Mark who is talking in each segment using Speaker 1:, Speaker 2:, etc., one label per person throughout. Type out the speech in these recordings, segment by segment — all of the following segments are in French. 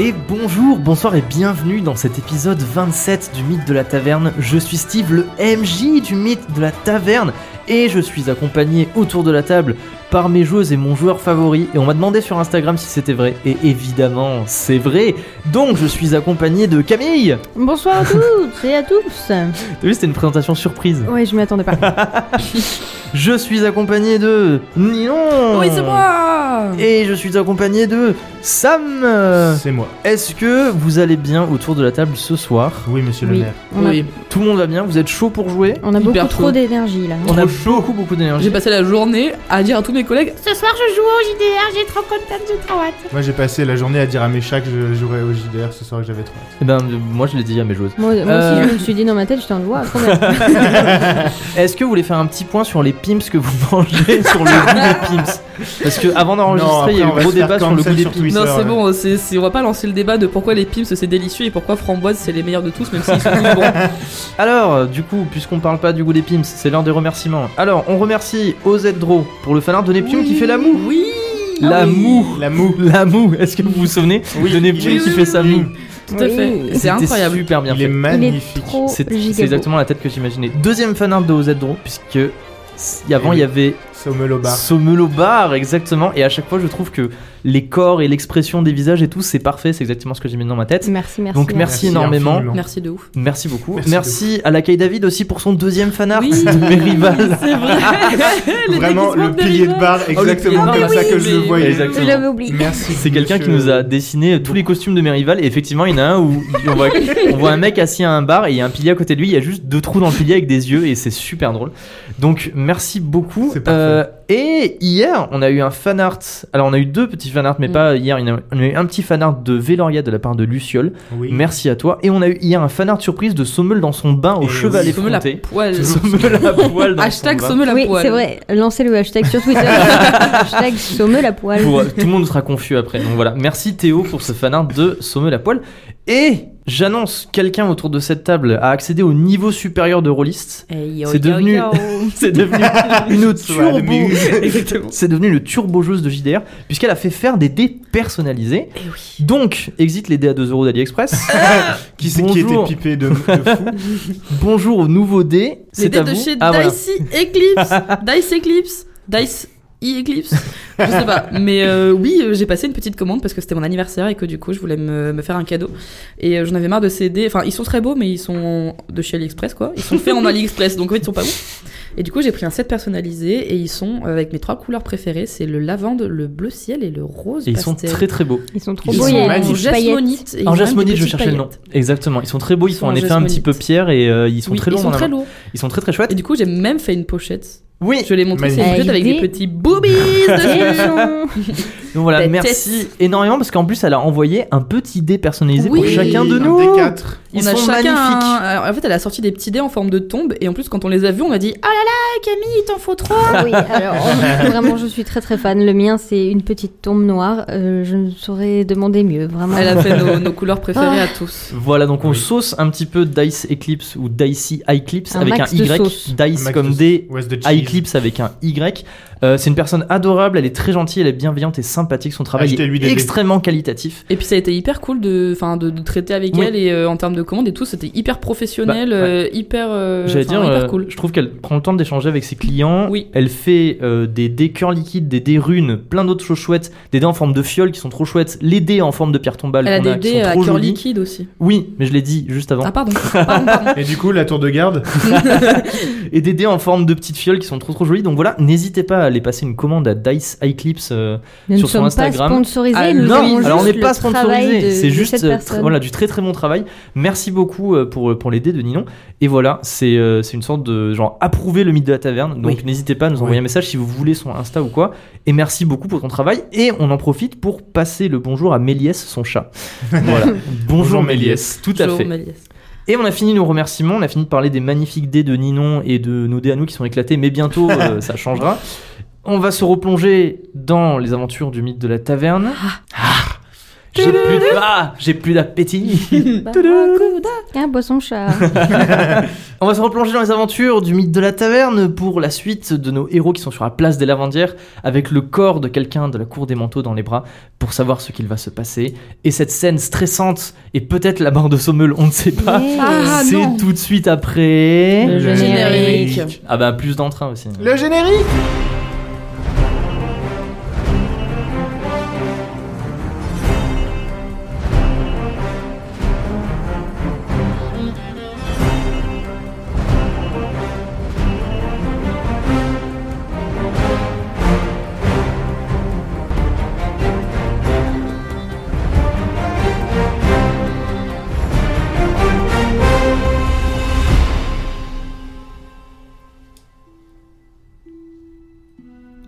Speaker 1: Et bonjour, bonsoir et bienvenue dans cet épisode 27 du Mythe de la Taverne. Je suis Steve, le MJ du Mythe de la Taverne, et je suis accompagné autour de la table par mes joueuses et mon joueur favori. Et on m'a demandé sur Instagram si c'était vrai, et évidemment, c'est vrai. Donc je suis accompagné de Camille.
Speaker 2: Bonsoir à toutes et à tous.
Speaker 1: T'as vu, c'était une présentation surprise.
Speaker 2: Ouais, je m'y attendais pas.
Speaker 1: Je suis accompagné de Ninon.
Speaker 2: Oui, c'est moi.
Speaker 1: Et je suis accompagné de Sam.
Speaker 3: C'est moi.
Speaker 1: Est-ce que vous allez bien autour de la table ce soir
Speaker 3: Oui, monsieur
Speaker 2: Oui.
Speaker 3: le maire.
Speaker 2: On a,
Speaker 4: Oui,
Speaker 1: Tout le monde va bien Vous êtes chaud pour jouer
Speaker 2: on a beaucoup
Speaker 4: Hyper
Speaker 2: trop
Speaker 4: chaud.
Speaker 2: d'énergie là.
Speaker 1: On a
Speaker 4: chaud.
Speaker 1: beaucoup beaucoup d'énergie.
Speaker 4: j'ai passé la journée à dire à tous mes collègues
Speaker 5: Ce soir, je joue au JDR, j'ai trop contente, j'ai trop hâte.
Speaker 3: Moi, j'ai passé la journée à dire à mes chats que je jouerais au JDR ce soir que j'avais trop hâte.
Speaker 1: Eh ben euh, moi je l'ai dit à mes joueuses.
Speaker 2: Moi, moi
Speaker 1: Euh.
Speaker 2: aussi, je me suis dit dans ma tête, j'étais en loi. quand même.
Speaker 1: Est-ce que vous voulez faire un petit point sur les pimps que vous mangez sur le goût des pimps Parce que avant
Speaker 3: Non,
Speaker 1: d'enregistrer,
Speaker 3: après,
Speaker 1: il y a eu
Speaker 3: on
Speaker 1: un
Speaker 3: va
Speaker 1: gros
Speaker 3: se faire
Speaker 1: débat sur le goût
Speaker 3: cancel
Speaker 1: des
Speaker 3: sur
Speaker 1: pimps.
Speaker 3: Twitter.
Speaker 4: non
Speaker 3: sert,
Speaker 4: c'est
Speaker 3: ouais.
Speaker 4: bon c'est c'est- on va pas lancer le débat de pourquoi les pims c'est délicieux et pourquoi framboise c'est les meilleurs de tous même s'ils sont tous bons
Speaker 1: Alors, euh, du coup, puisqu'on parle pas du goût des pimps, c'est l'heure des remerciements. Alors, on remercie OZ Draw pour le fanart de Neptune qui fait la moue.
Speaker 4: oui
Speaker 1: La moue.
Speaker 3: La moue.
Speaker 1: La moue. Est-ce que vous vous souvenez
Speaker 3: Oui,
Speaker 1: de Neptune
Speaker 3: il est-
Speaker 1: qui fait sa moue
Speaker 4: tout à
Speaker 2: Oui.
Speaker 4: fait
Speaker 1: C'était
Speaker 4: c'est incroyable Oh,
Speaker 1: Super bien
Speaker 3: Il est
Speaker 1: fait.
Speaker 2: Il est
Speaker 3: magnifique.
Speaker 2: trop
Speaker 1: C'est
Speaker 2: giga
Speaker 1: c'est
Speaker 2: beau.
Speaker 1: exactement la tête que j'imaginais. Deuxième fanart de OZ Draw, puisque s-
Speaker 3: Eh
Speaker 1: avant il y avait
Speaker 3: Sommel au bar.
Speaker 1: Sommel au bar, exactement. Et à chaque fois, je trouve que les corps et l'expression des visages et tout, c'est parfait. C'est exactement ce que j'ai mis dans ma tête.
Speaker 2: Merci, merci.
Speaker 1: Donc, merci énormément.
Speaker 3: infiniment.
Speaker 4: merci de ouf
Speaker 1: Merci beaucoup. Merci,
Speaker 3: Merci
Speaker 1: à la Kai David aussi pour son deuxième fanart
Speaker 4: Oui.
Speaker 1: de mes rivales.
Speaker 4: c'est vrai Les
Speaker 3: Vraiment
Speaker 4: déguisements
Speaker 3: le
Speaker 4: de
Speaker 3: pilier de
Speaker 4: Rival.
Speaker 3: bar, exactement
Speaker 4: bar,
Speaker 3: comme
Speaker 4: oui,
Speaker 3: ça que je le
Speaker 4: mais-
Speaker 3: voyais.
Speaker 1: Ah Exactement.
Speaker 2: hein. Je l'avais oublié.
Speaker 3: Merci.
Speaker 1: C'est quelqu'un qui
Speaker 3: monsieur.
Speaker 1: nous a dessiné tous les costumes de mes rivales. Et effectivement, il y en a un où on voit, on voit un mec assis à un bar et il y a un pilier à côté de lui. Il y a juste deux trous dans le pilier avec des yeux et c'est super drôle. Donc, merci beaucoup. Euh,
Speaker 3: C'est parfait.
Speaker 1: et hier, on a eu un fan art. Alors, on a eu deux petits fan art, mais
Speaker 4: Mm.
Speaker 1: pas hier. Il y en a- On a eu un petit fan art de Veloria de la part de Luciole.
Speaker 3: Oui.
Speaker 1: Merci à toi. Et on a eu hier un fanart surprise de Sommel dans son bain au
Speaker 3: Et
Speaker 1: chevalet
Speaker 4: Sommel à
Speaker 1: fronté.
Speaker 4: poil
Speaker 1: Sommel à poil dans
Speaker 4: hashtag
Speaker 1: son bain.
Speaker 4: sommel à
Speaker 2: Oui,
Speaker 4: poil
Speaker 2: c'est vrai. Lancez le hashtag sur Twitter. hashtag sommeux la poêle.
Speaker 1: Pour- tout le monde sera confus après. Donc voilà. Merci Théo pour ce fanart de Sommel à poil. Et j'annonce quelqu'un autour de cette table a accédé au niveau supérieur de Rollist.
Speaker 4: Hey, yo,
Speaker 1: C'est
Speaker 4: yo,
Speaker 1: devenu-
Speaker 4: yo.
Speaker 1: C'est devenu une
Speaker 3: Soit
Speaker 1: turbo.
Speaker 3: le muse.
Speaker 1: Exactement. C'est devenu le turbo joueuse de JDR puisqu'elle a fait faire des dés personnalisés.
Speaker 4: Eh oui.
Speaker 1: Donc, exit les dés à 2 euros d'AliExpress.
Speaker 3: Qui, c'est- qui était
Speaker 1: Bonjour.
Speaker 3: pipé de, de fou.
Speaker 1: Bonjour aux nouveaux dés.
Speaker 4: les
Speaker 1: C'est à
Speaker 4: dettes de
Speaker 1: vous.
Speaker 4: chez
Speaker 1: Ah, voilà.
Speaker 4: Dicey Eclipse Dice Eclipse Dice E Eclipse je sais pas mais euh, oui euh, j'ai passé une petite commande parce que c'était mon anniversaire et que du coup je voulais me, me faire un cadeau et euh, j'en avais marre de ces dés enfin ils sont très beaux mais ils sont de chez AliExpress quoi ils sont faits en AliExpress donc en fait ils sont pas ouf et du coup j'ai pris un set personnalisé et ils sont euh, avec mes trois couleurs préférées c'est le lavande le bleu ciel et le rose
Speaker 1: Et ils sont
Speaker 4: pastel.
Speaker 1: très très beaux.
Speaker 2: Ils sont trop
Speaker 3: Ils
Speaker 2: beaux.
Speaker 3: sont
Speaker 2: il y a des
Speaker 3: magnifiques.
Speaker 2: petites
Speaker 4: en
Speaker 2: paillettes.
Speaker 4: jasmonite et ils
Speaker 1: en
Speaker 4: ont même des
Speaker 1: jasmonite, je
Speaker 4: petites
Speaker 1: cherchais le nom.
Speaker 4: paillettes.
Speaker 1: Exactement, ils sont très beaux, ils,
Speaker 4: Ils
Speaker 1: sont
Speaker 4: sont
Speaker 1: en
Speaker 4: en
Speaker 1: effet un petit
Speaker 4: jasmonite.
Speaker 1: peu pierre et euh, ils sont
Speaker 4: Oui,
Speaker 1: très
Speaker 4: ils
Speaker 1: longs.
Speaker 4: sont
Speaker 1: dans la
Speaker 4: très
Speaker 1: main.
Speaker 4: lourds
Speaker 1: Ils sont très très chouettes.
Speaker 4: et du coup j'ai même fait une pochette
Speaker 1: Oui,
Speaker 4: je l'ai montré c'est une
Speaker 3: Magnifique.
Speaker 4: pochette avec des
Speaker 2: Idée.
Speaker 4: petits boobies dessus
Speaker 1: donc voilà,
Speaker 4: Bêtesse.
Speaker 1: merci énormément parce qu'en plus elle a envoyé un petit dé personnalisé pour
Speaker 4: Oui.
Speaker 1: chacun de
Speaker 3: Un
Speaker 1: nous.
Speaker 3: des quatre.
Speaker 1: Ils
Speaker 4: on a
Speaker 1: sont
Speaker 4: chacun
Speaker 1: magnifiques.
Speaker 4: un- alors, en fait, elle a sorti des petits dés en forme de tombe, et en plus, quand on les a vus, on a dit Ah là là, Camille, il t'en faut trop
Speaker 2: oui, alors vraiment, je suis très très fan. Le mien, c'est une petite tombe noire. Euh, je ne saurais demander mieux, vraiment.
Speaker 4: Elle a fait nos, nos couleurs préférées à tous.
Speaker 1: Voilà, donc on
Speaker 3: Oui.
Speaker 1: sauce un petit peu Dice Eclipse ou Dicey Eclipse
Speaker 2: Un
Speaker 1: avec un
Speaker 2: max de
Speaker 1: Y,
Speaker 2: sauce.
Speaker 1: Dice
Speaker 3: Mac
Speaker 1: comme
Speaker 3: de-
Speaker 1: D,
Speaker 3: Where's the cheese
Speaker 1: Eclipse avec un Y. Euh, c'est une personne adorable, elle est très gentille, elle est bienveillante et sympathique. Son travail
Speaker 3: Achetez-lui
Speaker 1: est
Speaker 3: des dés.
Speaker 1: extrêmement qualitatif.
Speaker 4: Et puis, ça a été hyper cool de, enfin, de, de traiter avec
Speaker 1: Oui.
Speaker 4: elle, et euh, en termes de commandes et tout, c'était hyper professionnel,
Speaker 1: Bah, ouais.
Speaker 4: euh, hyper, euh,
Speaker 1: J'allais
Speaker 4: enfin,
Speaker 1: dire,
Speaker 4: hyper
Speaker 1: euh,
Speaker 4: cool.
Speaker 1: je trouve qu'elle prend le temps d'échanger avec ses clients.
Speaker 4: Oui.
Speaker 1: Elle fait euh, des dés cœurs liquides, des dés runes, plein d'autres choses chouettes, des dés en forme de fiole qui sont trop chouettes, les dés en forme de pierre tombale
Speaker 4: Elle a
Speaker 1: qu'on
Speaker 4: des
Speaker 1: qui
Speaker 4: dés
Speaker 1: sont
Speaker 4: à
Speaker 1: trop
Speaker 4: cœur
Speaker 1: jolis.
Speaker 4: liquide aussi.
Speaker 1: Oui, mais je l'ai dit juste avant.
Speaker 4: Ah, pardon. Pardon, pardon.
Speaker 3: Et du coup, la tour de garde.
Speaker 1: Et des dés en forme de petites fioles qui sont trop trop jolies. Donc voilà, n'hésitez pas à aller passer une commande à Dice Eclipse. euh,
Speaker 2: Nous ne
Speaker 1: Sur son
Speaker 2: sommes
Speaker 1: Instagram.
Speaker 2: pas sponsorisés.
Speaker 4: Ah,
Speaker 2: nous
Speaker 4: non,
Speaker 2: avons
Speaker 1: alors on
Speaker 2: juste
Speaker 1: n'est pas
Speaker 2: le travail de-
Speaker 1: sponsorisé, c'est
Speaker 2: de
Speaker 1: juste
Speaker 2: cette
Speaker 1: euh,
Speaker 2: personne.
Speaker 1: tr- voilà du très très bon travail. Merci beaucoup euh, pour pour les dés de Ninon. Et voilà, c'est euh, c'est une sorte de genre approuver le mythe de la taverne. Donc
Speaker 4: Oui.
Speaker 1: n'hésitez pas à nous envoyer
Speaker 3: Oui.
Speaker 1: un message si vous voulez son Insta ou quoi. Et merci beaucoup pour ton travail. Et on en profite pour passer le bonjour à Méliès, son chat. voilà. Bonjour
Speaker 3: Bonjour
Speaker 1: Méliès, tout à
Speaker 4: Bonjour,
Speaker 1: fait.
Speaker 4: Méliès.
Speaker 1: Et on a fini nos remerciements, on a fini de parler des magnifiques dés de Ninon et de nos dés à nous qui sont éclatés, mais bientôt euh, ça changera. On va se replonger dans les aventures du mythe de la taverne. Ah, j'ai plus
Speaker 2: Bah.
Speaker 1: de- ah, j'ai plus d'appétit.
Speaker 2: Un boisson chat.
Speaker 1: On va se replonger dans les aventures du mythe de la taverne pour la suite de nos héros qui sont sur la place des Lavandières avec le corps de quelqu'un de la cour des manteaux dans les bras pour savoir ce qu'il va se passer. Et cette scène stressante et peut-être la barre de Sommeul, on ne sait pas.
Speaker 2: Yeah.
Speaker 4: Ah,
Speaker 1: C'est
Speaker 4: non.
Speaker 1: tout de suite après.
Speaker 2: Le
Speaker 1: Le-
Speaker 2: générique.
Speaker 4: Générique.
Speaker 1: Ah bah plus d'entrain aussi.
Speaker 3: Le générique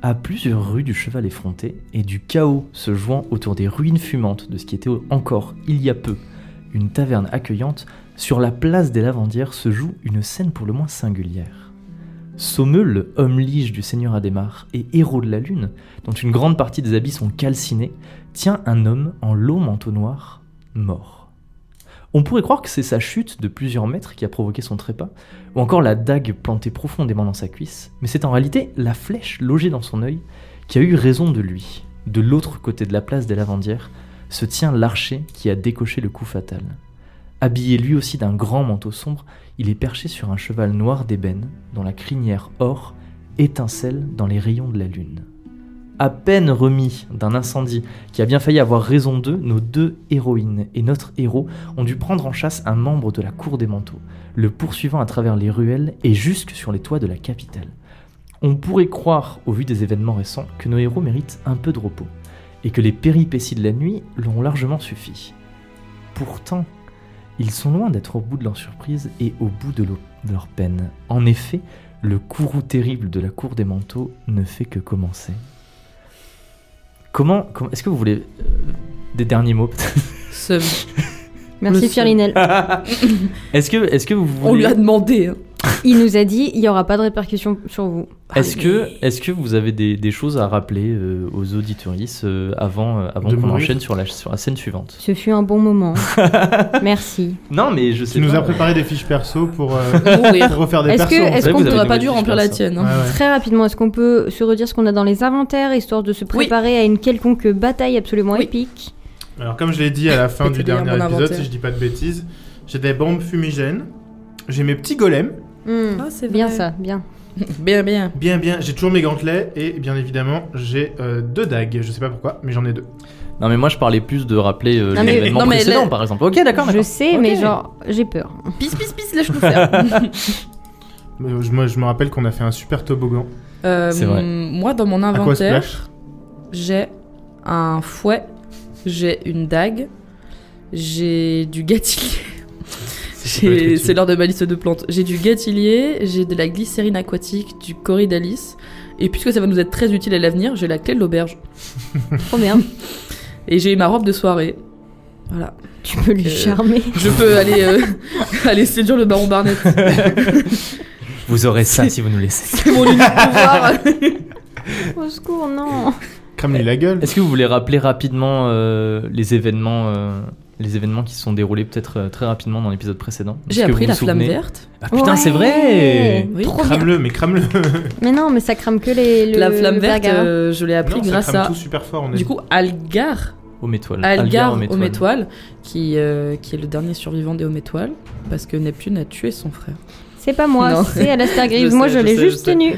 Speaker 1: À plusieurs rues du cheval effronté et du chaos se jouant autour des ruines fumantes de ce qui était encore, il y a peu, une taverne accueillante, sur la place des Lavandières se joue une scène pour le moins singulière. Sommeul, homme lige du seigneur Adhémar et héros de la lune, dont une grande partie des habits sont calcinés, tient un homme en long manteau noir, mort. On pourrait croire que c'est sa chute de plusieurs mètres qui a provoqué son trépas, ou encore la dague plantée profondément dans sa cuisse, mais c'est en réalité la flèche logée dans son œil qui a eu raison de lui. De l'autre côté de la place des Lavandières se tient l'archer qui a décoché le coup fatal. Habillé lui aussi d'un grand manteau sombre, il est perché sur un cheval noir d'ébène dont la crinière or étincelle dans les rayons de la lune. À peine remis d'un incendie qui a bien failli avoir raison d'eux, nos deux héroïnes et notre héros ont dû prendre en chasse un membre de la cour des manteaux le poursuivant à travers les ruelles et jusque sur les toits de la capitale. On pourrait croire, au vu des événements récents, que nos héros méritent un peu de repos, et que les péripéties de la nuit leur ont largement suffi. Pourtant, ils sont loin d'être au bout de leur surprise et au bout de, lo- de leur peine. En effet, le courroux terrible de la cour des manteaux ne fait que commencer. Comment, comment- est-ce que vous voulez euh, des derniers mots peut-être
Speaker 4: Seum.
Speaker 2: Merci
Speaker 4: Le
Speaker 2: Pierre Linel.
Speaker 1: Est-ce que est-ce que vous voulez
Speaker 4: On lui a demandé. hein.
Speaker 2: Il nous a dit il n'y aura pas de répercussions sur vous.
Speaker 1: Est-ce
Speaker 4: Ah,
Speaker 1: que,
Speaker 4: mais-
Speaker 1: est-ce que vous avez des, des choses à rappeler euh, aux auditoristes euh, avant, euh, avant
Speaker 3: De
Speaker 1: qu'on
Speaker 3: mourir.
Speaker 1: enchaîne sur la, sur la scène suivante
Speaker 2: Ce fut un bon moment. Merci.
Speaker 1: Non, mais je sais
Speaker 3: Tu nous
Speaker 1: pas.
Speaker 3: as préparé des fiches perso pour, euh, pour
Speaker 4: Mourir.
Speaker 3: refaire des
Speaker 2: Est-ce
Speaker 3: persos.
Speaker 2: que-
Speaker 3: en
Speaker 2: est-ce
Speaker 3: fait.
Speaker 1: Vous
Speaker 4: On
Speaker 1: avez
Speaker 4: n'aurait
Speaker 1: des
Speaker 4: pas dû
Speaker 1: bonnes
Speaker 4: remplir la
Speaker 1: fiches perso.
Speaker 4: tienne. hein.
Speaker 3: Ouais, ouais.
Speaker 2: Très rapidement, est-ce qu'on peut se redire ce qu'on a dans les inventaires, histoire de se préparer à une quelconque bataille absolument
Speaker 4: Oui.
Speaker 2: épique
Speaker 3: Alors, comme je l'ai dit à la fin
Speaker 4: Mais
Speaker 3: du
Speaker 4: t'as bien
Speaker 3: dernier
Speaker 4: mon
Speaker 3: épisode,
Speaker 4: inventaire.
Speaker 3: si je dis pas de bêtises, j'ai des bombes fumigènes, j'ai mes petits golems,
Speaker 2: Hmm.
Speaker 4: Ah, c'est
Speaker 2: Bien
Speaker 4: vrai.
Speaker 2: ça, bien.
Speaker 4: Bien, bien.
Speaker 3: bien bien, j'ai toujours mes gantelets et bien évidemment, j'ai euh, deux dagues. Je sais pas pourquoi, mais j'en ai deux.
Speaker 1: Non, mais moi je parlais plus de rappeler euh,
Speaker 2: Non,
Speaker 1: les
Speaker 2: mais-
Speaker 1: événements
Speaker 4: non, mais
Speaker 1: précédents,
Speaker 4: là-
Speaker 1: par exemple. Ok, d'accord,
Speaker 2: Je
Speaker 1: d'accord.
Speaker 2: sais,
Speaker 1: Ok.
Speaker 2: mais genre, j'ai peur.
Speaker 4: Pisse, pisse, pisse, laisse-nous faire.
Speaker 3: Euh, je, moi, je me rappelle qu'on a fait un super toboggan
Speaker 4: Euh,
Speaker 1: C'est vrai.
Speaker 4: Moi, dans mon
Speaker 3: à quoi
Speaker 4: inventaire,
Speaker 3: splash.
Speaker 4: j'ai un fouet, j'ai une dague, j'ai du gâtillier.
Speaker 3: peut être
Speaker 4: J'ai-
Speaker 3: utile.
Speaker 4: C'est l'heure de ma liste de plantes. J'ai du gâtillier, j'ai de la glycérine aquatique, du corydalis. Et puisque ça va nous être très utile à l'avenir, j'ai la clé de l'auberge.
Speaker 2: Trop bien.
Speaker 4: Et j'ai ma robe de soirée. Voilà.
Speaker 2: tu peux lui
Speaker 4: Euh,
Speaker 2: charmer.
Speaker 4: Je peux aller, euh, aller séduire le baron Barnett.
Speaker 1: Vous aurez ça si vous nous laissez.
Speaker 4: C'est mon unique pouvoir.
Speaker 2: Au secours, non.
Speaker 3: Crame-lui la gueule.
Speaker 1: Est-ce que vous voulez rappeler rapidement euh, les événements euh, les événements qui se sont déroulés peut-être euh, très rapidement dans l'épisode précédent Est-ce
Speaker 4: J'ai
Speaker 1: que
Speaker 4: appris
Speaker 1: vous vous
Speaker 4: la flamme
Speaker 1: souvenez
Speaker 4: verte.
Speaker 1: Ah putain, c'est
Speaker 2: Ouais.
Speaker 1: vrai
Speaker 4: Oui.
Speaker 2: Trop bien.
Speaker 3: Crame-le, mais crame-le.
Speaker 2: Mais non, mais ça crame que les. le-
Speaker 4: la flamme
Speaker 2: le
Speaker 4: verte,
Speaker 2: Vergara.
Speaker 4: euh, je l'ai appris
Speaker 3: Non, ça
Speaker 4: grâce
Speaker 3: crame
Speaker 4: à.
Speaker 3: tout super fort. On est...
Speaker 4: Du coup, Algar,
Speaker 1: Homme étoile.
Speaker 4: Algar
Speaker 1: Homme
Speaker 4: Homme
Speaker 1: étoile.
Speaker 4: Étoile, qui, euh, qui est le dernier survivant des Homme Étoiles, parce que Neptune a tué son frère.
Speaker 2: C'est pas moi,
Speaker 4: Non.
Speaker 2: c'est Alastair
Speaker 4: Je
Speaker 2: Greaves.
Speaker 4: sais,
Speaker 2: Moi, je
Speaker 4: je
Speaker 2: l'ai
Speaker 4: sais, je
Speaker 2: juste
Speaker 4: sais.
Speaker 2: tenu.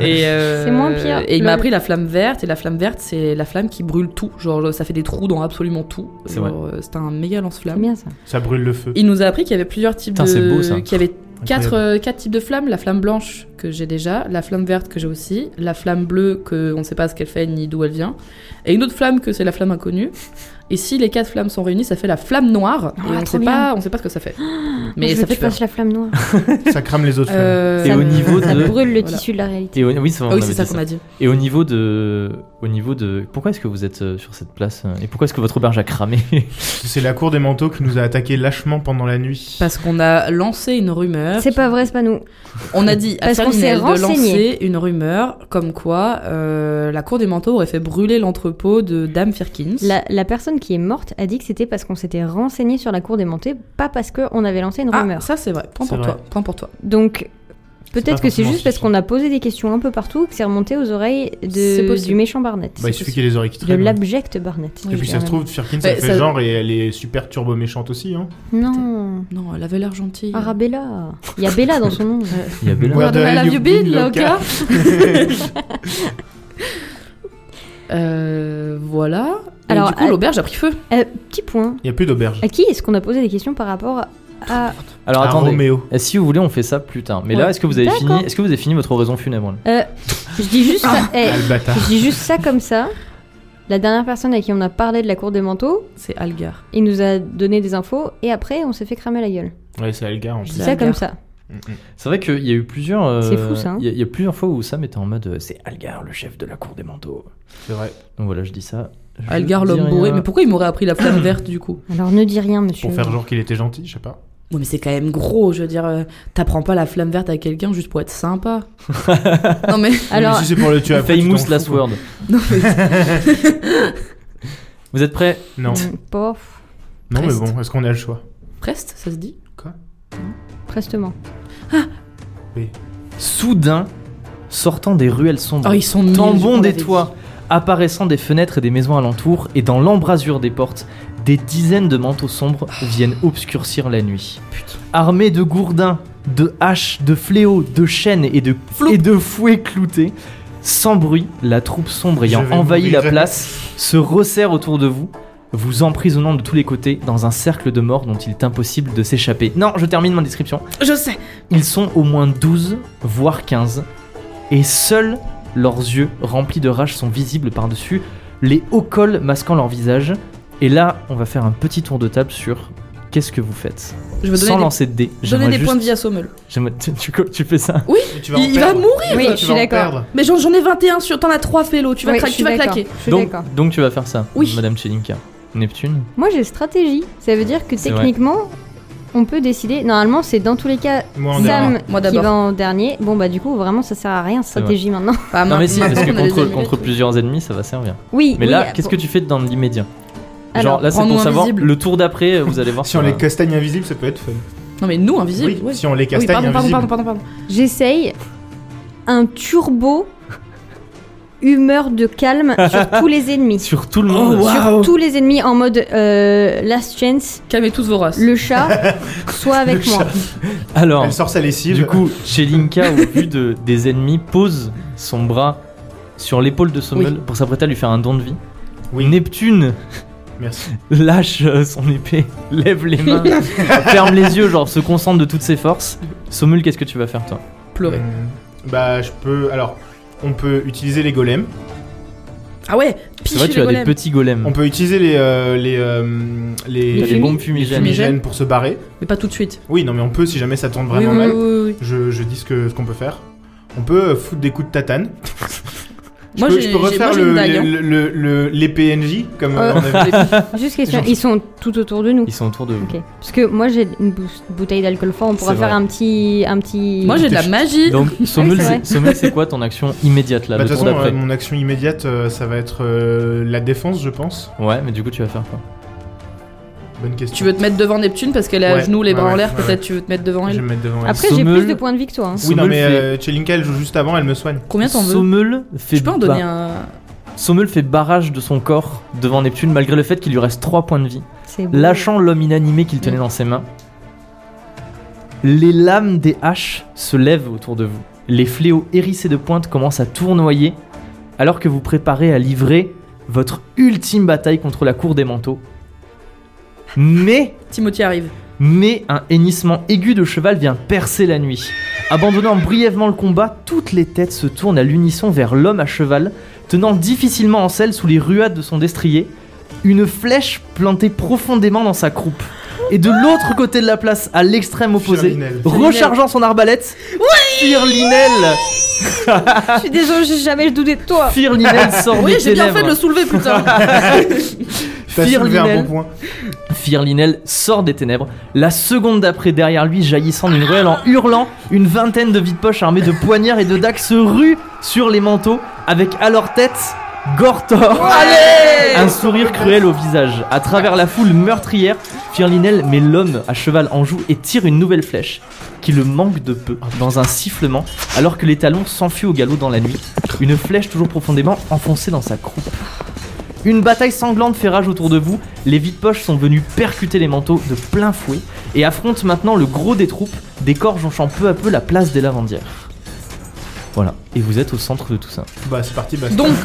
Speaker 4: Et, euh,
Speaker 2: C'est moins pire.
Speaker 4: Et il m'a
Speaker 2: Le-
Speaker 4: appris la flamme verte, et la flamme verte, c'est la flamme qui brûle tout. Genre, ça fait des trous dans absolument tout.
Speaker 1: C'est
Speaker 4: Genre, euh, C'est un méga
Speaker 2: C'est
Speaker 4: lance-flamme.
Speaker 2: bien ça.
Speaker 3: Ça brûle le feu.
Speaker 4: Il nous a appris qu'il y avait plusieurs types
Speaker 1: Putain, c'est
Speaker 4: de.
Speaker 1: beau, ça.
Speaker 4: Qu'il y avait quatre,
Speaker 3: Incroyable.
Speaker 4: euh, quatre types de flammes. La flamme blanche que j'ai déjà, la flamme verte que j'ai aussi, la flamme bleue que on ne sait pas ce qu'elle fait ni d'où elle vient, et une autre flamme que c'est la flamme inconnue. Et si les quatre flammes sont réunies, ça fait la flamme noire.
Speaker 2: Ah,
Speaker 4: et on
Speaker 2: trop
Speaker 4: sait
Speaker 2: bien.
Speaker 4: pas, on sait pas ce que ça fait.
Speaker 2: Je
Speaker 4: Mais
Speaker 2: veux
Speaker 4: ça
Speaker 2: que
Speaker 4: fait
Speaker 2: tu
Speaker 4: peur.
Speaker 2: fasses la flamme noire.
Speaker 3: Ça crame les autres flammes.
Speaker 4: Euh,
Speaker 1: Et
Speaker 2: Ça
Speaker 1: au
Speaker 2: me-
Speaker 1: niveau
Speaker 2: ça
Speaker 1: de-
Speaker 2: brûle le
Speaker 4: Voilà.
Speaker 2: tissu de la réalité.
Speaker 1: Et au- oui, c'est vrai,
Speaker 4: Ah
Speaker 1: on
Speaker 4: oui,
Speaker 1: avait
Speaker 4: c'est
Speaker 1: dit
Speaker 4: ça
Speaker 1: ça.
Speaker 4: qu'on a dit.
Speaker 1: Et au niveau de, au niveau de, pourquoi est-ce que vous êtes euh, sur cette place euh, et pourquoi est-ce que votre auberge a cramé
Speaker 3: C'est la cour des manteaux qui nous a attaqué lâchement pendant la nuit.
Speaker 4: Parce qu'on a lancé une rumeur.
Speaker 2: C'est pas vrai, c'est pas nous.
Speaker 4: On a dit à
Speaker 2: Parce qu'on s'est
Speaker 4: Salinel de lancer
Speaker 2: renseigné.
Speaker 4: une rumeur comme quoi euh, la cour des manteaux aurait fait brûler l'entrepôt de Dame Firkins.
Speaker 2: La, la personne qui est morte a dit que c'était parce qu'on s'était renseigné sur la cour des montées, pas parce qu'on avait lancé une
Speaker 4: Ah,
Speaker 2: rumeur.
Speaker 4: ça c'est vrai. Point
Speaker 3: C'est
Speaker 4: pour
Speaker 3: vrai.
Speaker 4: toi. Point pour toi.
Speaker 2: Donc peut-être
Speaker 3: pas
Speaker 2: que c'est
Speaker 3: forcément
Speaker 2: juste parce
Speaker 3: suffisant.
Speaker 2: qu'on a posé des questions un peu partout que c'est remonté aux oreilles
Speaker 4: C'est
Speaker 2: de,
Speaker 4: possible.
Speaker 2: du méchant Barnett.
Speaker 3: Bah, il
Speaker 4: c'est
Speaker 3: suffit qu'il y ait les oreilles qui
Speaker 2: de
Speaker 3: traînent.
Speaker 2: l'abject Barnett.
Speaker 3: Et puis ça se trouve, Firkin, ça
Speaker 4: Bah,
Speaker 3: fait
Speaker 4: ça-
Speaker 3: genre et elle est super turbo méchante aussi. Hein.
Speaker 2: Non,
Speaker 4: Non, elle avait l'air gentille.
Speaker 2: Arabella. Il y a Bella dans son nom.
Speaker 1: Il y a Bella.
Speaker 3: Ouais.
Speaker 4: Where the hell have you been, Loka Euh, voilà. Et
Speaker 2: Alors,
Speaker 4: du coup,
Speaker 2: à-
Speaker 4: l'auberge a pris feu.
Speaker 2: Euh, petit point.
Speaker 3: Il n'y a plus d'auberge.
Speaker 2: À qui est-ce qu'on a posé des questions par rapport à
Speaker 1: Alors
Speaker 3: À
Speaker 1: attendez.
Speaker 3: Roméo.
Speaker 1: Et si vous voulez, on fait ça plus tard. Mais là,
Speaker 2: Ouais.
Speaker 1: est-ce que vous avez fini
Speaker 2: D'accord.
Speaker 1: Est-ce que vous avez fini votre raison funèbre là
Speaker 2: Euh, je dis juste ça. eh,
Speaker 3: Ah, le bâtard.
Speaker 2: je dis juste ça comme ça. La dernière personne à qui on a parlé de la cour des manteaux,
Speaker 4: C'est Algar.
Speaker 2: il nous a donné des infos et après on s'est fait cramer la gueule.
Speaker 3: Ouais, c'est Algar en
Speaker 2: Je
Speaker 3: plus.
Speaker 2: dis
Speaker 4: La
Speaker 2: ça comme
Speaker 4: guerre.
Speaker 2: ça.
Speaker 3: Mm,
Speaker 1: C'est vrai qu'il y a eu plusieurs. euh,
Speaker 2: C'est fou, ça, hein.
Speaker 1: Il y, a- il y a plusieurs fois où Sam était en mode, euh, c'est Algar, le chef de la cour des manteaux.
Speaker 3: C'est vrai.
Speaker 1: Donc voilà, je dis ça. Je
Speaker 4: Algar,
Speaker 1: dis
Speaker 4: l'homme
Speaker 1: rien.
Speaker 4: bourré. Mais pourquoi il m'aurait appris la flamme verte du coup
Speaker 2: Alors ne dis rien, monsieur.
Speaker 3: Pour faire genre qu'il était gentil, je sais pas.
Speaker 4: Ouais, mais c'est quand même gros. Je veux dire, euh, t'apprends pas la flamme verte à quelqu'un juste pour être sympa. non mais.
Speaker 2: Alors,
Speaker 3: Mais si c'est pour le tuer après, tu
Speaker 1: Famous
Speaker 3: t'en
Speaker 1: last
Speaker 3: fous, quoi.
Speaker 1: word.
Speaker 4: Non, mais...
Speaker 1: Vous êtes prêts
Speaker 3: Non,
Speaker 2: mm, pof,
Speaker 3: non mais
Speaker 4: Reste.
Speaker 3: bon, est-ce qu'on a le choix
Speaker 4: Prest, ça se dit
Speaker 2: prestement.
Speaker 1: Soudain, sortant des ruelles sombres,
Speaker 4: Oh, ils sont nuls,
Speaker 1: Tambon
Speaker 4: on
Speaker 1: des
Speaker 4: l'avait dit.
Speaker 1: toits, apparaissant des fenêtres et des maisons alentour, et dans l'embrasure des portes, des dizaines de manteaux sombres viennent obscurcir la nuit. Armés de gourdins, de haches, de fléaux, de chaînes et de, et de fouets cloutés, sans bruit, la troupe sombre ayant
Speaker 3: Je vais
Speaker 1: envahi la
Speaker 3: mourir.
Speaker 1: place se resserre autour de vous, vous emprisonnant de tous les côtés dans un cercle de morts dont il est impossible de s'échapper. Non, je termine ma description.
Speaker 4: Je sais.
Speaker 1: Ils sont au moins 12, voire 15, et seuls leurs yeux remplis de rage sont visibles par-dessus les hauts cols masquant leur visage. Et là, on va faire un petit tour de table sur qu'est-ce que vous faites.
Speaker 4: Je veux
Speaker 1: Sans
Speaker 4: donner
Speaker 1: lancer de dés,
Speaker 4: des, donner
Speaker 1: j'aimerais
Speaker 4: des points de
Speaker 1: juste-
Speaker 4: vie à Sommel.
Speaker 1: j'aimerais- tu, tu- tu fais ça.
Speaker 3: Mais tu vas en
Speaker 4: Il, il va
Speaker 3: perdre.
Speaker 4: mourir.
Speaker 2: Oui,
Speaker 3: Tu vas
Speaker 2: je suis
Speaker 3: en
Speaker 2: d'accord.
Speaker 3: perdre.
Speaker 4: Mais genre, j'en ai 21 sur. T'en as 3 félo. Tu vas,
Speaker 2: Oui, je
Speaker 4: cra- tu
Speaker 2: suis
Speaker 4: vas
Speaker 2: d'accord,
Speaker 4: claquer.
Speaker 2: Je suis
Speaker 1: Donc,
Speaker 2: d'accord.
Speaker 1: donc tu vas faire ça,
Speaker 4: Oui.
Speaker 1: Madame Chelinka. Neptune
Speaker 2: Moi j'ai stratégie. Ça veut dire que
Speaker 1: C'est vrai.
Speaker 2: techniquement, on peut décider. Normalement, c'est dans tous les cas
Speaker 3: Moi en dernier.
Speaker 2: Sam
Speaker 4: Moi
Speaker 2: qui
Speaker 4: d'abord.
Speaker 2: va en dernier. Bon bah du coup, vraiment ça sert à rien stratégie maintenant.
Speaker 4: Bah,
Speaker 1: Non mais si, parce
Speaker 4: maintenant,
Speaker 1: que
Speaker 4: on a des
Speaker 1: contre,
Speaker 4: amulettes.
Speaker 1: contre plusieurs ennemis, ça va servir.
Speaker 2: Oui.
Speaker 1: Mais
Speaker 2: oui,
Speaker 1: là,
Speaker 2: euh,
Speaker 1: qu'est-ce
Speaker 2: pour-
Speaker 1: que tu fais dans l'immédiat Genre
Speaker 2: Alors,
Speaker 1: là, c'est
Speaker 4: rends-nous
Speaker 1: pour savoir,
Speaker 4: invisibles.
Speaker 1: le tour d'après, vous allez voir.
Speaker 3: Si on
Speaker 1: ça
Speaker 3: les
Speaker 1: va-
Speaker 3: castagne invisibles, ça peut être fun.
Speaker 4: Non mais nous, invisibles.
Speaker 3: Oui,
Speaker 4: ouais.
Speaker 3: si on les
Speaker 4: Oui,
Speaker 3: castagne
Speaker 4: pardon, pardon, pardon,
Speaker 3: invisibles.
Speaker 4: pardon, pardon.
Speaker 2: J'essaye un turbo humeur de calme sur tous les ennemis.
Speaker 1: Sur tout le monde.
Speaker 4: Oh,
Speaker 2: Sur
Speaker 4: Waouh.
Speaker 2: tous les ennemis en mode euh, Last Chance,
Speaker 4: Calmez tous vos races.
Speaker 2: le chat, soit avec
Speaker 3: Le
Speaker 2: moi.
Speaker 1: Alors,
Speaker 3: Elle sort sa lessive.
Speaker 1: Du coup, Chelinka, au vu de, des ennemis, pose son bras sur l'épaule de Sommel pour s'apprêter à lui faire un don de vie.
Speaker 3: Oui.
Speaker 1: Neptune
Speaker 3: Merci.
Speaker 1: lâche euh, son épée, lève les mains, ferme les yeux, genre se concentre de toutes ses forces. Sommel, qu'est-ce que tu vas faire toi
Speaker 4: Pleurer.
Speaker 3: Mmh. Bah, je peux. Alors, on peut utiliser les golems.
Speaker 4: Ah ouais.
Speaker 1: C'est vrai,
Speaker 4: Piche
Speaker 1: tu as
Speaker 4: les
Speaker 1: des
Speaker 4: golems.
Speaker 1: petits golems.
Speaker 3: On peut utiliser les. euh, les, euh, les,
Speaker 1: T'as des
Speaker 4: fumi-
Speaker 1: bombes fumigènes.
Speaker 4: fumigènes.
Speaker 3: fumigènes pour se barrer.
Speaker 4: Mais pas tout de suite.
Speaker 3: Oui, non, mais on peut si jamais ça tourne
Speaker 4: Oui,
Speaker 3: vraiment
Speaker 4: oui,
Speaker 3: mal.
Speaker 4: oui, oui, oui.
Speaker 3: Je, je dis ce que- ce qu'on peut faire. On peut euh, foutre des coups de tatane.
Speaker 4: Moi,
Speaker 3: je,
Speaker 4: j'ai
Speaker 3: peux, je peux
Speaker 4: j'ai- moi,
Speaker 3: refaire
Speaker 4: j'ai une
Speaker 3: le,
Speaker 4: dague, hein.
Speaker 3: le, le- le- les PNJ comme
Speaker 2: Euh.
Speaker 3: euh, on avait fait.
Speaker 2: Juste question,
Speaker 3: Genre-
Speaker 2: ils sont tout autour de nous.
Speaker 1: Ils sont autour de vous.
Speaker 2: Ok. Parce que moi j'ai une bou- bouteille d'alcool fort, on pourra
Speaker 1: C'est
Speaker 2: faire
Speaker 1: vrai.
Speaker 2: un petit, un petit.
Speaker 4: Moi, j'ai de la magie.
Speaker 1: Donc,
Speaker 2: Oui,
Speaker 1: Sommel,
Speaker 2: c'est
Speaker 1: c'est-
Speaker 2: vrai.
Speaker 1: Sommel, c'est quoi ton action immédiate là,
Speaker 3: Bah, De
Speaker 1: le
Speaker 3: toute
Speaker 1: tour
Speaker 3: façon, euh,
Speaker 1: d'après
Speaker 3: mon action immédiate, euh, ça va être euh, la défense, je pense.
Speaker 1: Ouais, mais du coup, tu vas faire quoi
Speaker 3: Bonne question.
Speaker 4: Tu veux te mettre devant Neptune parce qu'elle est à
Speaker 3: Ouais,
Speaker 4: genoux, les bras
Speaker 3: ouais,
Speaker 4: en l'air.
Speaker 3: ouais,
Speaker 4: Peut-être
Speaker 3: ouais.
Speaker 4: tu veux te mettre devant
Speaker 3: Je vais
Speaker 4: elle. Ah,
Speaker 3: me mettre devant elle.
Speaker 2: Après j'ai
Speaker 1: Sommel-
Speaker 2: plus de points de vie que toi. hein.
Speaker 3: Oui, non,
Speaker 1: Sommel
Speaker 3: mais
Speaker 1: fait-
Speaker 3: euh, Chelinka, elle joue juste avant, elle me soigne.
Speaker 4: Combien t'en veux
Speaker 1: Sommel fait
Speaker 4: Je peux en
Speaker 1: ba-
Speaker 4: donner un.
Speaker 1: Sommel fait barrage de son corps devant Neptune malgré le fait qu'il lui reste 3 points de vie.
Speaker 2: C'est beau.
Speaker 1: lâchant l'homme inanimé qu'il tenait dans ses mains. Les lames des haches se lèvent autour de vous. Les fléaux hérissés de pointe commencent à tournoyer alors que vous préparez à livrer votre ultime bataille contre la cour des manteaux. Mais,
Speaker 4: Timothy arrive.
Speaker 1: mais un hennissement aigu de cheval vient percer la nuit. Abandonnant brièvement le combat, toutes les têtes se tournent à l'unisson vers l'homme à cheval, tenant difficilement en selle sous les ruades de son destrier, une flèche plantée profondément dans sa croupe. Et de l'autre côté de la place, à l'extrême opposé,
Speaker 3: Firlinel.
Speaker 4: Oh,
Speaker 1: rechargeant son arbalète, Firlinel,
Speaker 2: Je suis désolée, j'ai jamais douté de toi.
Speaker 1: Firlinel sort
Speaker 4: Ah. Oui,
Speaker 1: des
Speaker 4: j'ai bien fait de le
Speaker 1: ténèbres.
Speaker 4: soulever, putain.
Speaker 3: T'as soulevé un bon
Speaker 1: Firlinel,
Speaker 3: point.
Speaker 1: Firlinel sort des ténèbres, la seconde d'après derrière lui, jaillissant d'une ruelle en hurlant, une vingtaine de vides poches armées de poignards et de dagues se ruent sur les manteaux, avec à leur tête Gortor
Speaker 4: Allez
Speaker 1: Un sourire cruel au visage. À travers la foule meurtrière, Firlinel met l'homme à cheval en joue et tire une nouvelle flèche, qui le manque de peu, dans un sifflement, alors que les talons s'enfuient au galop dans la nuit. Une flèche toujours profondément enfoncée dans sa croupe. Une bataille sanglante fait rage autour de vous, les vides-poches sont venus percuter les manteaux de plein fouet et affrontent maintenant le gros des troupes, des corps jonchant peu à peu la place des lavandières. Voilà, et vous êtes au centre de tout ça.
Speaker 3: Bah, c'est parti, bah, c'est-
Speaker 4: Donc, donc, je-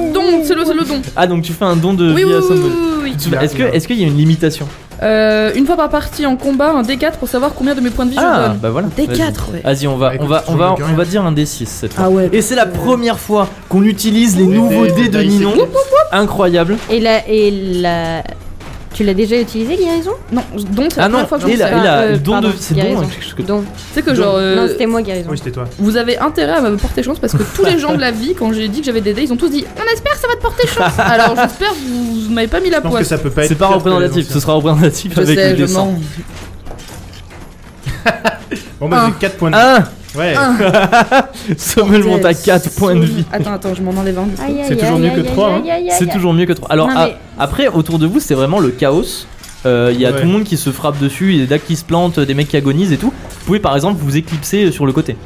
Speaker 4: je- donc, c'est le, c'est le don.
Speaker 1: Ah donc tu fais un don de
Speaker 4: Oui, oui,
Speaker 1: vie à
Speaker 4: oui, oui,
Speaker 1: Sommel.
Speaker 4: oui, oui.
Speaker 1: Tu- Est-ce que- est-ce qu'il y a une limitation
Speaker 4: Euh, une fois par partie en combat, un D4 pour savoir combien de mes points de vie je
Speaker 1: Ah
Speaker 4: donne.
Speaker 1: bah voilà. vas-y.
Speaker 4: D4, ouais.
Speaker 1: Vas-y, on va,
Speaker 3: Bah,
Speaker 1: on
Speaker 3: écoute,
Speaker 1: va,
Speaker 3: je
Speaker 1: on va,
Speaker 3: trouve que
Speaker 1: on va dire un D6 cette fois.
Speaker 4: Ah ouais.
Speaker 1: Et c'est la première fois qu'on utilise les nouveaux dés de
Speaker 3: Dice
Speaker 1: Ninon.
Speaker 3: Eclipse.
Speaker 1: Incroyable.
Speaker 2: Et la. Et la... Tu l'as déjà utilisé, guérison
Speaker 4: Non, don, c'est la
Speaker 1: Ah non,
Speaker 4: première fois que je
Speaker 1: et
Speaker 4: fais ça.
Speaker 1: la, et la-
Speaker 2: Ah, euh,
Speaker 1: don
Speaker 2: pardon,
Speaker 1: de, c'est
Speaker 2: il y a
Speaker 1: don.
Speaker 2: raison.
Speaker 1: quelque chose que-
Speaker 2: Donc,
Speaker 4: C'est que genre. euh,
Speaker 2: non, c'était moi, guérison.
Speaker 3: Oui, c'était toi.
Speaker 4: vous avez intérêt à me porter chance parce que tous les gens de la vie, quand j'ai dit que j'avais des dés, ils ont tous dit On espère que ça va te porter chance. Alors j'espère que vous, vous m'avez pas mis la
Speaker 3: Je pense que
Speaker 4: poisse.
Speaker 3: ça peut pas être.
Speaker 1: C'est pas
Speaker 3: pire que
Speaker 1: représentatif.
Speaker 3: les
Speaker 1: Ce
Speaker 3: anciens.
Speaker 1: sera représentatif
Speaker 4: Je
Speaker 1: avec
Speaker 4: sais,
Speaker 1: le
Speaker 4: je
Speaker 1: dessin.
Speaker 4: mens.
Speaker 3: Bon, bah,
Speaker 4: Un.
Speaker 3: j'ai 4 points de vie.
Speaker 1: Ah,
Speaker 3: Ouais,
Speaker 1: Sommel monte à 4 points de vie.
Speaker 4: Attends, attends, je m'en enlève un. du coup.
Speaker 2: Aïe, aïe,
Speaker 3: C'est toujours
Speaker 2: aïe,
Speaker 3: mieux que
Speaker 2: aïe,
Speaker 3: trois, hein.
Speaker 2: aïe, aïe, aïe,
Speaker 1: C'est
Speaker 2: aïe.
Speaker 1: toujours mieux que 3. Alors
Speaker 2: Non,
Speaker 1: à-
Speaker 2: mais-
Speaker 1: après, autour de vous, c'est vraiment le chaos. Euh, Il y a
Speaker 3: Ouais.
Speaker 1: tout le monde qui se frappe dessus, il y a des dagues qui se plantent, des mecs qui agonisent et tout. Vous pouvez par exemple vous éclipser sur le côté.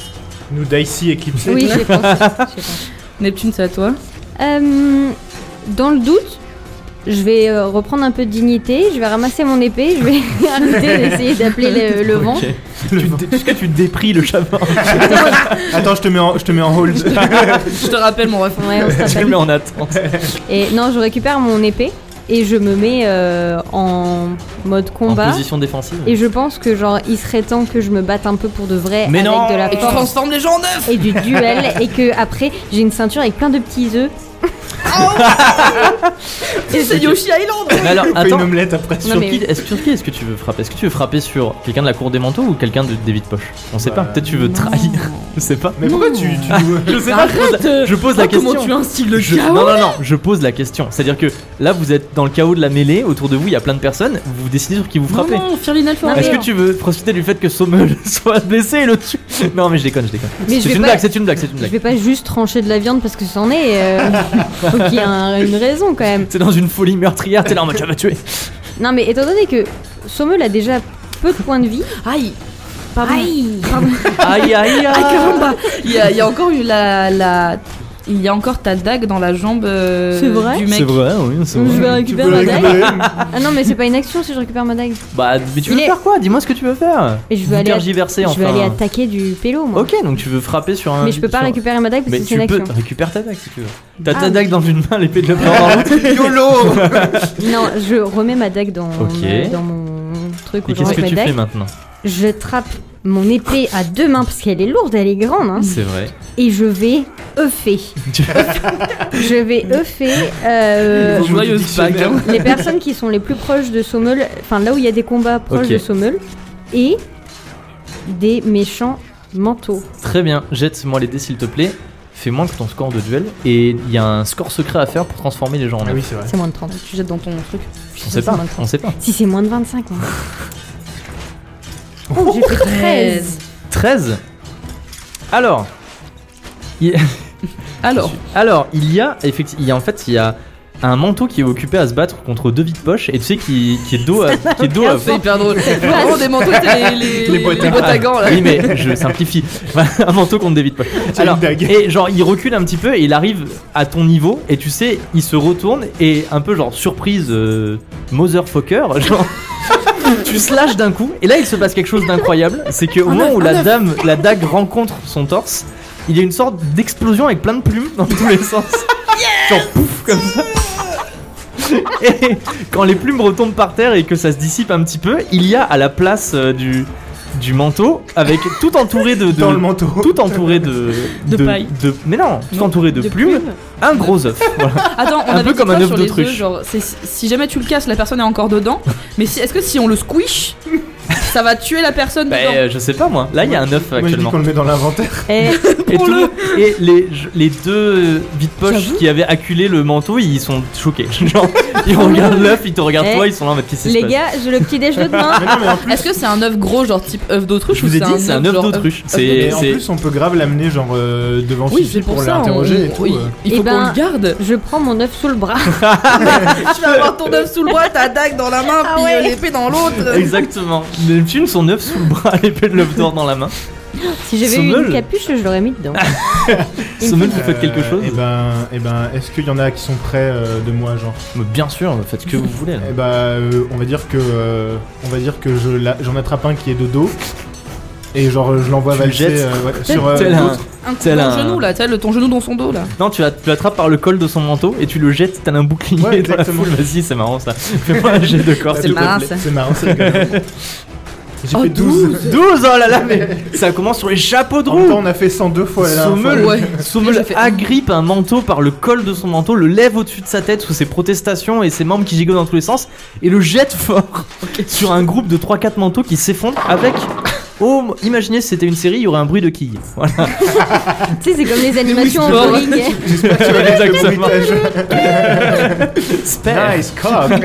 Speaker 3: nous Dicey éclipsé.
Speaker 2: Oui, j'ai pensé. j'ai pensé.
Speaker 4: Neptune, c'est à toi.
Speaker 2: Euh, dans le doute, je vais euh, reprendre un peu de dignité, je vais ramasser mon épée, je vais arrêter d'essayer d'appeler le, le vent.
Speaker 1: Ok. Tu dé- Jusqu'à tu dépris le chavin.
Speaker 3: Attends, je te mets en, je te mets en hold.
Speaker 4: Je te rappelle mon ref.
Speaker 2: Ouais, on se
Speaker 1: tu le
Speaker 2: rappelle.
Speaker 1: mets en attente.
Speaker 2: Et non, je récupère mon épée et je me mets euh, en mode
Speaker 1: En
Speaker 2: combat.
Speaker 1: position défensive.
Speaker 2: Et je pense que genre il serait temps que je me batte un peu pour de vrai
Speaker 1: Mais
Speaker 2: avec
Speaker 1: non
Speaker 2: de la
Speaker 4: Et tu
Speaker 2: force
Speaker 4: transformes les gens en neuf
Speaker 2: et du duel et que après j'ai une ceinture avec plein de petits œufs.
Speaker 4: Et c'est Yoshi Island
Speaker 1: Mais alors,
Speaker 3: Fais une
Speaker 1: attends,
Speaker 3: omelette après.
Speaker 2: Non,
Speaker 1: Sur
Speaker 2: mais-
Speaker 1: qui, est-ce, sur qui est-ce que tu veux frapper Est-ce que tu veux frapper sur quelqu'un de la cour des manteaux ou quelqu'un de, des vides poches On sait
Speaker 3: Bah,
Speaker 1: pas, peut-être tu veux trahir. Je sais pas.
Speaker 3: Mais pourquoi tu. tu...
Speaker 1: Je sais pas, je pose la, je pose la question.
Speaker 4: Comment tu instilles le
Speaker 1: Je-
Speaker 4: chaos
Speaker 1: non, non, non, je pose la question. C'est-à-dire que là, vous êtes dans le chaos de la mêlée, autour de vous, il y a plein de personnes, vous décidez sur qui vous frappez.
Speaker 4: Non, non, Firlinal Forever.
Speaker 1: Est-ce que tu veux profiter du fait que Sommel soit blessé et le tue Non, mais je déconne, je déconne.
Speaker 2: Mais je
Speaker 1: c'est
Speaker 2: vais
Speaker 1: une
Speaker 2: pas-
Speaker 1: blague, c'est une blague, c'est une
Speaker 2: Je
Speaker 1: blague.
Speaker 2: vais pas juste trancher de la viande parce que c'en est. euh, faut qu'il y ait un- une raison quand même.
Speaker 1: C'est dans une folie meurtrière, t'es là en mode tu vas me tuer.
Speaker 2: Non mais étant donné que Sommel a déjà peu de points de vie.
Speaker 4: Aïe Pardon.
Speaker 2: Aïe.
Speaker 1: Aïe aïe
Speaker 4: Ah,
Speaker 1: aïe
Speaker 4: caramba Il y, a- il y a encore eu la, la... Il y a encore ta dague dans la jambe euh,
Speaker 2: C'est vrai
Speaker 4: du mec.
Speaker 1: C'est vrai, oui, c'est
Speaker 2: Donc je
Speaker 1: vrai.
Speaker 2: vais
Speaker 3: tu
Speaker 2: récupérer
Speaker 3: peux
Speaker 2: ma dague.
Speaker 3: récupérer.
Speaker 2: Ah non mais c'est pas une action si je récupère ma dague.
Speaker 1: Bah, mais tu veux
Speaker 2: Il est-
Speaker 1: faire quoi Dis-moi ce que tu veux faire.
Speaker 2: Et je veux aller. à- Je
Speaker 1: tergiverser
Speaker 2: vais
Speaker 1: enfin.
Speaker 2: aller attaquer du pélo moi.
Speaker 1: Ok, donc tu veux frapper sur un.
Speaker 2: Mais je peux pas
Speaker 1: sur-
Speaker 2: récupérer ma dague parce
Speaker 1: Mais
Speaker 2: que c'est
Speaker 1: tu
Speaker 2: une
Speaker 1: peux
Speaker 2: action.
Speaker 1: récupère ta dague si tu veux. T'as
Speaker 2: Ah,
Speaker 1: ta
Speaker 2: oui.
Speaker 1: dague dans une main, l'épée de l'autre main dans l'autre.
Speaker 3: YOLO
Speaker 2: Non, je remets ma dague dans,
Speaker 1: Ok.
Speaker 2: euh, dans mon truc où
Speaker 1: Et
Speaker 2: je
Speaker 1: qu'est-ce
Speaker 2: range
Speaker 1: que
Speaker 2: ma
Speaker 1: tu
Speaker 2: dague.
Speaker 1: fais maintenant
Speaker 2: Je trappe mon épée à deux mains parce qu'elle est lourde, elle est grande. Hein,
Speaker 1: C'est vrai.
Speaker 2: et je vais euffer.
Speaker 1: Tu-
Speaker 2: Je vais euffer euh,
Speaker 3: Nouveau mot du
Speaker 1: Joyeuse
Speaker 3: dictionnaire.
Speaker 1: bague.
Speaker 2: les personnes qui sont les plus proches de Sommel, enfin là où il y a des combats proches
Speaker 1: Ok.
Speaker 2: de Sommel, et des méchants manteaux.
Speaker 1: Très bien, jette-moi les dés s'il te plaît. Fais moins que ton score de duel. Et il y a un score secret à faire pour transformer les gens en
Speaker 3: Ah
Speaker 1: neuf.
Speaker 3: oui, c'est vrai.
Speaker 2: C'est moins de 30.
Speaker 4: Tu jettes dans ton truc.
Speaker 1: On sait
Speaker 2: C'est
Speaker 1: pas,
Speaker 2: moins de 30.
Speaker 1: on sait pas.
Speaker 2: Si c'est moins de hein. 25, moi. Oh, j'ai fait 13.
Speaker 1: 13 Alors,
Speaker 4: Alors,
Speaker 1: Alors, il y a effectivement, en fait, il y a un manteau qui est occupé à se battre contre deux vides poches et tu sais qui, qui est dos à, qui est dos à
Speaker 4: c'est hyper drôle. Vraiment des manteaux, c'est les, les,
Speaker 3: Les boîtes à-
Speaker 4: boîtes à gants, là.
Speaker 1: Oui, mais je simplifie. un manteau contre des vides poches.
Speaker 3: C'est
Speaker 1: Alors,
Speaker 3: une dague.
Speaker 1: et genre, il recule un petit peu et il arrive à ton niveau et tu sais, il se retourne et un peu genre surprise, euh, motherfucker, genre. Tu slashes d'un coup, et là il se passe quelque chose d'incroyable, c'est que au moment où la dame, la dague rencontre son torse, il y a une sorte d'explosion avec plein de plumes dans tous les sens. Genre pouf comme ça. Et quand les plumes retombent par terre et que ça se dissipe un petit peu, il y a à la place euh, du, du manteau, avec tout entouré de, de-
Speaker 3: Dans le manteau.
Speaker 1: tout entouré de
Speaker 4: De paille.
Speaker 1: de- mais non, tout
Speaker 4: Non,
Speaker 1: entouré de,
Speaker 4: de
Speaker 1: plumes, un gros œuf. Voilà.
Speaker 4: Attends, on
Speaker 1: Un
Speaker 4: avait
Speaker 1: peu
Speaker 4: dit
Speaker 1: comme un
Speaker 4: quoi
Speaker 1: œuf
Speaker 4: sur les
Speaker 1: d'autruche.
Speaker 4: œufs, genre, c'est- si jamais tu le casses, la personne est encore dedans. Mais si, est-ce que si on le squish, ça va tuer la personne
Speaker 1: Bah,
Speaker 4: dedans.
Speaker 1: euh, je sais pas moi. Là, il y a un œuf
Speaker 3: Moi, je dis
Speaker 1: actuellement.
Speaker 3: qu'on le met dans l'inventaire.
Speaker 2: Eh,
Speaker 1: Et, tout- et les, je- les deux bits poches qui avaient acculé le manteau, ils sont choqués. Genre, ils regardent l'œuf, ils te regardent
Speaker 2: Eh,
Speaker 1: toi, ils sont là en mode qu'est-ce qui se
Speaker 2: les
Speaker 1: passe
Speaker 2: gars, j'ai le petit déj de demain.
Speaker 3: Mais non, mais en plus,
Speaker 4: Est-ce que c'est un œuf gros, genre type œuf d'autruche
Speaker 1: Je vous
Speaker 4: ou
Speaker 1: ai dit, c'est un œuf
Speaker 4: genre
Speaker 1: d'autruche.
Speaker 3: Ah, mais
Speaker 1: C'est.
Speaker 3: en
Speaker 1: c'est-
Speaker 3: plus, on peut grave l'amener genre euh, devant
Speaker 4: Oui,
Speaker 3: Fifi
Speaker 4: c'est pour
Speaker 3: pour
Speaker 4: ça.
Speaker 3: l'interroger et
Speaker 4: on-
Speaker 3: tout.
Speaker 4: oui,
Speaker 3: euh.
Speaker 4: Il
Speaker 2: Eh
Speaker 4: faut qu'on
Speaker 2: ben-
Speaker 4: le garde.
Speaker 2: Je prends mon œuf sous le bras.
Speaker 4: tu vas avoir ton œuf sous le bras, ta dague dans la main, puis euh, l'épée dans l'autre.
Speaker 1: Exactement. Neptune, son œuf sous le bras, l'épée de l'œuf d'or dans la main.
Speaker 2: Si j'avais eu
Speaker 1: Sommel. Ah.
Speaker 2: une capuche, je l'aurais mis dedans. Il me
Speaker 1: Sommel,
Speaker 2: faut-
Speaker 1: vous faites quelque chose
Speaker 3: Et Euh, ben, et ben, est-ce qu'il y en a qui sont prêts euh, de moi, genre
Speaker 1: Mais Bien sûr, faites ce que vous voulez. là.
Speaker 3: Eh ben, euh, on va dire que, euh, on va dire que je la- j'en attrape un qui est de dos et genre euh, je l'envoie
Speaker 1: Tu le
Speaker 3: valser
Speaker 1: jettes
Speaker 3: euh, ouais, sur euh,
Speaker 1: Tel un-
Speaker 3: l'autre.
Speaker 4: Un coup
Speaker 1: Tel
Speaker 4: dans
Speaker 1: un-
Speaker 4: le genou là, tu sais, le- ton genou dans son dos là.
Speaker 1: Non, tu la- tu l'attrapes par le col de son manteau et tu le jettes tel un bouclier
Speaker 3: Ouais,
Speaker 1: dans la
Speaker 3: exactement.
Speaker 1: foule. Vas-y, c'est marrant ça. Fais-moi un jet de corps,
Speaker 3: C'est
Speaker 1: s'il te
Speaker 4: marrant,
Speaker 1: plaît.
Speaker 4: ça.
Speaker 3: C'est marrant, c'est rigolo. J'ai
Speaker 4: Oh,
Speaker 3: fait 12.
Speaker 1: 12 oh là là, mais ça commence sur les chapeaux de
Speaker 3: En même temps,
Speaker 1: roue.
Speaker 3: on a fait 102 fois la dernière fois.
Speaker 1: Sommel,
Speaker 4: Ouais.
Speaker 1: Sommel
Speaker 4: J'ai fait-
Speaker 1: agrippe un manteau par le col de son manteau, le lève au-dessus de sa tête sous ses protestations et ses membres qui gigotent dans tous les sens et le jette fort sur un groupe de 3-4 manteaux qui s'effondrent avec. Oh, imaginez si c'était une série, il y aurait un bruit de quilles. Voilà.
Speaker 2: tu sais, c'est comme les animations en
Speaker 4: Oui, c'est
Speaker 2: bowling. hein.
Speaker 1: Exactement. Spare.
Speaker 3: Nice cock.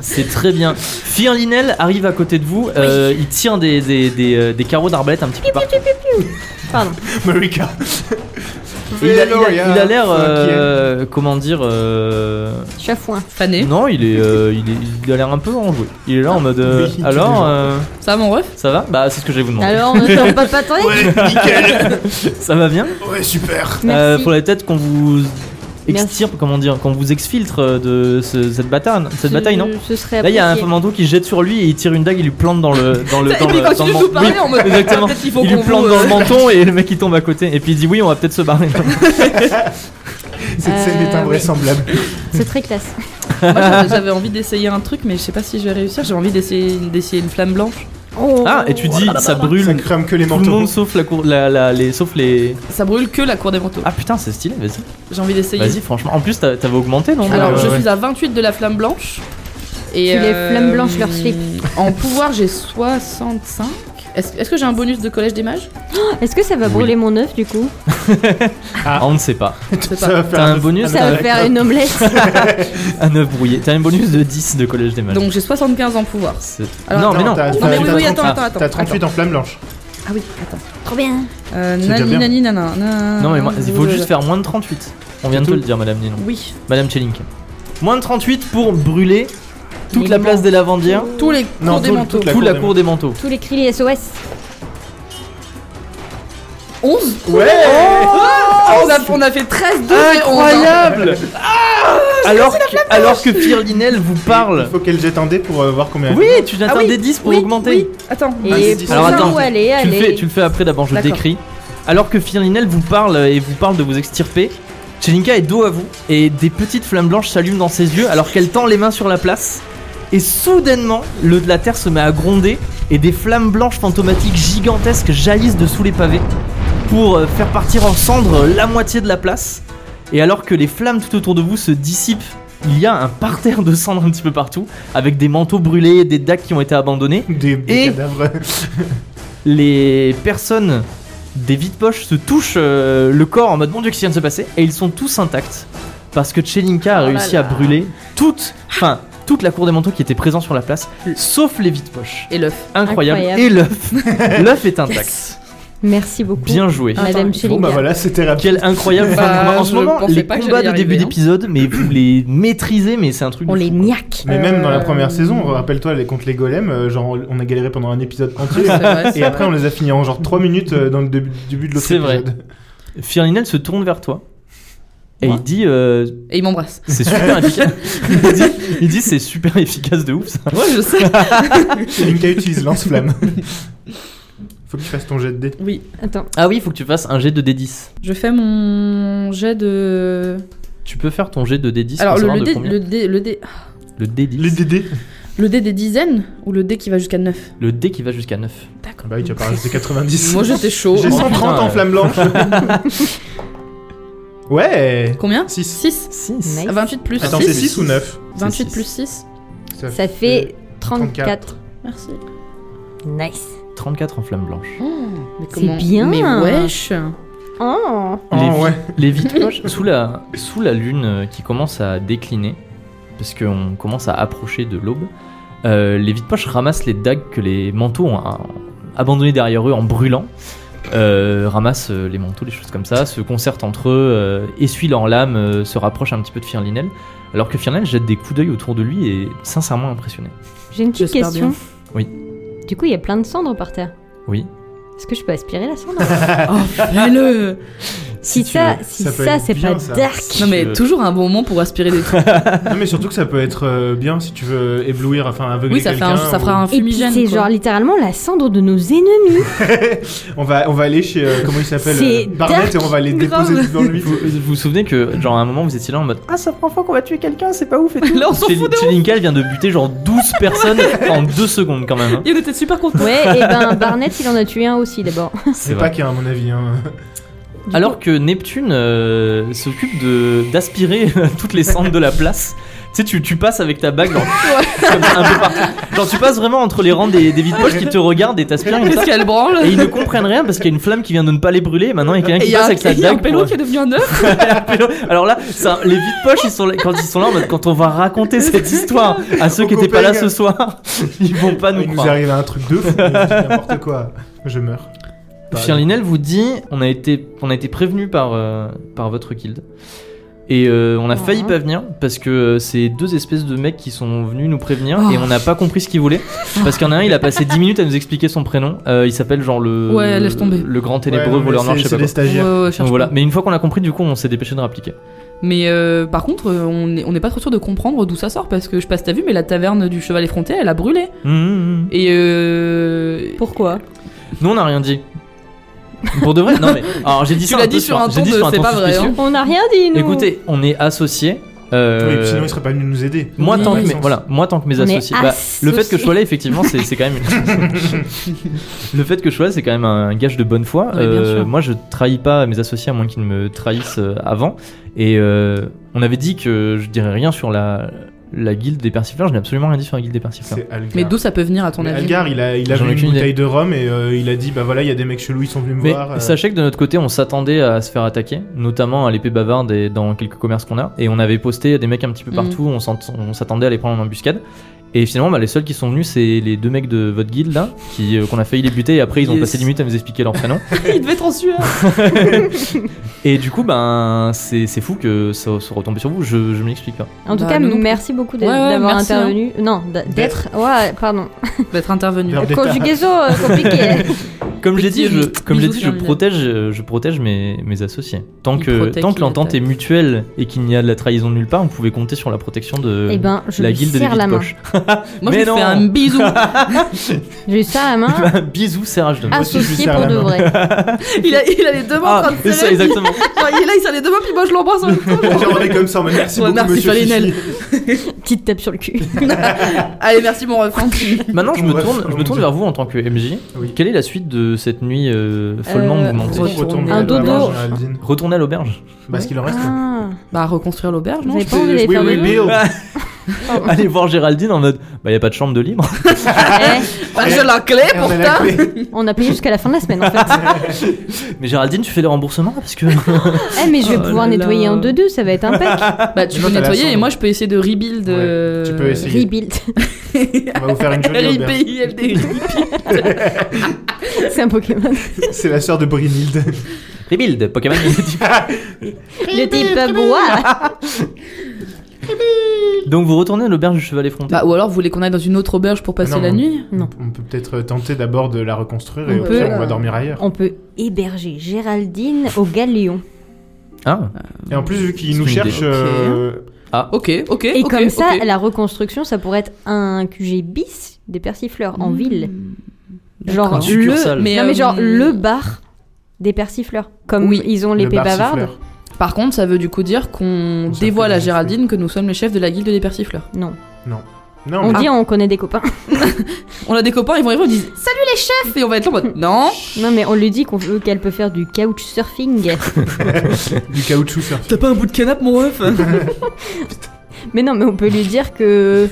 Speaker 1: C'est très bien. Firlinel arrive à côté de vous. euh, il tire des, des, des, euh, des carreaux d'arbalète un petit peu partout.
Speaker 2: Pardon.
Speaker 3: America.
Speaker 1: Et il a- il a- il a l'air. euh, comment dire euh,
Speaker 2: Chafouin.
Speaker 4: Fané.
Speaker 1: Non, il est, euh, il est- il a l'air un peu enjoué. Il est
Speaker 4: Ah,
Speaker 1: là en mode. euh,
Speaker 3: Oui,
Speaker 1: alors,
Speaker 3: toujours.
Speaker 1: euh,
Speaker 4: Ça, mon ref
Speaker 1: ça va Bah, c'est ce que je vais vous demander.
Speaker 2: Alors, on ne pas pas attendre.
Speaker 3: Ouais, nickel.
Speaker 1: Ça va bien
Speaker 3: Ouais, super.
Speaker 1: Euh,
Speaker 2: Merci.
Speaker 1: Faudrait peut-être qu'on vous
Speaker 2: Merci.
Speaker 1: extirpe, comment dire, qu'on vous exfiltre euh, de ce- cette bataille, cette
Speaker 2: Ce-
Speaker 1: bataille, non
Speaker 2: Ce serait
Speaker 1: Là, il y a un
Speaker 2: apprécié.
Speaker 1: commando qui se jette sur lui et il tire une dague, il lui plante dans le dans le
Speaker 4: Ça,
Speaker 1: dans
Speaker 4: et puis
Speaker 1: le,
Speaker 4: il
Speaker 1: dans
Speaker 4: continue
Speaker 1: le
Speaker 4: de
Speaker 1: man-
Speaker 4: nous parler
Speaker 1: Oui,
Speaker 4: en mode.
Speaker 1: exactement.
Speaker 4: Peut-être qu'il faut
Speaker 1: il lui
Speaker 4: qu'on
Speaker 1: plante
Speaker 4: vous,
Speaker 1: dans le
Speaker 4: euh,
Speaker 1: menton et le mec il tombe à côté. Et puis il dit oui, on va peut-être se barrer.
Speaker 3: Cette scène est
Speaker 2: Euh,
Speaker 3: invraisemblable.
Speaker 2: C'est très classe.
Speaker 4: Moi, j'avais- j'avais envie d'essayer un truc, mais je sais pas si je vais réussir. J'ai envie d'essayer d'essayer une flamme blanche.
Speaker 1: ah, et tu dis ça
Speaker 3: Ça
Speaker 1: brûle
Speaker 3: crame que les
Speaker 1: tout le
Speaker 3: manteaux.
Speaker 1: monde sauf la cour, la, la- les sauf les.
Speaker 4: Ça brûle que la cour des manteaux.
Speaker 1: Ah putain, c'est stylé, vas-y.
Speaker 4: J'ai envie d'essayer.
Speaker 1: Vas-y, franchement. En plus, t'as- t'avais augmenté, non
Speaker 4: Alors,
Speaker 1: Ouais,
Speaker 4: je
Speaker 1: ouais.
Speaker 4: suis à 28 de la flamme blanche. Et euh,
Speaker 2: Tu les flammes blanches, leur slip.
Speaker 4: En pouvoir, j'ai 65. Est-ce est-ce que j'ai un bonus de collège des mages
Speaker 2: Est-ce que ça va
Speaker 1: Oui.
Speaker 2: brûler mon œuf du coup
Speaker 1: Ah, on ne sait pas.
Speaker 4: Je sais
Speaker 3: Ça
Speaker 4: pas.
Speaker 3: va faire
Speaker 1: T'as un
Speaker 3: de-
Speaker 1: bonus
Speaker 2: Ça va
Speaker 1: avec-
Speaker 2: faire une omelette
Speaker 1: Un œuf brouillé. T'as un bonus de 10 de collège des mages.
Speaker 4: Donc j'ai 75 en pouvoir.
Speaker 1: C'est-
Speaker 4: Alors,
Speaker 1: non, mais non.
Speaker 3: t'as-
Speaker 4: Non,
Speaker 3: t'as-
Speaker 4: mais oui,
Speaker 3: t'as
Speaker 4: oui, attends,
Speaker 3: 38,
Speaker 4: attends, attends.
Speaker 3: T'as 38 en flamme blanche.
Speaker 4: Ah oui, attends.
Speaker 2: Trop bien
Speaker 4: Euh,
Speaker 3: C'est déjà
Speaker 4: nani,
Speaker 3: bien.
Speaker 4: nani, nana, nana,
Speaker 1: Ah. Non, mais moi, il faut
Speaker 4: blablabla.
Speaker 1: juste faire moins de 38. On vient de te le dire, madame Ninon.
Speaker 4: Oui.
Speaker 1: Madame Chelink. Moins de 38 pour brûler toute la place des lavandières,
Speaker 4: Tous les
Speaker 3: Non,
Speaker 4: cours des
Speaker 3: tout-
Speaker 4: manteaux.
Speaker 3: toute la-
Speaker 1: toute la
Speaker 3: cour des
Speaker 1: cour des manteaux.
Speaker 2: Tous les cris les SOS
Speaker 4: 11
Speaker 3: Ouais.
Speaker 4: Ah, on, a, on a fait 13, 12
Speaker 1: Incroyable Ah, Alors que, alors que Firlinel vous parle.
Speaker 3: Il faut qu'elle jette un dé pour euh, voir combien. elle
Speaker 1: Oui,
Speaker 3: fait.
Speaker 1: tu atteins
Speaker 4: Ah oui,
Speaker 1: des 10 pour
Speaker 4: oui,
Speaker 1: augmenter.
Speaker 4: oui. Attends.
Speaker 2: Et
Speaker 3: c'est dix.
Speaker 2: pour
Speaker 1: Alors,
Speaker 2: ça,
Speaker 1: attends,
Speaker 2: où aller,
Speaker 1: Tu, le fais,
Speaker 2: aller
Speaker 1: tu le fais après, d'abord je
Speaker 4: D'accord.
Speaker 1: décris. Alors que Firlinel vous parle et vous parle de vous extirper, Chelinka est dos à vous et des petites flammes blanches s'allument dans ses yeux alors qu'elle tend les mains sur la place. Et soudainement, le de la terre se met à gronder et des flammes blanches fantomatiques gigantesques jaillissent de sous les pavés pour euh, faire partir en cendres la moitié de la place. Et alors que les flammes tout autour de vous se dissipent, il y a un parterre de cendres un petit peu partout avec des manteaux brûlés, des dacs qui ont été abandonnés
Speaker 3: Des, des
Speaker 1: Et-
Speaker 3: cadavres.
Speaker 1: les personnes des vides poches se touchent euh, le corps en mode mon dieu qu'est-ce qui vient de se passer et ils sont tous intacts parce que Chelinka a
Speaker 2: Oh là
Speaker 1: réussi
Speaker 2: là.
Speaker 1: à brûler toute enfin toute la cour des manteaux qui était présente sur la place sauf les vides poches
Speaker 4: Et l'œuf.
Speaker 1: incroyable,
Speaker 2: Incroyable.
Speaker 1: et l'œuf l'œuf est intact
Speaker 4: Yes.
Speaker 2: Merci beaucoup
Speaker 1: bien joué
Speaker 2: Madame
Speaker 4: Attends,
Speaker 3: Bon
Speaker 2: Schilling
Speaker 3: bah voilà, c'était rapide.
Speaker 1: quel incroyable
Speaker 4: Bah,
Speaker 1: fin de combat. en ce
Speaker 4: je
Speaker 1: moment
Speaker 4: pensais
Speaker 1: les
Speaker 4: pas que
Speaker 1: combats
Speaker 4: j'allais
Speaker 1: de
Speaker 4: y
Speaker 1: début
Speaker 4: arriver, hein.
Speaker 1: d'épisode mais vous les maîtrisez mais c'est un truc de
Speaker 2: On
Speaker 1: fou.
Speaker 2: les niaque
Speaker 3: Mais même dans la
Speaker 4: Euh,
Speaker 3: première saison, rappelle-toi, les contre les golems, euh, genre on a galéré pendant un épisode entier.
Speaker 4: C'est vrai, c'est
Speaker 3: Et après,
Speaker 4: vrai.
Speaker 3: on les a finis en genre 3 minutes euh, dans le début, début de l'autre
Speaker 1: C'est vrai.
Speaker 3: épisode.
Speaker 1: Firlinel se tourne vers toi et
Speaker 4: Moi
Speaker 1: il dit euh,
Speaker 4: Et il m'embrasse.
Speaker 1: c'est super efficace il dit, il dit, c'est super efficace de ouf ça
Speaker 4: Ouais, je sais.
Speaker 3: Et Linka utilise lance-flamme. Faut que tu fasses ton jet de dé.
Speaker 4: Oui.
Speaker 2: Attends,
Speaker 1: Ah oui, il faut que tu fasses un jet de D10.
Speaker 4: Je fais mon jet de.
Speaker 1: Tu peux faire ton jet de D10
Speaker 4: Alors,
Speaker 1: pour
Speaker 4: le,
Speaker 1: savoir
Speaker 4: le
Speaker 1: de
Speaker 4: dé,
Speaker 1: combien
Speaker 4: le, dé, le, dé,
Speaker 1: Le D10.
Speaker 3: Les DD
Speaker 4: le dé des dizaines ou le dé qui va jusqu'à 9
Speaker 1: Le dé qui va jusqu'à 9.
Speaker 4: D'accord.
Speaker 3: Bah oui, tu as parlé de 90.
Speaker 4: Moi j'étais chaud.
Speaker 3: J'ai
Speaker 1: Oh,
Speaker 3: 130
Speaker 1: putain,
Speaker 3: en
Speaker 1: ouais.
Speaker 3: flamme blanche. ouais
Speaker 4: Combien
Speaker 3: 6.
Speaker 4: 6
Speaker 1: 6.
Speaker 2: nice.
Speaker 4: 28 plus
Speaker 3: Attends,
Speaker 1: Six.
Speaker 3: c'est
Speaker 4: 6
Speaker 3: 6 ou 9
Speaker 4: 28
Speaker 1: six.
Speaker 4: plus 6
Speaker 2: Ça fait 34.
Speaker 4: Merci.
Speaker 2: Nice.
Speaker 1: 34 en flamme blanche.
Speaker 4: Oh. mais
Speaker 2: C'est bien.
Speaker 4: Mais wesh
Speaker 2: Oh.
Speaker 3: Ah,
Speaker 1: vi-
Speaker 3: ouais.
Speaker 1: les vitrages, sous, la, sous la lune euh, qui commence à décliner, parce qu'on commence à approcher de l'aube, euh, les vide-poches ramassent les dagues que les manteaux ont euh, abandonnées derrière eux en brûlant, euh, ramassent euh, les manteaux, les choses comme ça, se concertent entre eux, euh, essuient leurs lames, euh, se rapprochent un petit peu de Firlinel, alors que Firlinel jette des coups d'œil autour de lui et est sincèrement impressionné.
Speaker 2: J'ai une petite
Speaker 4: J'espère
Speaker 2: question.
Speaker 4: bien.
Speaker 1: Oui.
Speaker 2: Du coup, il y a plein de cendres par terre.
Speaker 1: Oui.
Speaker 2: Est-ce que je peux aspirer la cendre
Speaker 4: Oh, fais-le
Speaker 2: Si,
Speaker 3: tu
Speaker 2: ça,
Speaker 3: veux.
Speaker 2: si
Speaker 3: Ça peut
Speaker 2: ça,
Speaker 3: être
Speaker 2: c'est
Speaker 3: bien,
Speaker 2: pas
Speaker 3: ça.
Speaker 2: dark.
Speaker 4: Non, mais
Speaker 1: Je-
Speaker 4: toujours un bon moment pour aspirer des trucs.
Speaker 3: Non, mais surtout que ça peut être euh, bien si tu veux éblouir, enfin aveugler
Speaker 4: Oui, ça, fait
Speaker 3: quelqu'un.
Speaker 4: un, ça fera un
Speaker 2: Et puis
Speaker 4: fumigène.
Speaker 2: c'est
Speaker 4: quoi.
Speaker 2: genre littéralement la cendre de nos ennemis.
Speaker 3: ou- On va, on va aller chez euh, comment il s'appelle
Speaker 2: C'est
Speaker 3: euh, Barnett et on va les
Speaker 2: dark,
Speaker 3: déposer devant lui.
Speaker 1: Vous vous vous souvenez que, genre, à un moment, vous étiez là en mode Ah, ça prend fois qu'on va tuer quelqu'un, c'est pas ouf et tout.
Speaker 4: Là, on s'en
Speaker 1: Tchel-
Speaker 4: fout de
Speaker 1: Tchelinka, elle vient de buter genre 12 personnes en 2 secondes quand même. hein.
Speaker 4: Et on était super contents.
Speaker 2: Ouais, et ben Barnett, il en a tué un aussi d'abord.
Speaker 1: C'est
Speaker 3: C'est
Speaker 1: vrai.
Speaker 3: pas qu'à mon avis. Hein.
Speaker 2: Du
Speaker 1: Alors que Neptune euh, s'occupe de d'aspirer euh, toutes les cendres de la place. Tu sais, tu, tu passes avec ta bague genre, comme ça, un peu partout. Genre, tu passes vraiment entre les rangs des, des vides poches qui te regardent et t'aspires comme ça.
Speaker 4: Qu'est-ce qu'elle branle
Speaker 1: Et ils ne comprennent rien parce qu'il y a une flamme qui vient de ne pas les brûler. Et maintenant, il y a quelqu'un
Speaker 4: Et
Speaker 1: qui
Speaker 4: il y a
Speaker 1: passe
Speaker 4: un,
Speaker 1: avec sa
Speaker 4: il y a un
Speaker 1: dague.
Speaker 4: pélo
Speaker 1: pour- euh,
Speaker 4: qui est devenu un œuf.
Speaker 1: Pélo. Alors là, ça- les vides poches, ils sont là- quand ils sont là, en mode, quand on va raconter cette histoire à ceux
Speaker 3: Aux
Speaker 1: qui n'étaient pas là
Speaker 3: copains.
Speaker 1: ce soir, ils vont pas nous
Speaker 3: Il nous
Speaker 1: croire.
Speaker 3: arrive un truc de fou, mais c'est n'importe quoi. Je meurs. Bah,
Speaker 1: Firlinel vous dit, on a été, on a été prévenu par, euh, par votre guilde. Et euh, on a failli
Speaker 4: Ah.
Speaker 2: Ouais.
Speaker 1: pas venir parce que euh, c'est deux espèces de mecs qui sont venus nous prévenir
Speaker 4: Oh.
Speaker 1: et on n'a pas compris ce qu'ils voulaient. Parce qu'il y en a un, il a passé 10 minutes à nous expliquer son prénom. Euh, il s'appelle genre le,
Speaker 4: Ouais, laisse tomber.
Speaker 1: le grand
Speaker 3: ouais,
Speaker 1: ténébreux
Speaker 3: non, mais
Speaker 1: voleur noir,
Speaker 3: c'est-
Speaker 1: je sais
Speaker 3: C'est
Speaker 1: pas.
Speaker 3: des
Speaker 1: quoi.
Speaker 3: stagiaires.
Speaker 4: Ouais, ouais, cherche
Speaker 1: Donc voilà,
Speaker 4: pas.
Speaker 1: mais une fois qu'on l'a compris, du coup, on s'est dépêché de réappliquer.
Speaker 4: Mais euh, par contre, euh, on n'est on n'est pas trop sûr de comprendre d'où ça sort parce que je passe ta vue, mais la taverne du cheval effronté, elle a brûlé.
Speaker 1: Mmh, mmh, mmh.
Speaker 4: Et euh...
Speaker 2: Pourquoi
Speaker 1: Nous, on n'a rien dit. Pour de vrai Non, mais. Alors, j'ai dit
Speaker 4: Tu
Speaker 1: ça
Speaker 4: l'as
Speaker 1: un peu
Speaker 4: dit sur un
Speaker 1: j'ai
Speaker 4: ton
Speaker 1: dit
Speaker 4: de
Speaker 1: sur un
Speaker 4: c'est
Speaker 1: ton
Speaker 4: pas vrai,
Speaker 1: suspicieux.
Speaker 4: hein.
Speaker 2: On n'a rien dit, nous.
Speaker 1: Écoutez, on est associés. euh,
Speaker 3: Oui, puis sinon, il serait pas venu nous aider.
Speaker 1: Moi,
Speaker 4: Oui,
Speaker 1: tant
Speaker 4: oui,
Speaker 1: que
Speaker 4: oui.
Speaker 1: mes, voilà, moi tant que mes
Speaker 2: On est
Speaker 1: associés. bah, le fait que je sois là, effectivement, c'est c'est quand même. une- le fait que je sois là, c'est quand même un gage de bonne foi. Euh,
Speaker 4: Ouais, bien sûr.
Speaker 1: moi, je trahis pas mes associés à moins qu'ils ne me trahissent euh, avant. Et euh, on avait dit que je dirais rien sur la, la guilde des persifleurs. Je n'ai absolument rien dit sur la guilde des persifleurs.
Speaker 3: C'est Algar.
Speaker 4: Mais d'où ça peut venir à ton
Speaker 3: Mais
Speaker 4: avis
Speaker 3: Algar, il a, il a
Speaker 1: J'en ai
Speaker 3: vu une
Speaker 1: aucune idée.
Speaker 3: bouteille de rhum et euh, il a dit bah voilà, il y a des mecs chelous, ils sont venus me
Speaker 1: Mais
Speaker 3: voir. euh,
Speaker 1: sachez que de notre côté, on s'attendait à se faire attaquer, notamment à l'épée bavarde et dans quelques commerces qu'on a. Et on avait posté des mecs un petit peu
Speaker 2: Mm.
Speaker 4: Mhm.
Speaker 1: partout, on s'en- on s'attendait à les prendre en embuscade. Et finalement, bah, les seuls qui sont venus, c'est les deux mecs de votre guilde là, qui, euh, qu'on a failli les buter. Et après, ils ont
Speaker 4: Yes.
Speaker 1: passé 10 minutes à nous expliquer leur prénom.
Speaker 4: Il devait être en sueur.
Speaker 1: et du coup, ben, c'est c'est fou que ça soit retombé sur vous. Je, je m'explique pas.
Speaker 2: En tout
Speaker 4: Bah,
Speaker 2: cas,
Speaker 4: nous non plus.
Speaker 2: merci beaucoup d'a-
Speaker 4: Ouais, ouais,
Speaker 2: d'avoir
Speaker 4: merci, hein.
Speaker 2: intervenu. Non, d'a- d'être. Ouais, pardon.
Speaker 4: D'être intervenu.
Speaker 3: Verbe d'état.
Speaker 2: Conjugaison euh, compliquée.
Speaker 1: Comme j'ai
Speaker 4: Petit
Speaker 1: dit, je,
Speaker 4: bisou
Speaker 1: comme j'ai dit, je
Speaker 4: sur le nez.
Speaker 1: protège, euh, je protège mes, mes associés. Tant
Speaker 4: Il
Speaker 1: que,
Speaker 4: protège,
Speaker 1: tant que
Speaker 4: il
Speaker 1: l'entente est
Speaker 4: attaque.
Speaker 1: mutuelle et qu'il n'y a de la trahison nulle part, vous pouvez compter sur la protection de
Speaker 2: Eh ben, je
Speaker 1: la
Speaker 2: lui
Speaker 1: guilde des
Speaker 2: serre la
Speaker 1: vides
Speaker 2: main.
Speaker 1: poches.
Speaker 4: Moi, je
Speaker 1: Mais
Speaker 4: lui
Speaker 1: non.
Speaker 4: fais un bisou.
Speaker 2: Je lui serre la
Speaker 4: Ah.
Speaker 2: main.
Speaker 1: Bah, Bisous, serrage de main.
Speaker 3: aussi, je lui
Speaker 2: Associé
Speaker 3: serre
Speaker 2: pour
Speaker 3: la
Speaker 2: de
Speaker 3: main.
Speaker 2: vrai. Ah,
Speaker 4: il, a, il a les deux mains en train de
Speaker 1: c'est Ah, ça,
Speaker 4: serrer.
Speaker 1: exactement.
Speaker 4: Enfin, il est là, il serre les deux mains, puis moi, je l'embrasse en même temps.
Speaker 3: Genre, on est comme ça, mais merci
Speaker 4: Ouais,
Speaker 3: beaucoup,
Speaker 4: merci,
Speaker 3: monsieur
Speaker 4: Farinel.
Speaker 3: Fifi.
Speaker 2: Petite tape sur le cul.
Speaker 4: Allez, merci, mon refrain.
Speaker 1: Maintenant, je me
Speaker 3: Ouais,
Speaker 1: tourne,
Speaker 3: comme
Speaker 1: je
Speaker 3: on
Speaker 1: me tourne
Speaker 3: dit.
Speaker 1: vers vous en tant que MJ.
Speaker 3: Oui.
Speaker 1: Quelle est la suite de cette nuit euh, follement
Speaker 2: Euh,
Speaker 1: mouvementée
Speaker 3: On retourne
Speaker 2: Un
Speaker 3: vers la
Speaker 2: dodo.
Speaker 3: main, Géraldine.
Speaker 1: Retourner à l'auberge.
Speaker 3: Bah, ce qu'il en reste.
Speaker 2: Ah,
Speaker 4: Bah, reconstruire l'auberge, non
Speaker 2: Vous avez pas envie d'aller
Speaker 3: Oui,
Speaker 2: faire
Speaker 3: oui,
Speaker 2: des
Speaker 4: Oh.
Speaker 3: Bill.
Speaker 2: pardon.
Speaker 1: Aller voir Géraldine en mode Bah, y a pas de chambre de libre.
Speaker 2: Eh,
Speaker 4: Bah, j'ai la clé,
Speaker 3: Et on a la
Speaker 4: pourtant.
Speaker 3: clé.
Speaker 2: on a payé jusqu'à la fin de la semaine en fait.
Speaker 1: Mais Géraldine, tu fais les remboursements là, parce que.
Speaker 2: Eh, mais je vais
Speaker 4: Oh
Speaker 2: pouvoir
Speaker 4: là
Speaker 2: nettoyer
Speaker 4: là.
Speaker 2: en 2-2, ça va être impec.
Speaker 4: Bah, tu peux
Speaker 3: Non, t'as la
Speaker 4: nettoyer
Speaker 3: cendre.
Speaker 4: et moi, je peux essayer de rebuild.
Speaker 3: Ouais,
Speaker 4: euh,
Speaker 3: tu peux essayer.
Speaker 2: Rebuild.
Speaker 3: On va vous faire une jolie auberge.
Speaker 4: RIPILD.
Speaker 2: C'est un Pokémon.
Speaker 3: C'est la sœur de Brinilde.
Speaker 1: Rebuild, Pokémon.
Speaker 2: Le type bois.
Speaker 1: Donc, vous retournez à l'auberge du cheval effronté.
Speaker 4: Bah, ou alors, vous voulez qu'on aille dans une autre auberge pour passer
Speaker 3: Non,
Speaker 4: la
Speaker 3: non.
Speaker 4: nuit
Speaker 3: On peut peut-être tenter d'abord de la reconstruire et
Speaker 2: On
Speaker 3: au
Speaker 2: peut,
Speaker 3: pire, on va
Speaker 4: euh,
Speaker 3: dormir ailleurs.
Speaker 2: On peut héberger Géraldine au Galéon.
Speaker 1: Ah,
Speaker 3: Et en plus, vu qu'ils
Speaker 1: C'est
Speaker 3: nous
Speaker 1: une idée.
Speaker 3: cherchent, euh,
Speaker 4: Ok, ok.
Speaker 2: Et
Speaker 4: ok,
Speaker 2: comme ça,
Speaker 4: ok.
Speaker 2: la reconstruction, ça pourrait être un QG bis des persifleurs
Speaker 4: Mmh.
Speaker 2: en ville.
Speaker 1: Un
Speaker 4: Hmm.
Speaker 2: Genre
Speaker 1: succursale.
Speaker 2: le,
Speaker 4: Mais,
Speaker 2: non, mais genre
Speaker 4: euh,
Speaker 2: le bar des persifleurs. Comme
Speaker 4: Oui.
Speaker 2: ils ont
Speaker 3: le
Speaker 2: l'épée
Speaker 3: bar
Speaker 2: bavarde.
Speaker 3: siffleur.
Speaker 4: Par contre, ça veut du coup dire qu'on
Speaker 3: Ça
Speaker 4: dévoile
Speaker 3: fait
Speaker 4: à
Speaker 3: des
Speaker 4: Géraldine que nous sommes les chefs de la guilde des persifleurs.
Speaker 2: Non.
Speaker 3: Non,
Speaker 2: On
Speaker 3: mais
Speaker 2: dit on connaît des copains.
Speaker 4: On a des copains, ils vont arriver, on dit Salut les chefs Et on va être là en mode Non
Speaker 2: Non mais on lui dit qu'on veut qu'elle peut faire du couchsurfing.
Speaker 3: du caoutchouc surf.
Speaker 4: T'as pas un bout de canapé, mon ref
Speaker 2: Mais non, mais on peut lui dire que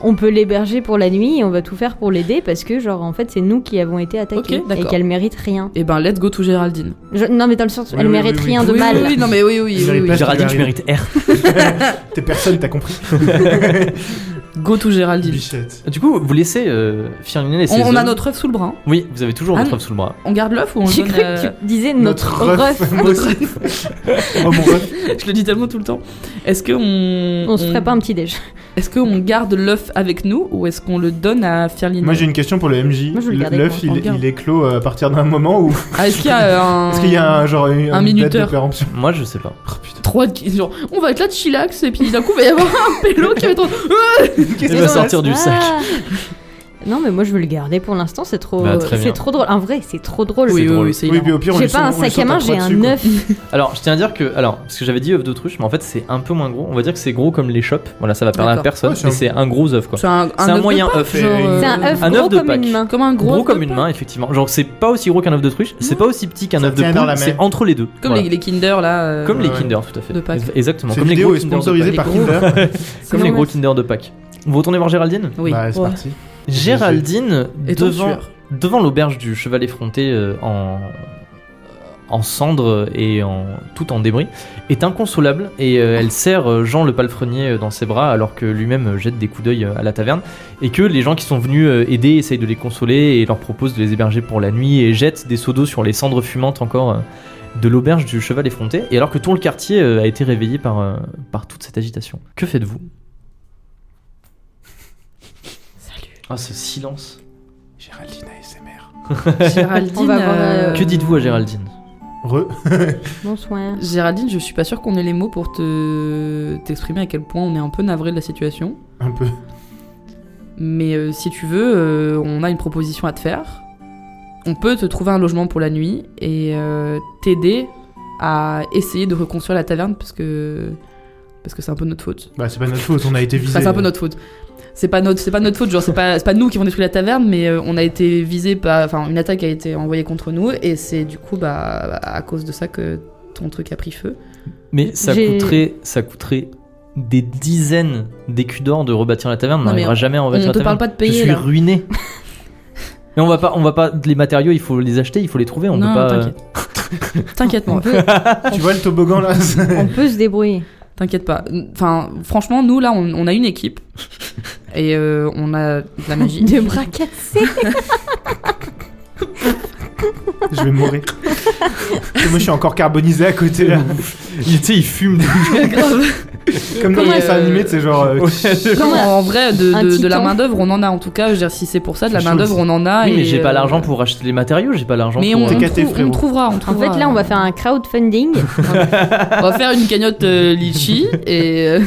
Speaker 2: on peut l'héberger pour la nuit et on va tout faire pour l'aider parce que, genre, en fait, c'est nous qui avons été attaqués
Speaker 4: Ok,
Speaker 2: et
Speaker 4: d'accord.
Speaker 2: qu'elle mérite rien.
Speaker 4: Et ben, let's go to Géraldine.
Speaker 2: Je- Non, mais dans le sens,
Speaker 3: Oui,
Speaker 2: elle
Speaker 3: oui,
Speaker 2: mérite
Speaker 3: oui, oui.
Speaker 2: rien de
Speaker 4: oui,
Speaker 2: mal.
Speaker 4: Oui, oui, non, mais oui, oui. oui, oui.
Speaker 3: J'arrive
Speaker 1: Géraldine, tu
Speaker 3: arrive.
Speaker 1: mérites R.
Speaker 3: T'es personne, t'as compris.
Speaker 4: Go to Géraldine.
Speaker 3: Bichette.
Speaker 1: Du coup, vous laissez euh, Firmina et ses
Speaker 4: On, on a
Speaker 1: hommes.
Speaker 4: notre œuf sous le bras. hein.
Speaker 1: Oui, vous avez toujours votre
Speaker 4: Ah,
Speaker 1: œuf sous le bras.
Speaker 4: On garde l'œuf ou on le
Speaker 2: J'ai
Speaker 4: donne
Speaker 2: cru
Speaker 4: euh,
Speaker 2: que tu disais notre, ref.
Speaker 3: Moi aussi. Oh, mon ref.
Speaker 4: Je le dis tellement tout le temps. Est-ce que on,
Speaker 2: On se ferait pas un petit déj.
Speaker 4: Est-ce qu'on garde l'œuf avec nous ou est-ce qu'on le donne à Firline
Speaker 3: Moi j'ai une question pour le MJ.
Speaker 2: Moi, je vais le garder
Speaker 3: L'œuf
Speaker 2: pour
Speaker 3: il,
Speaker 4: l'instant.
Speaker 3: il éclot à partir d'un moment où.
Speaker 4: Ah, est-ce qu'il y a euh, un
Speaker 3: Est-ce qu'il y a un genre une, une date
Speaker 4: minuteur.
Speaker 3: de péremption
Speaker 1: Moi, je sais pas.
Speaker 4: Trois qui- genre, on va être là de chillax et puis d'un coup il va y avoir un pélo qui va être.
Speaker 1: Il
Speaker 4: que
Speaker 1: va
Speaker 4: c'est
Speaker 1: sortir du sac.
Speaker 2: Ah. Non, mais moi, je veux le garder pour l'instant. C'est trop,
Speaker 1: Bah, très bien.
Speaker 2: c'est trop drôle. En vrai, c'est trop drôle.
Speaker 1: Oui,
Speaker 4: Oui,
Speaker 1: oui,
Speaker 4: oui,
Speaker 1: oui,
Speaker 4: c'est
Speaker 3: Oui, puis au pire on
Speaker 2: J'ai
Speaker 3: lui saute-
Speaker 2: pas un
Speaker 3: on lui
Speaker 2: sac
Speaker 3: saute
Speaker 2: à main,
Speaker 3: trois
Speaker 2: j'ai
Speaker 3: dessus,
Speaker 2: un
Speaker 3: quoi.
Speaker 2: œuf.
Speaker 1: Alors, je tiens à dire que, alors, parce que j'avais dit œuf d'autruche, mais en fait, c'est un peu moins gros. On va dire que c'est gros comme les chopes. Voilà, ça va parler à
Speaker 4: D'accord.
Speaker 1: personne,
Speaker 3: Ouais, c'est
Speaker 1: mais
Speaker 3: un-
Speaker 1: c'est un gros œuf, quoi.
Speaker 4: C'est un,
Speaker 1: C'est un moyen œuf.
Speaker 4: genre, euh,
Speaker 2: C'est un œuf
Speaker 1: Un œuf
Speaker 2: gros
Speaker 1: de
Speaker 2: comme
Speaker 1: Pâques.
Speaker 2: une main.
Speaker 4: Comme un gros.
Speaker 1: Gros
Speaker 4: œuf
Speaker 1: comme
Speaker 4: de
Speaker 1: une
Speaker 4: Pâques.
Speaker 1: main, effectivement. Genre, c'est pas aussi gros qu'un œuf d'autruche, c'est pas aussi petit qu'un
Speaker 3: Ça
Speaker 1: œuf de
Speaker 3: tient dans
Speaker 1: poule,
Speaker 3: la main.
Speaker 1: c'est entre les deux.
Speaker 4: Comme
Speaker 1: Voilà.
Speaker 4: les, les Kinder là. euh,
Speaker 1: Comme les
Speaker 3: ouais.
Speaker 1: Kinder, tout à fait.
Speaker 4: De Pâques.
Speaker 1: Exactement.
Speaker 3: Cette
Speaker 1: Comme les
Speaker 3: vidéo
Speaker 1: gros
Speaker 3: est
Speaker 1: Kinder de
Speaker 3: sponsorisée
Speaker 1: Pâques.
Speaker 3: par
Speaker 4: gros.
Speaker 3: Kinder.
Speaker 1: Comme les
Speaker 4: Non,
Speaker 1: gros
Speaker 4: mais-
Speaker 1: Kinder de Pâques. Vous retournez voir Géraldine
Speaker 4: Oui.
Speaker 3: Bah c'est
Speaker 4: Ouais.
Speaker 3: parti.
Speaker 1: Géraldine,
Speaker 4: Et ton
Speaker 1: devant,
Speaker 4: tueur.
Speaker 1: devant l'auberge du cheval effronté euh, en, en cendres et en, tout en débris, est inconsolable et euh, elle serre euh, Jean le palefrenier euh, dans ses bras alors que lui-même euh, jette des coups d'œil euh, à la taverne et que les gens qui sont venus euh, aider essayent de les consoler et leur proposent de les héberger pour la nuit et jettent des seaux d'eau sur les cendres fumantes encore euh, de l'auberge du cheval effronté et alors que tout le quartier euh, a été réveillé par, euh, par toute cette agitation. Que faites-vous
Speaker 4: Salut.
Speaker 1: Ah ce silence.
Speaker 3: Géraldine ASMR.
Speaker 4: Géraldine.
Speaker 2: On va voir, euh,
Speaker 1: Que dites-vous à Géraldine
Speaker 3: Re.
Speaker 2: Bonsoir.
Speaker 4: Géraldine, je suis pas sûre qu'on ait les mots pour te t'exprimer à quel point on est un peu navré de la situation.
Speaker 3: Un peu.
Speaker 4: Mais euh, si tu veux, euh, on a une proposition à te faire. On peut te trouver un logement pour la nuit et euh, t'aider à essayer de reconstruire la taverne parce que parce que c'est un peu notre faute.
Speaker 3: Bah c'est pas notre faute, on a été visé.
Speaker 4: Enfin, c'est un peu notre faute. C'est pas notre, c'est pas notre faute. Genre, c'est pas, c'est pas nous qui avons détruit la taverne, mais euh, on a été visé par, enfin, une attaque a été envoyée contre nous, et c'est du coup, bah, à cause de ça que ton truc a pris feu.
Speaker 1: Mais ça
Speaker 2: J'ai-
Speaker 1: coûterait, ça coûterait des dizaines d'écus d'or de rebâtir la taverne. On
Speaker 4: Non, mais
Speaker 1: n'arrivera jamais à
Speaker 4: On,
Speaker 1: rebâtir la
Speaker 4: te
Speaker 1: taverne.
Speaker 4: parle pas de
Speaker 1: Je
Speaker 4: payer
Speaker 1: suis
Speaker 4: là.
Speaker 1: ruiné. Mais on va pas, on va pas. Les matériaux, il faut les acheter, il faut les trouver. On
Speaker 4: non,
Speaker 1: peut pas.
Speaker 4: t'inquiète. t'inquiète
Speaker 2: On
Speaker 4: moi.
Speaker 2: peut,
Speaker 3: Tu vois le toboggan là c'est-
Speaker 2: on peut se débrouiller.
Speaker 4: T'inquiète pas. Enfin, franchement, nous là, on, on a une équipe et euh, on a de la magie.
Speaker 2: De bras cassés.
Speaker 3: Je vais mourir. Et moi je suis encore carbonisé à côté là.
Speaker 1: il, tu sais, il fume.
Speaker 4: Grave.
Speaker 3: Comme dans les
Speaker 4: Et,
Speaker 3: dessins
Speaker 4: euh,
Speaker 3: animés, c'est genre. euh,
Speaker 4: Non, en vrai, de,
Speaker 2: Un
Speaker 4: de- de la
Speaker 2: titan.
Speaker 4: main d'œuvre, on en a. En tout cas, je veux dire, si c'est pour ça, de la
Speaker 3: C'est
Speaker 4: main d'œuvre,
Speaker 3: chaud,
Speaker 4: on en a.
Speaker 1: oui, mais
Speaker 4: et,
Speaker 1: j'ai pas
Speaker 4: euh,
Speaker 1: l'argent pour acheter les matériaux. J'ai pas l'argent.
Speaker 4: Mais
Speaker 1: pour,
Speaker 4: on,
Speaker 1: euh,
Speaker 4: on
Speaker 3: T'es caté,
Speaker 4: trou- on
Speaker 3: frérot.
Speaker 4: trouvera, on
Speaker 2: En
Speaker 4: trouvera.
Speaker 2: fait, là, on va faire un crowdfunding.
Speaker 4: On va faire une cagnotte euh, litchi et euh,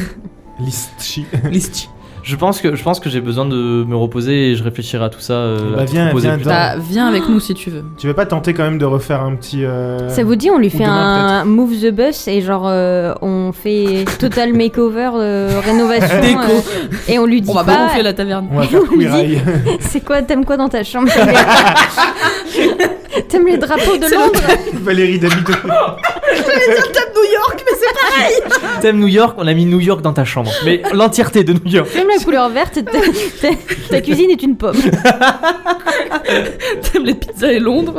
Speaker 3: Listi.
Speaker 4: litchi.
Speaker 1: Je pense que, je pense que j'ai besoin de me reposer et je réfléchirai à tout ça. euh,
Speaker 3: Bah,
Speaker 1: à te
Speaker 3: viens,
Speaker 1: proposer
Speaker 3: viens,
Speaker 1: plus tard.
Speaker 4: Bah, viens avec nous si tu veux.
Speaker 3: Tu veux pas tenter quand même de refaire un petit. euh,
Speaker 2: Ça vous dit, on lui
Speaker 3: Ou
Speaker 2: fait
Speaker 3: demain,
Speaker 2: un move the bus et genre euh, on fait total makeover, euh, rénovation.
Speaker 1: Déco.
Speaker 2: euh, et on lui dit
Speaker 4: On va pas
Speaker 2: pas.
Speaker 4: gonfler la taverne.
Speaker 3: On va faire
Speaker 2: On lui dit-
Speaker 3: Queer Eye.
Speaker 2: C'est quoi T'aimes quoi dans ta chambre T'aimes les drapeaux de
Speaker 4: C'est le
Speaker 2: Londres
Speaker 3: Valérie Damido.
Speaker 4: New York, mais c'est
Speaker 1: Thème New York. On a mis New York dans ta chambre. Mais l'entièreté de New York.
Speaker 2: T'aimes la couleur verte Ta- ta- Ta cuisine est une pomme.
Speaker 4: T'aimes les pizzas et Londres.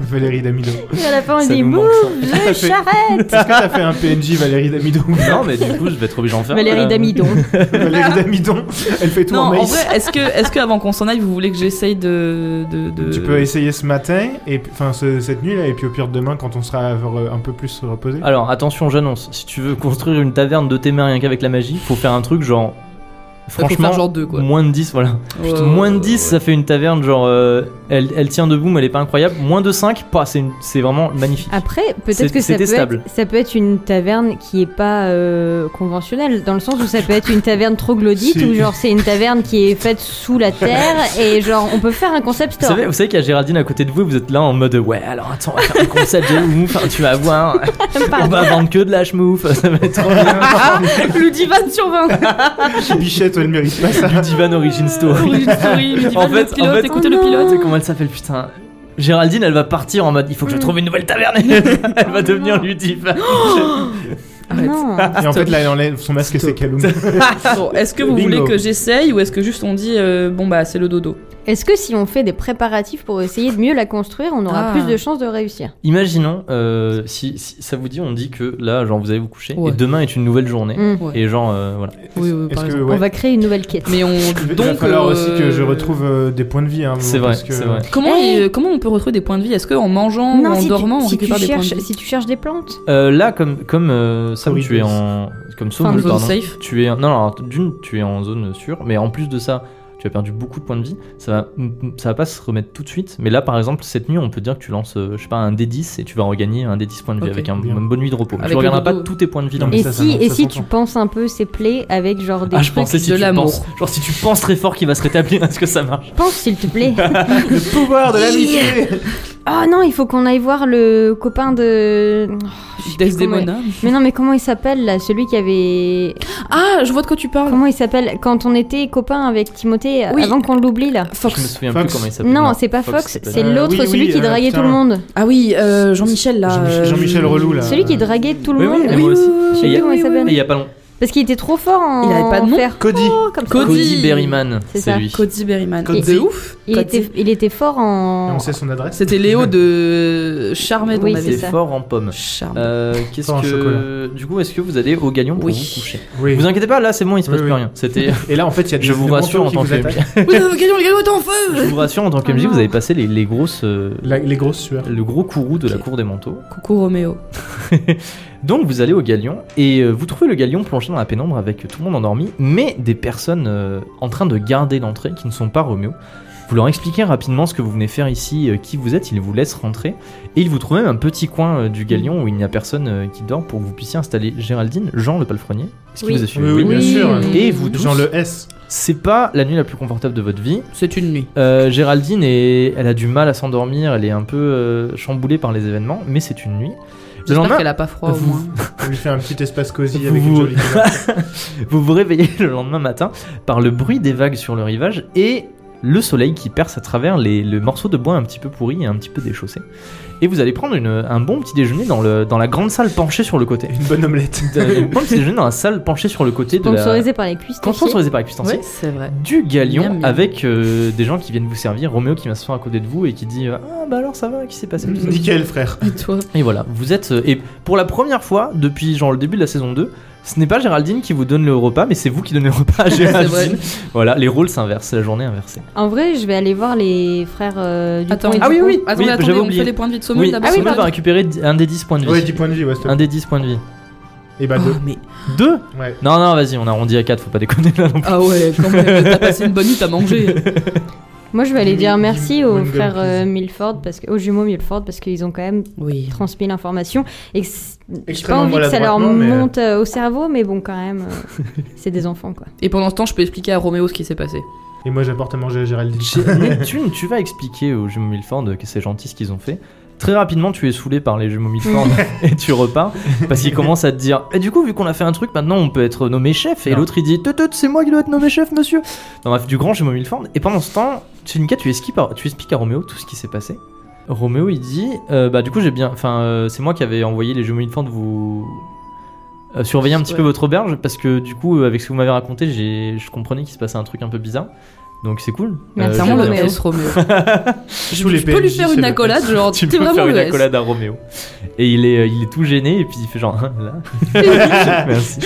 Speaker 3: Valérie Damido.
Speaker 2: Et à la fin on
Speaker 1: Ça
Speaker 2: dit
Speaker 1: nous manque,
Speaker 2: move
Speaker 1: ça.
Speaker 2: the
Speaker 3: fait-
Speaker 2: charrette.
Speaker 3: Est-ce que t'as fait un PNJ Valérie Damidon
Speaker 1: Non, mais du coup, je vais être obligé d'en faire.
Speaker 2: Valérie
Speaker 1: voilà.
Speaker 2: Damidon.
Speaker 3: Valérie Damidon, elle fait tout
Speaker 4: non,
Speaker 3: en
Speaker 4: en
Speaker 3: maïs.
Speaker 4: vrai, est-ce que, est-ce que avant qu'on s'en aille, vous voulez que j'essaye de, de, de-
Speaker 3: Tu peux essayer ce matin, et puis- enfin ce- cette nuit là, et puis au pire demain quand on sera re- un peu plus reposé.
Speaker 1: Alors attention, j'annonce, si tu veux construire une taverne de tes mains rien qu'avec la magie, faut faire un truc genre.
Speaker 4: Faut
Speaker 1: Franchement,
Speaker 4: faire genre deux quoi.
Speaker 1: moins de 10, voilà.
Speaker 4: Ouais,
Speaker 1: moins de
Speaker 4: ouais,
Speaker 1: 10, ça fait une taverne genre. euh, elle, elle tient debout, mais elle est pas incroyable. Moins de 5, pas, c'est une- c'est vraiment magnifique.
Speaker 4: Ah,
Speaker 2: Après,
Speaker 1: C'est-
Speaker 2: peut-être que
Speaker 1: c'est
Speaker 2: ça peut,
Speaker 1: testable.
Speaker 2: être, ça peut être une taverne qui est pas euh, conventionnelle, dans le sens où ça peut être une taverne troglodyte,
Speaker 3: Si.
Speaker 2: ou genre c'est une taverne qui est faite sous la terre, et genre on peut faire un concept
Speaker 1: Vous
Speaker 2: store.
Speaker 1: savez, vous savez qu'il y a Géraldine à côté de vous, vous êtes là en mode ouais, alors attends, on va faire un concept de ouf, hein, tu vas voir, on va vendre que de la schmouf, ça va être trop bien.
Speaker 2: Ah,
Speaker 4: ouais. Le divan sur 20.
Speaker 3: Bichette, elle mérite pas ça.
Speaker 1: Du divan Euh, origin story.
Speaker 4: Origin story, le divan,
Speaker 1: En fait-
Speaker 4: le pilote,
Speaker 1: en fait-
Speaker 4: écoutez
Speaker 2: Oh
Speaker 4: le
Speaker 1: Tu
Speaker 4: pilote.
Speaker 1: sais comment elle s'appelle, putain. Géraldine, elle va partir en mode il faut que je trouve une nouvelle taverne. elle va devenir Ludiva.
Speaker 4: Arrête.
Speaker 2: Non.
Speaker 3: Et en fait, là, elle enlève son masque et c'est
Speaker 1: Stop.
Speaker 3: Kaloum.
Speaker 4: Ah, Bon, est-ce que vous
Speaker 3: Bingo.
Speaker 4: voulez que j'essaye ou est-ce que juste on dit euh, bon bah c'est le dodo
Speaker 2: Est-ce que si on fait des préparatifs pour essayer de mieux la construire, on aura
Speaker 4: Ah.
Speaker 2: plus de chances de réussir
Speaker 1: Imaginons, euh, si, si ça vous dit, on dit que là, genre, vous allez vous coucher
Speaker 4: Ouais.
Speaker 1: et demain est une nouvelle journée.
Speaker 2: Mm.
Speaker 4: Ouais.
Speaker 1: Et genre, euh, voilà.
Speaker 4: Oui, oui,
Speaker 3: Est-ce
Speaker 4: par
Speaker 3: que,
Speaker 4: exemple.
Speaker 2: On
Speaker 3: ouais.
Speaker 2: va créer une nouvelle quête.
Speaker 4: Mais on
Speaker 3: Il va- Il
Speaker 4: donc
Speaker 3: va falloir
Speaker 4: euh,
Speaker 3: aussi que je retrouve euh, des points de vie. hein,
Speaker 1: C'est vrai,
Speaker 3: parce que-
Speaker 1: c'est vrai.
Speaker 4: Comment
Speaker 2: Hey.
Speaker 4: euh, comment on peut retrouver des points de vie Est-ce que en mangeant ou en
Speaker 2: Non, si,
Speaker 4: dormant
Speaker 2: tu,
Speaker 4: on
Speaker 2: si, tu
Speaker 4: récupère des
Speaker 2: cherches,
Speaker 4: points de vie
Speaker 2: si tu cherches des plantes,
Speaker 1: Euh, là, comme, comme euh, Sam,
Speaker 3: Oui,
Speaker 1: tu es
Speaker 3: oui.
Speaker 1: en. Comme Saul,
Speaker 4: Enfin,
Speaker 1: pardon.
Speaker 4: zone safe.
Speaker 1: Tu es. Non, non, d'une, tu es en zone sûre, mais en plus de ça. Tu as perdu beaucoup de points de vie, ça va, ça va pas se remettre tout de suite. Mais là, par exemple, cette nuit, on peut dire que tu lances, euh, je sais pas, un D10 et tu vas regagner un D10 points de vie
Speaker 4: Ok,
Speaker 1: avec un,
Speaker 3: bien.
Speaker 1: une bonne nuit de repos. Mais
Speaker 4: Avec
Speaker 1: tu
Speaker 4: le
Speaker 1: regarderas pas
Speaker 4: dodo.
Speaker 1: tous tes points de vie dans
Speaker 3: Non,
Speaker 1: le
Speaker 3: mais
Speaker 2: et
Speaker 3: ça, ça
Speaker 2: si,
Speaker 3: s'en-
Speaker 2: et
Speaker 3: ça
Speaker 2: si
Speaker 3: s'entend.
Speaker 2: tu penses un peu ces plaies avec genre des
Speaker 1: Ah, je
Speaker 2: trucs.
Speaker 1: pensais si
Speaker 4: de
Speaker 1: tu
Speaker 4: l'amour.
Speaker 1: penses. Genre, si tu penses très fort qu'il va se rétablir, est-ce que ça marche
Speaker 2: Pense s'il te plaît.
Speaker 3: Le pouvoir de l'amitié
Speaker 2: oh non, il faut qu'on aille voir le copain de. Oh, je sais plus comment il-
Speaker 4: Desdemona.
Speaker 2: Mais non, mais comment il s'appelle là Celui qui avait.
Speaker 4: Ah, je vois de quoi tu parles.
Speaker 2: Comment il s'appelle Quand on était copains avec Timothée, euh,
Speaker 4: Oui.
Speaker 2: avant qu'on l'oublie là.
Speaker 1: Je me
Speaker 4: Fox.
Speaker 1: souviens
Speaker 3: Fox.
Speaker 1: plus comment il s'appelle.
Speaker 2: Non, c'est pas Fox,
Speaker 1: s'appelle.
Speaker 2: c'est
Speaker 3: Euh,
Speaker 2: l'autre,
Speaker 3: oui,
Speaker 2: celui
Speaker 3: oui,
Speaker 2: qui
Speaker 3: euh,
Speaker 2: draguait
Speaker 3: putain.
Speaker 2: tout le monde.
Speaker 4: Ah oui, euh, Jean-Michel là.
Speaker 3: Jean-Mich-
Speaker 4: euh,
Speaker 3: Jean-Michel Relou, là.
Speaker 2: Celui qui draguait tout le
Speaker 1: Oui, oui,
Speaker 2: monde.
Speaker 1: oui, moi aussi.
Speaker 2: Je sais
Speaker 1: Et
Speaker 2: plus
Speaker 1: il y a-
Speaker 2: comment il s'appelle.
Speaker 1: Et il y a pas longtemps.
Speaker 2: Parce qu'il était trop fort en
Speaker 4: Il avait pas de nom
Speaker 2: faire-
Speaker 3: Cody.
Speaker 2: Oh, comme ça.
Speaker 4: Cody.
Speaker 1: Cody Berryman,
Speaker 2: C'est
Speaker 1: c'est
Speaker 2: ça.
Speaker 1: lui.
Speaker 4: Cody Berryman.
Speaker 3: Cody.
Speaker 4: De ouf.
Speaker 2: Il
Speaker 4: Cody.
Speaker 2: était, il était fort
Speaker 3: Et
Speaker 2: en.
Speaker 3: On sait son adresse.
Speaker 4: C'était Léo de Charmed,
Speaker 2: Oui,
Speaker 4: on
Speaker 1: C'est
Speaker 4: avait
Speaker 2: ça.
Speaker 1: fort en pomme.
Speaker 4: Charmed.
Speaker 1: Euh, Qu'est-ce
Speaker 3: Fort en
Speaker 1: que.
Speaker 3: chocolat.
Speaker 1: Du coup, est-ce que vous allez au galion pour
Speaker 4: Oui.
Speaker 1: vous coucher
Speaker 3: Oui.
Speaker 1: Vous inquiétez pas, là c'est bon, il se passe
Speaker 3: Oui,
Speaker 1: plus
Speaker 3: oui.
Speaker 1: rien. C'était.
Speaker 3: Et là, en fait, il y a des
Speaker 1: Je vous
Speaker 3: des
Speaker 1: rassure en
Speaker 3: manteaux
Speaker 1: tant
Speaker 3: qui
Speaker 1: que.
Speaker 3: vous attaquent.
Speaker 4: Oui, le gagnant, le gagnant est en
Speaker 1: Je
Speaker 4: feu
Speaker 1: vous rassure en tant que
Speaker 2: Ah
Speaker 1: MJ,
Speaker 2: non.
Speaker 1: vous avez passé les, les grosses. euh,
Speaker 3: La- Les grosses sueurs.
Speaker 1: Le gros courroux de la
Speaker 4: Ok.
Speaker 1: cour des manteaux.
Speaker 4: Coucou Roméo.
Speaker 1: Donc vous allez au galion et euh, vous trouvez le galion plongé dans la pénombre avec tout le monde endormi, mais des personnes euh, en train de garder l'entrée qui ne sont pas Roméo. Vous leur expliquez rapidement ce que vous venez faire ici, euh, qui vous êtes, ils vous laissent rentrer et ils vous trouvent même un petit coin euh, du galion où il n'y a personne euh, qui dort pour que vous puissiez installer Géraldine, Jean le palefrenier. Est-ce qu'il
Speaker 2: Oui.
Speaker 1: vous a suivi
Speaker 3: Oui, oui, bien
Speaker 4: Oui.
Speaker 3: sûr.
Speaker 1: Et vous tous,
Speaker 3: Jean le S.
Speaker 1: c'est pas la nuit la plus confortable de votre vie.
Speaker 4: C'est une nuit.
Speaker 1: Euh, Géraldine, est, elle a du mal à s'endormir, elle est un peu euh, chamboulée par les événements, mais c'est une nuit. Le
Speaker 4: J'espère
Speaker 1: lendemain,
Speaker 4: qu'elle a pas froid au
Speaker 1: vous-
Speaker 4: moins.
Speaker 3: On lui fait un petit espace cosy
Speaker 1: Vous-
Speaker 3: avec une jolie cravate.
Speaker 1: Vous vous réveillez le lendemain matin par le bruit des vagues sur le rivage et le soleil qui perce à travers les, le morceau de bois un petit peu pourri et un petit peu déchaussé. Et vous allez prendre une- un bon petit déjeuner dans, le, dans la grande salle penchée sur le côté.
Speaker 3: Une bonne omelette.
Speaker 1: un bon petit déjeuner dans la salle penchée sur le côté de la...
Speaker 2: Sponsorisé par les cuisses.
Speaker 1: Sponsorisé par Cuistancier.
Speaker 4: Oui, c'est vrai.
Speaker 1: Du galion
Speaker 4: Miam, miam.
Speaker 1: avec euh, des gens qui viennent vous servir. Roméo qui va se faire à côté de vous et qui dit euh, Ah bah alors ça va, qui s'est passé tout ça
Speaker 3: Nickel, frère.
Speaker 4: Et toi
Speaker 1: Et voilà, vous êtes. euh, Et pour la première fois depuis genre le début de la saison 2, ce n'est pas Géraldine qui vous donne le repas, mais c'est vous qui donnez le repas à Géraldine. voilà, les rôles s'inversent, c'est la journée inversée.
Speaker 2: En vrai, je vais aller voir les frères euh, du
Speaker 4: Attends,
Speaker 2: coin et
Speaker 1: Ah
Speaker 2: du
Speaker 1: oui,
Speaker 2: coin.
Speaker 1: oui,
Speaker 4: Attendez,
Speaker 1: oui,
Speaker 4: attendez,
Speaker 1: j'avais
Speaker 4: on
Speaker 1: oublié.
Speaker 4: fait les points de vie de Sommel
Speaker 1: Oui,
Speaker 4: d'abord.
Speaker 1: Sommel
Speaker 4: Sommel
Speaker 1: va récupérer d- un des 10 points de vie.
Speaker 3: Ouais, 10 points de vie, ouais, s'il te
Speaker 1: Un Ah.
Speaker 3: plaît.
Speaker 1: des 10 points de vie.
Speaker 3: Et bah,
Speaker 4: Oh,
Speaker 3: 2.
Speaker 4: mais...
Speaker 1: Deux
Speaker 3: Ouais.
Speaker 1: Non, non, vas-y, on arrondit à 4, faut pas déconner là non plus.
Speaker 4: Ah ouais, quand même, t'as passé une bonne nuit, t'as mangé.
Speaker 2: Moi, je vais aller
Speaker 3: Jimmy-
Speaker 2: dire
Speaker 3: Jimmy
Speaker 2: merci aux
Speaker 3: Montgomery.
Speaker 2: frères euh, Milford, parce que, aux jumeaux Milford, parce qu'ils ont quand même
Speaker 4: Oui.
Speaker 2: transmis l'information. Et que c'est- j'ai pas
Speaker 3: Extrêmement
Speaker 2: envie que ça leur
Speaker 3: maladroitement, mais-
Speaker 2: monte euh, au cerveau, mais bon, quand même, euh, c'est des enfants, quoi.
Speaker 4: Et pendant ce temps, je peux expliquer à Roméo ce qui s'est passé.
Speaker 1: Euh,
Speaker 3: Et euh, moi, j'apporte à manger à Géraldine.
Speaker 1: Chez Neptune, tu vas expliquer aux jumeaux Milford que c'est gentil ce qu'ils ont fait. Très rapidement, tu es saoulé par les jumeaux Milford et tu repars parce qu'ils commencent à te dire Et du coup, vu qu'on a fait un truc, maintenant on peut être nommé chef. Et
Speaker 3: Non.
Speaker 1: l'autre il dit Teut, teut, C'est moi qui dois être nommé chef, monsieur. Non, bref, du grand jumeau Milford. Et pendant ce temps, Tchinka, tu, esquipes à- tu expliques à Roméo tout ce qui s'est passé. Roméo il dit Euh, Bah, du coup, j'ai bien. Enfin, euh, c'est moi qui avais envoyé les jumeaux Milford vous. euh, surveiller un petit peu
Speaker 4: Ouais.
Speaker 1: votre auberge parce que du coup, euh, avec ce que vous m'avez raconté, j'ai- je comprenais qu'il se passait un truc un peu bizarre. Donc c'est cool. Euh,
Speaker 2: Merci,
Speaker 1: je
Speaker 4: Clairement,
Speaker 1: veux
Speaker 4: le
Speaker 1: dire-
Speaker 2: Roméo.
Speaker 4: S Roméo. je
Speaker 3: Tous les
Speaker 4: je peux lui
Speaker 3: PNJ,
Speaker 4: faire
Speaker 3: c'est
Speaker 4: une
Speaker 3: le
Speaker 4: accolade, genre,
Speaker 1: Tu
Speaker 4: t'es
Speaker 1: peux
Speaker 4: vraiment
Speaker 1: faire une
Speaker 4: le S.
Speaker 1: accolade à Roméo. Et il est, euh, il est tout gêné, et puis il fait genre, Hein, là. Merci.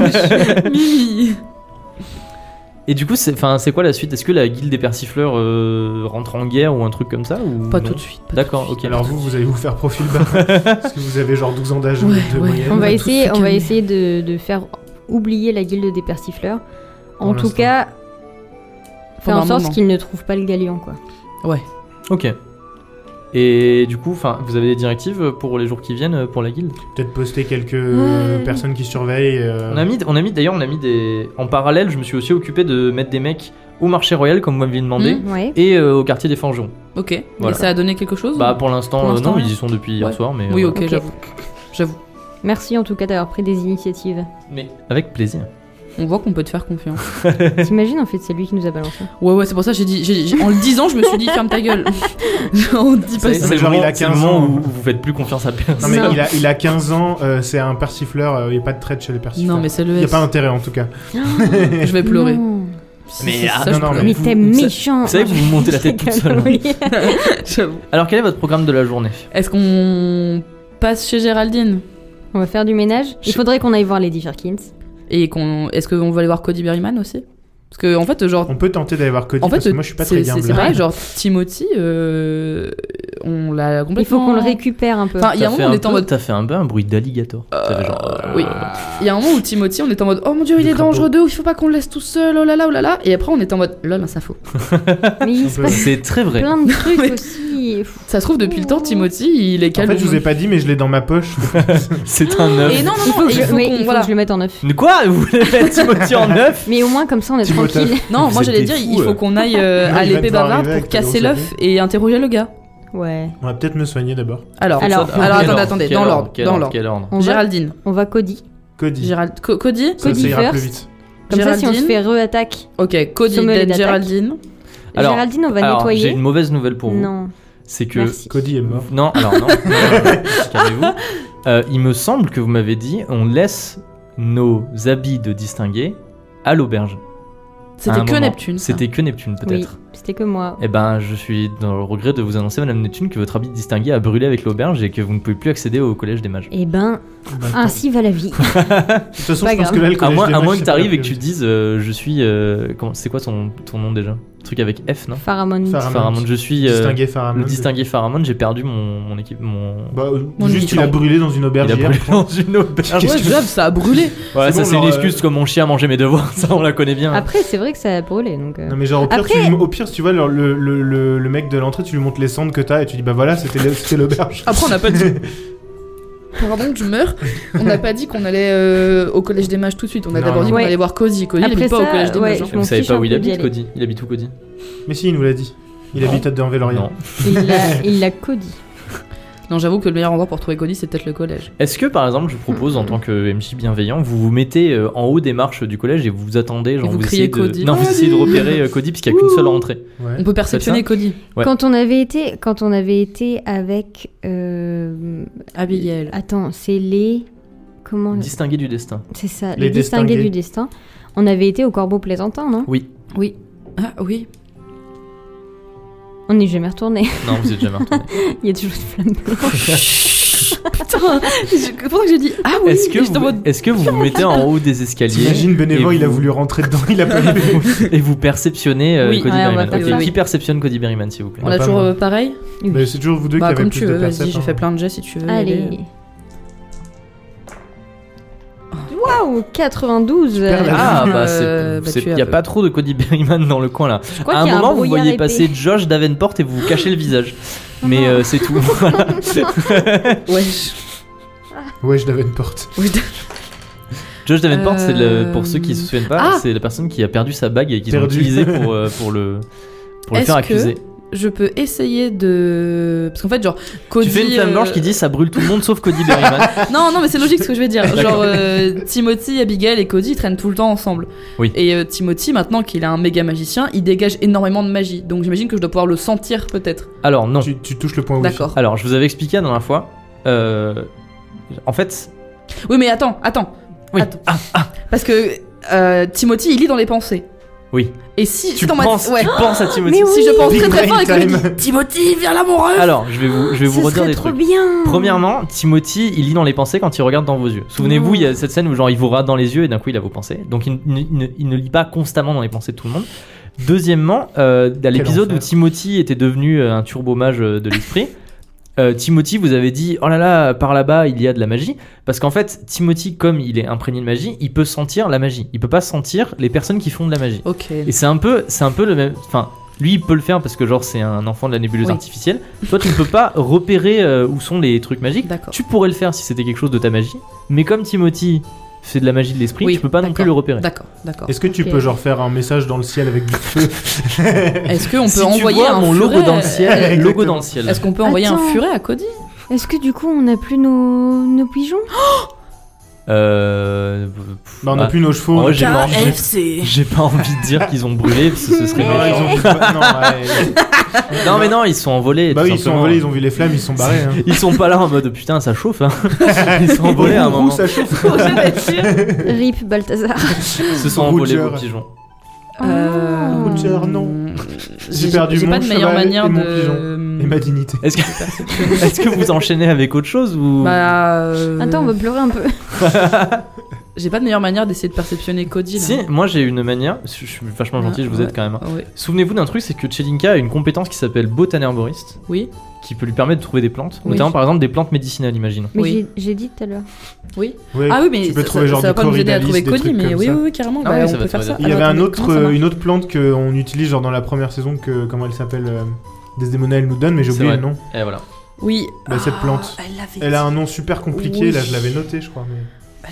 Speaker 4: Mimi.
Speaker 1: Et du coup, c'est 'fin, c'est quoi la suite Est-ce que la guilde des persifleurs euh, rentre en guerre ou un truc comme ça ou
Speaker 4: Pas
Speaker 1: non
Speaker 4: tout de suite. pas
Speaker 1: D'accord,
Speaker 4: tout de
Speaker 1: ok.
Speaker 4: suite.
Speaker 3: Alors, vous, vous allez vous faire profil bas. parce que vous avez genre 12 ans d'âge.
Speaker 4: Ouais,
Speaker 3: de
Speaker 4: ouais.
Speaker 3: moyenne.
Speaker 2: On
Speaker 4: On
Speaker 2: va
Speaker 4: va tous
Speaker 2: essayer,
Speaker 4: se
Speaker 2: on va
Speaker 4: calmer.
Speaker 2: essayer de, de faire oublier la guilde des persifleurs. En
Speaker 3: Pour
Speaker 2: tout
Speaker 3: l'instant.
Speaker 2: cas, faire
Speaker 4: Pendant un
Speaker 2: en sorte
Speaker 4: moment.
Speaker 2: qu'ils ne trouvent pas le galion, quoi.
Speaker 4: Ouais.
Speaker 1: Ok. Et du coup, 'fin, vous avez des directives pour les jours qui viennent euh, pour la guilde
Speaker 3: Peut-être poster quelques
Speaker 2: Ouais.
Speaker 3: personnes qui surveillent. euh,
Speaker 1: On a mis, on a mis d'ailleurs, on a mis des. En parallèle, je me suis aussi occupé de mettre des mecs au marché royal, comme vous m'aviez demandé,
Speaker 4: Mhm.
Speaker 2: Ouais.
Speaker 1: et euh, au quartier des forgerons.
Speaker 4: Ok.
Speaker 1: Voilà.
Speaker 4: Et ça a donné quelque chose
Speaker 1: Bah,
Speaker 4: ou-
Speaker 1: pour l'instant,
Speaker 4: Pour
Speaker 1: euh,
Speaker 4: l'instant,
Speaker 1: non,
Speaker 4: rien.
Speaker 1: ils y sont depuis hier
Speaker 4: Ouais.
Speaker 1: soir, mais.
Speaker 4: Oui,
Speaker 1: euh,
Speaker 4: ok,
Speaker 2: Ok.
Speaker 4: j'avoue. J'avoue.
Speaker 2: Merci en tout cas d'avoir pris des initiatives.
Speaker 1: Mais avec plaisir.
Speaker 4: On voit qu'on peut te faire confiance.
Speaker 2: T'imagines en fait, c'est lui qui nous a balancé.
Speaker 4: Ouais, ouais, c'est pour ça que j'ai dit. j'ai- j'ai- en le disant, je me suis dit, ferme ta gueule. On dit pas
Speaker 1: C'est
Speaker 4: ça.
Speaker 1: c'est le
Speaker 3: Genre, il
Speaker 1: moment,
Speaker 3: a
Speaker 1: c'est le
Speaker 3: 15
Speaker 1: moment
Speaker 3: ans.
Speaker 1: où vous faites plus confiance à
Speaker 3: Non,
Speaker 1: personne.
Speaker 3: mais
Speaker 4: Non.
Speaker 3: il a, il a 15 ans, euh, c'est un persifleur, euh, il n'y a pas de trait chez les persifleurs.
Speaker 4: Non, mais c'est le.
Speaker 3: Il n'y a
Speaker 4: S.
Speaker 3: pas intérêt en tout cas.
Speaker 4: Je vais pleurer. Euh,
Speaker 2: Non.
Speaker 4: Si,
Speaker 1: Mais
Speaker 4: si,
Speaker 1: ah,
Speaker 4: ça, je
Speaker 3: non, non,
Speaker 4: pleure.
Speaker 2: Mais
Speaker 1: Vous-
Speaker 2: t'es
Speaker 1: vous-
Speaker 2: méchant.
Speaker 1: Vous savez que vous vous montez la tête toute seule.
Speaker 4: J'avoue.
Speaker 1: Alors, quel est votre programme de la journée
Speaker 4: Est-ce qu'on passe chez Géraldine
Speaker 2: On va faire du ménage. Il
Speaker 4: Je-
Speaker 2: faudrait qu'on aille voir Lady Firkins.
Speaker 4: Et qu'on. Est-ce qu'on va aller voir Cody Berryman aussi Parce que, en fait, genre.
Speaker 3: On peut tenter d'aller voir Cody
Speaker 4: En fait,
Speaker 3: parce que moi je suis pas très
Speaker 4: c'est-
Speaker 3: gamble.
Speaker 4: c'est c'est pareil, genre Timothy, euh, on l'a complètement.
Speaker 2: Il faut qu'on le récupère un peu.
Speaker 4: Enfin, Ah, il y a un
Speaker 1: T'as
Speaker 4: moment,
Speaker 1: fait
Speaker 4: on
Speaker 1: un
Speaker 4: était en
Speaker 1: peu-
Speaker 4: mode.
Speaker 1: T'as fait un peu un bruit d'alligator. Ça fait genre, euh,
Speaker 4: oui. Il y a un moment où Timothy, on était en mode Oh mon dieu,
Speaker 3: Le
Speaker 4: il est
Speaker 3: crapaud.
Speaker 4: dangereux, il faut pas qu'on le laisse tout seul, oh là là, oh là là. Et après, on était en mode Lol, un sapho.
Speaker 2: Mais il se
Speaker 3: Un peu.
Speaker 2: passe
Speaker 1: euh, C'est très vrai.
Speaker 2: plein de trucs
Speaker 4: Mais-
Speaker 2: aussi.
Speaker 4: Ça se trouve, depuis le temps, Timothy, il est
Speaker 3: En
Speaker 4: calme.
Speaker 3: fait, je vous ai pas dit, mais je l'ai dans ma poche.
Speaker 1: C'est un œuf.
Speaker 4: Et non, non,
Speaker 2: Il
Speaker 4: non,
Speaker 2: faut que
Speaker 4: il
Speaker 2: je,
Speaker 4: faut
Speaker 2: oui, il
Speaker 4: qu'on.
Speaker 2: faut
Speaker 4: Voilà.
Speaker 2: que je le mette en œuf.
Speaker 1: Mais Quoi Vous voulez mettre Timothy en œuf
Speaker 2: Mais au moins, comme ça, on est
Speaker 3: Timothée.
Speaker 2: tranquille.
Speaker 4: Non,
Speaker 3: Vous
Speaker 4: moi
Speaker 3: êtes
Speaker 4: j'allais
Speaker 3: des
Speaker 4: dire, il
Speaker 3: fous,
Speaker 4: faut
Speaker 3: euh.
Speaker 4: qu'on aille euh,
Speaker 3: Non,
Speaker 4: à
Speaker 3: il va
Speaker 4: l'épée
Speaker 3: devoir
Speaker 4: bavard
Speaker 3: arriver
Speaker 4: pour
Speaker 3: avec
Speaker 4: casser
Speaker 3: le gros
Speaker 4: l'œuf et interroger le gars.
Speaker 2: Ouais.
Speaker 3: On va peut-être me soigner d'abord.
Speaker 4: Alors,
Speaker 2: Alors,
Speaker 4: alors, attendez, attendez, dans l'ordre, dans l'ordre.
Speaker 1: Quel ordre
Speaker 2: On va,
Speaker 4: Géraldine.
Speaker 2: on va Cody.
Speaker 3: Cody.
Speaker 4: Gérald... Co- Cody
Speaker 3: ça,
Speaker 2: Cody
Speaker 3: ça ira plus
Speaker 2: first.
Speaker 3: vite.
Speaker 2: Comme ça, si on se
Speaker 4: Géraldine.
Speaker 2: fait re-attaque,
Speaker 4: Ok, Cody
Speaker 2: Sommeil
Speaker 4: dead
Speaker 2: d'attaque.
Speaker 4: Géraldine.
Speaker 1: Alors,
Speaker 2: Géraldine, on va
Speaker 1: Alors, j'ai
Speaker 2: nettoyer.
Speaker 1: une mauvaise nouvelle pour vous.
Speaker 2: Non,
Speaker 1: C'est que.
Speaker 2: merci.
Speaker 3: Cody est mort.
Speaker 1: Non, alors non. non, non, calmez-vous. Euh, il me semble que vous m'avez dit on laisse nos habits de distinguer à l'auberge. À
Speaker 4: C'était
Speaker 1: un
Speaker 4: que
Speaker 1: moment.
Speaker 4: Neptune. ça.
Speaker 1: C'était que Neptune,
Speaker 2: Oui,
Speaker 1: peut-être.
Speaker 2: c'était que moi.
Speaker 1: Eh ben, je suis dans le regret de vous annoncer, Madame Neptune, que votre habit distingué a brûlé avec l'auberge et que vous ne pouvez plus accéder au collège des mages.
Speaker 2: Eh ben,
Speaker 3: Bah, attends.
Speaker 2: ainsi va la vie.
Speaker 3: De toute façon,
Speaker 2: pas
Speaker 3: je pense
Speaker 2: grave.
Speaker 3: que là, le
Speaker 1: À
Speaker 3: collège
Speaker 1: moins,
Speaker 3: des
Speaker 1: à
Speaker 3: mages,
Speaker 1: moins
Speaker 3: c'est
Speaker 1: que
Speaker 3: pas
Speaker 1: t'arrives
Speaker 3: la
Speaker 1: et que tu
Speaker 3: priorité.
Speaker 1: dises, euh, je suis. euh, comment- c'est quoi ton, ton nom déjà Un truc avec F, non
Speaker 2: Pharamond.
Speaker 3: Pharamond.
Speaker 1: Pharamond. Je suis euh,
Speaker 3: Distinguer Faramond.
Speaker 1: le distingué Pharamond, j'ai perdu mon, mon équipe. Mon...
Speaker 3: Bah, euh,
Speaker 4: Mon
Speaker 3: juste, il a
Speaker 4: uniforme.
Speaker 3: brûlé dans une auberge
Speaker 1: Il a
Speaker 3: hier.
Speaker 1: brûlé dans une auberge.
Speaker 4: Ah ouais,
Speaker 3: Qu'est-ce que-
Speaker 4: grave, ça a brûlé.
Speaker 1: Ouais, ça
Speaker 3: C'est bon,
Speaker 1: c'est
Speaker 3: genre,
Speaker 1: une
Speaker 3: euh,
Speaker 1: excuse comme mon chien mangeait mes devoirs, ça on la connaît bien.
Speaker 2: Après, c'est vrai que ça a brûlé, donc... euh,
Speaker 3: Non, mais genre, au pire,
Speaker 2: Après-
Speaker 3: tu, au pire, si tu vois, le, le, le- le- le mec de l'entrée, tu lui montres les cendres que t'as et tu dis, bah voilà, c'était le- c'était l'auberge.
Speaker 4: Après, on n'a pas dit. Pardon, je meurs. On n'a pas dit qu'on allait euh, au collège des mages tout de suite. On a
Speaker 3: Non,
Speaker 4: d'abord dit
Speaker 2: non.
Speaker 4: qu'on
Speaker 2: Ouais.
Speaker 4: allait voir Cody. Cody, il
Speaker 2: Après
Speaker 4: est pas au
Speaker 2: ça,
Speaker 4: collège des
Speaker 2: ouais,
Speaker 4: mages. hein.
Speaker 2: je m'en
Speaker 1: vous savez
Speaker 2: fiche
Speaker 1: pas
Speaker 2: un
Speaker 1: où il
Speaker 2: peu d'y
Speaker 1: habite
Speaker 2: aller.
Speaker 1: Cody Il habite où Cody
Speaker 3: Mais si, il nous l'a dit. Il
Speaker 1: Non.
Speaker 3: habite à Denvelorien.
Speaker 1: Non.
Speaker 2: Il a, il a Cody.
Speaker 4: Non, j'avoue que le meilleur endroit pour trouver Cody, c'est peut-être le collège.
Speaker 1: Est-ce que par exemple, je vous propose en tant que MJ bienveillant, vous vous mettez euh, en haut des marches du collège et vous vous attendez, genre
Speaker 4: vous
Speaker 1: essayez
Speaker 4: criez Cody.
Speaker 1: de... Non, vous essayez de repérer euh, Cody puisqu'il n'y a qu'une seule rentrée.
Speaker 4: On
Speaker 3: Ouais.
Speaker 4: peut perceptionner Cody.
Speaker 1: Ouais.
Speaker 2: Quand on avait été, quand on avait été avec, euh,
Speaker 4: Abigail.
Speaker 2: attends, c'est les, comment,
Speaker 1: Distingué du destin.
Speaker 2: c'est ça,
Speaker 3: Les
Speaker 2: les, distingués,
Speaker 3: distingués.
Speaker 2: du destin. On avait été au Corbeau Plaisantin, non
Speaker 1: Oui.
Speaker 4: Oui. Ah oui.
Speaker 2: On n'est jamais retourné.
Speaker 1: Non, vous êtes jamais retourné.
Speaker 2: il y a toujours une flamme.
Speaker 1: Oh,
Speaker 4: Putain, je- c'est pour ça que j'ai dit ah oui.
Speaker 1: Est-ce que,
Speaker 4: et j'étais en
Speaker 1: vous...
Speaker 4: mode,
Speaker 1: est-ce que vous vous mettez en haut des escaliers
Speaker 3: T'imagines, Bénévent,
Speaker 1: Et
Speaker 3: il a
Speaker 1: vous-
Speaker 3: voulu rentrer dedans, il a pas vu.
Speaker 1: et vous perceptionnez euh,
Speaker 4: Oui,
Speaker 1: Cody
Speaker 2: ouais, on va
Speaker 1: Berryman
Speaker 2: faire
Speaker 1: Ok,
Speaker 4: ça, oui.
Speaker 1: Qui perceptionne Cody Berryman s'il vous plaît
Speaker 4: On a
Speaker 3: pas
Speaker 4: toujours
Speaker 3: moi.
Speaker 4: euh, pareil.
Speaker 3: Mais c'est toujours vous deux
Speaker 4: Bah
Speaker 3: qui avez
Speaker 4: comme
Speaker 3: plus
Speaker 4: tu
Speaker 3: de
Speaker 4: veux.
Speaker 3: perception.
Speaker 4: Vas-y, j'ai
Speaker 1: hein.
Speaker 4: fait plein de jets si tu veux. y aller.
Speaker 2: Allez. Waouh, 92.
Speaker 3: Super, là.
Speaker 1: Ah bah
Speaker 4: Euh, bah,
Speaker 1: c'est,
Speaker 4: tu es
Speaker 1: il y a
Speaker 4: un peu.
Speaker 1: pas trop de Cody Berryman dans le coin là.
Speaker 2: je crois
Speaker 1: à un
Speaker 2: qu'il y a
Speaker 1: moment vous
Speaker 2: brouillard
Speaker 1: voyez
Speaker 2: épais.
Speaker 1: passer Josh Davenport et vous vous cachez le visage. Mais euh, c'est tout. Voilà.
Speaker 4: Ouais. je-
Speaker 3: Ouais, je l'avais une porte.
Speaker 4: ouais, je-
Speaker 1: Josh Davenport, c'est le,
Speaker 4: Euh,
Speaker 1: pour ceux qui se souviennent pas,
Speaker 4: ah
Speaker 1: c'est la personne qui a perdu sa bague et qu'ils ont
Speaker 3: Perdu.
Speaker 1: utilisée pour, euh, pour le pour le
Speaker 4: Est-ce
Speaker 1: faire
Speaker 4: que
Speaker 1: accuser.
Speaker 4: Je peux essayer de parce qu'en fait genre Cody.
Speaker 1: tu fais une flamme
Speaker 4: euh,
Speaker 1: blanche qui dit ça brûle tout le monde sauf Cody Berryman.
Speaker 4: Non, non, mais c'est logique ce que je vais dire.
Speaker 1: D'accord.
Speaker 4: Genre, euh, Timothy, Abigail et Cody ils traînent tout le temps ensemble.
Speaker 1: Oui.
Speaker 4: Et euh, Timothy, maintenant qu'il a un méga magicien, il dégage énormément de magie. Donc j'imagine que je dois pouvoir le sentir peut-être.
Speaker 1: Alors non.
Speaker 3: Tu, tu touches le point où
Speaker 4: D'accord.
Speaker 1: Alors je vous avais expliqué la dernière fois. euh, en fait,
Speaker 4: Oui, mais attends, attends.
Speaker 1: oui. Ah,
Speaker 4: Attends. Parce que euh, Timothy, il lit dans les pensées.
Speaker 1: Oui.
Speaker 4: Et si,
Speaker 1: Tu
Speaker 4: dans ma-
Speaker 1: penses,
Speaker 4: ouais.
Speaker 1: tu penses à Timothy.
Speaker 2: Mais oui.
Speaker 4: si je pense
Speaker 3: Big
Speaker 4: très très
Speaker 3: brain
Speaker 4: fort et que je
Speaker 3: time.
Speaker 4: dis Timothy, viens là, mon ref
Speaker 1: Alors, je vais vous, je vais vous
Speaker 2: Ce
Speaker 1: redire
Speaker 2: serait
Speaker 1: des
Speaker 2: trop
Speaker 1: trucs.
Speaker 2: bien.
Speaker 1: Premièrement, Timothy, il lit dans les pensées quand il regarde dans vos yeux. Souvenez-vous,
Speaker 2: Non.
Speaker 1: il y a cette scène où genre il vous regarde dans les yeux et d'un coup il a vos pensées. Donc il, ne- il ne- il ne lit pas constamment dans les pensées de tout le monde. Deuxièmement, euh, à l'épisode où
Speaker 3: enfer.
Speaker 1: Timothy était devenu euh, un turbomage euh, de l'esprit, euh, Timothy vous avait dit oh là là par là-bas il y a de la magie parce qu'en fait Timothy comme il est imprégné de magie, il peut sentir la magie. Il peut pas sentir les personnes qui font de la magie.
Speaker 4: Ok.
Speaker 1: Et c'est un peu, c'est un peu le même. Enfin, lui, il peut le faire parce que genre c'est un enfant de la nébuleuse
Speaker 4: Oui.
Speaker 1: artificielle. Toi, tu ne peux pas repérer euh, où sont les trucs magiques.
Speaker 4: D'accord.
Speaker 1: Tu pourrais le faire si c'était quelque chose de ta magie, mais comme Timothy fait de la magie de l'esprit,
Speaker 4: Oui,
Speaker 1: tu peux pas non plus
Speaker 4: d'accord.
Speaker 1: le repérer.
Speaker 4: D'accord, d'accord.
Speaker 3: Est-ce que tu
Speaker 2: Ok.
Speaker 3: peux genre faire un message dans le ciel avec du feu
Speaker 4: Est-ce qu'on peut
Speaker 1: si
Speaker 4: envoyer
Speaker 1: tu vois
Speaker 4: un
Speaker 1: mon
Speaker 4: furet- euh,
Speaker 1: logo dans le ciel,
Speaker 3: Exactement.
Speaker 1: logo dans le ciel.
Speaker 4: Est-ce qu'on peut envoyer un
Speaker 2: Attends.
Speaker 4: furet à Cody
Speaker 2: Est-ce que du coup on n'a plus nos, nos pigeons
Speaker 1: Euh, pff,
Speaker 3: Bah, on a
Speaker 1: ah,
Speaker 3: plus nos
Speaker 1: en
Speaker 3: chevaux.
Speaker 1: vrai,
Speaker 3: on
Speaker 1: j'ai
Speaker 3: est
Speaker 1: pas-
Speaker 3: morts.
Speaker 1: j'ai- J'ai pas envie de dire qu'ils ont brûlé, parce que ce serait
Speaker 3: Non,
Speaker 1: méchant.
Speaker 3: ils ont- non, ouais.
Speaker 1: Non, mais non, ils sont envolés.
Speaker 3: Bah
Speaker 1: tout
Speaker 3: oui, ils sont
Speaker 1: simplement.
Speaker 3: envolés, ils ont vu les flammes, ils se sont barrés. hein.
Speaker 1: Ils sont pas là en mode putain, ça chauffe. Hein. Ils sont envolés à un
Speaker 3: Ouh,
Speaker 1: moment.
Speaker 3: ça chauffe.
Speaker 2: Rip Balthazar.
Speaker 1: Ils se sont envolés
Speaker 3: Roger.
Speaker 1: vos pigeons.
Speaker 4: Euh,
Speaker 3: Roger, Ah, non. J'ai
Speaker 4: j'ai-
Speaker 3: perdu
Speaker 4: j'ai
Speaker 3: mon
Speaker 4: pas de meilleure
Speaker 3: cheval et
Speaker 4: manière
Speaker 3: mon
Speaker 4: de.
Speaker 3: Et ma dignité.
Speaker 1: Est-ce que, est-ce que vous enchaînez avec autre chose ou
Speaker 4: Bah, euh,
Speaker 2: Attends, on va pleurer un peu.
Speaker 4: J'ai pas de meilleure manière d'essayer de perceptionner Cody. là.
Speaker 1: Si, moi j'ai une manière. Je suis vachement gentil, je vous aide
Speaker 4: Ouais.
Speaker 1: quand même. hein.
Speaker 4: Ah ouais.
Speaker 1: Souvenez-vous d'un truc, c'est que Chelinka a une compétence qui s'appelle botan herboriste,
Speaker 4: Oui.
Speaker 1: qui peut lui permettre de trouver des plantes,
Speaker 4: Oui.
Speaker 1: notamment par exemple des plantes médicinales, imagine.
Speaker 2: Mais
Speaker 4: Oui.
Speaker 2: j'ai- j'ai dit tout à l'heure.
Speaker 4: Oui.
Speaker 3: Ouais,
Speaker 4: Ah oui, mais
Speaker 3: tu peux
Speaker 4: ça,
Speaker 3: trouver
Speaker 4: ça-
Speaker 3: genre
Speaker 4: ça va
Speaker 3: du
Speaker 4: pas nous aider à trouver
Speaker 3: Corydallis, des
Speaker 4: Cody,
Speaker 3: trucs
Speaker 4: mais
Speaker 3: comme
Speaker 4: oui,
Speaker 3: ça.
Speaker 4: oui, oui, carrément.
Speaker 1: Ah
Speaker 4: bah,
Speaker 1: oui, ça
Speaker 4: on
Speaker 1: va
Speaker 4: peut
Speaker 1: te
Speaker 4: faire
Speaker 1: aider.
Speaker 4: ça.
Speaker 3: Il y avait
Speaker 4: Attends,
Speaker 3: un
Speaker 4: attendez,
Speaker 3: autre,
Speaker 4: comment ça
Speaker 3: euh,
Speaker 4: marche
Speaker 3: une autre plante que on utilise genre dans la première saison que comment elle s'appelle euh, Desdemona elle nous donne mais j'ai
Speaker 1: C'est
Speaker 3: oublié le
Speaker 1: vrai.
Speaker 3: nom.
Speaker 1: Et voilà.
Speaker 4: Oui. Ah,
Speaker 3: Bah, cette plante.
Speaker 4: Elle l'avait
Speaker 3: Elle a un nom super compliqué
Speaker 4: Oui.
Speaker 3: là je l'avais noté je crois. mais-
Speaker 4: dit.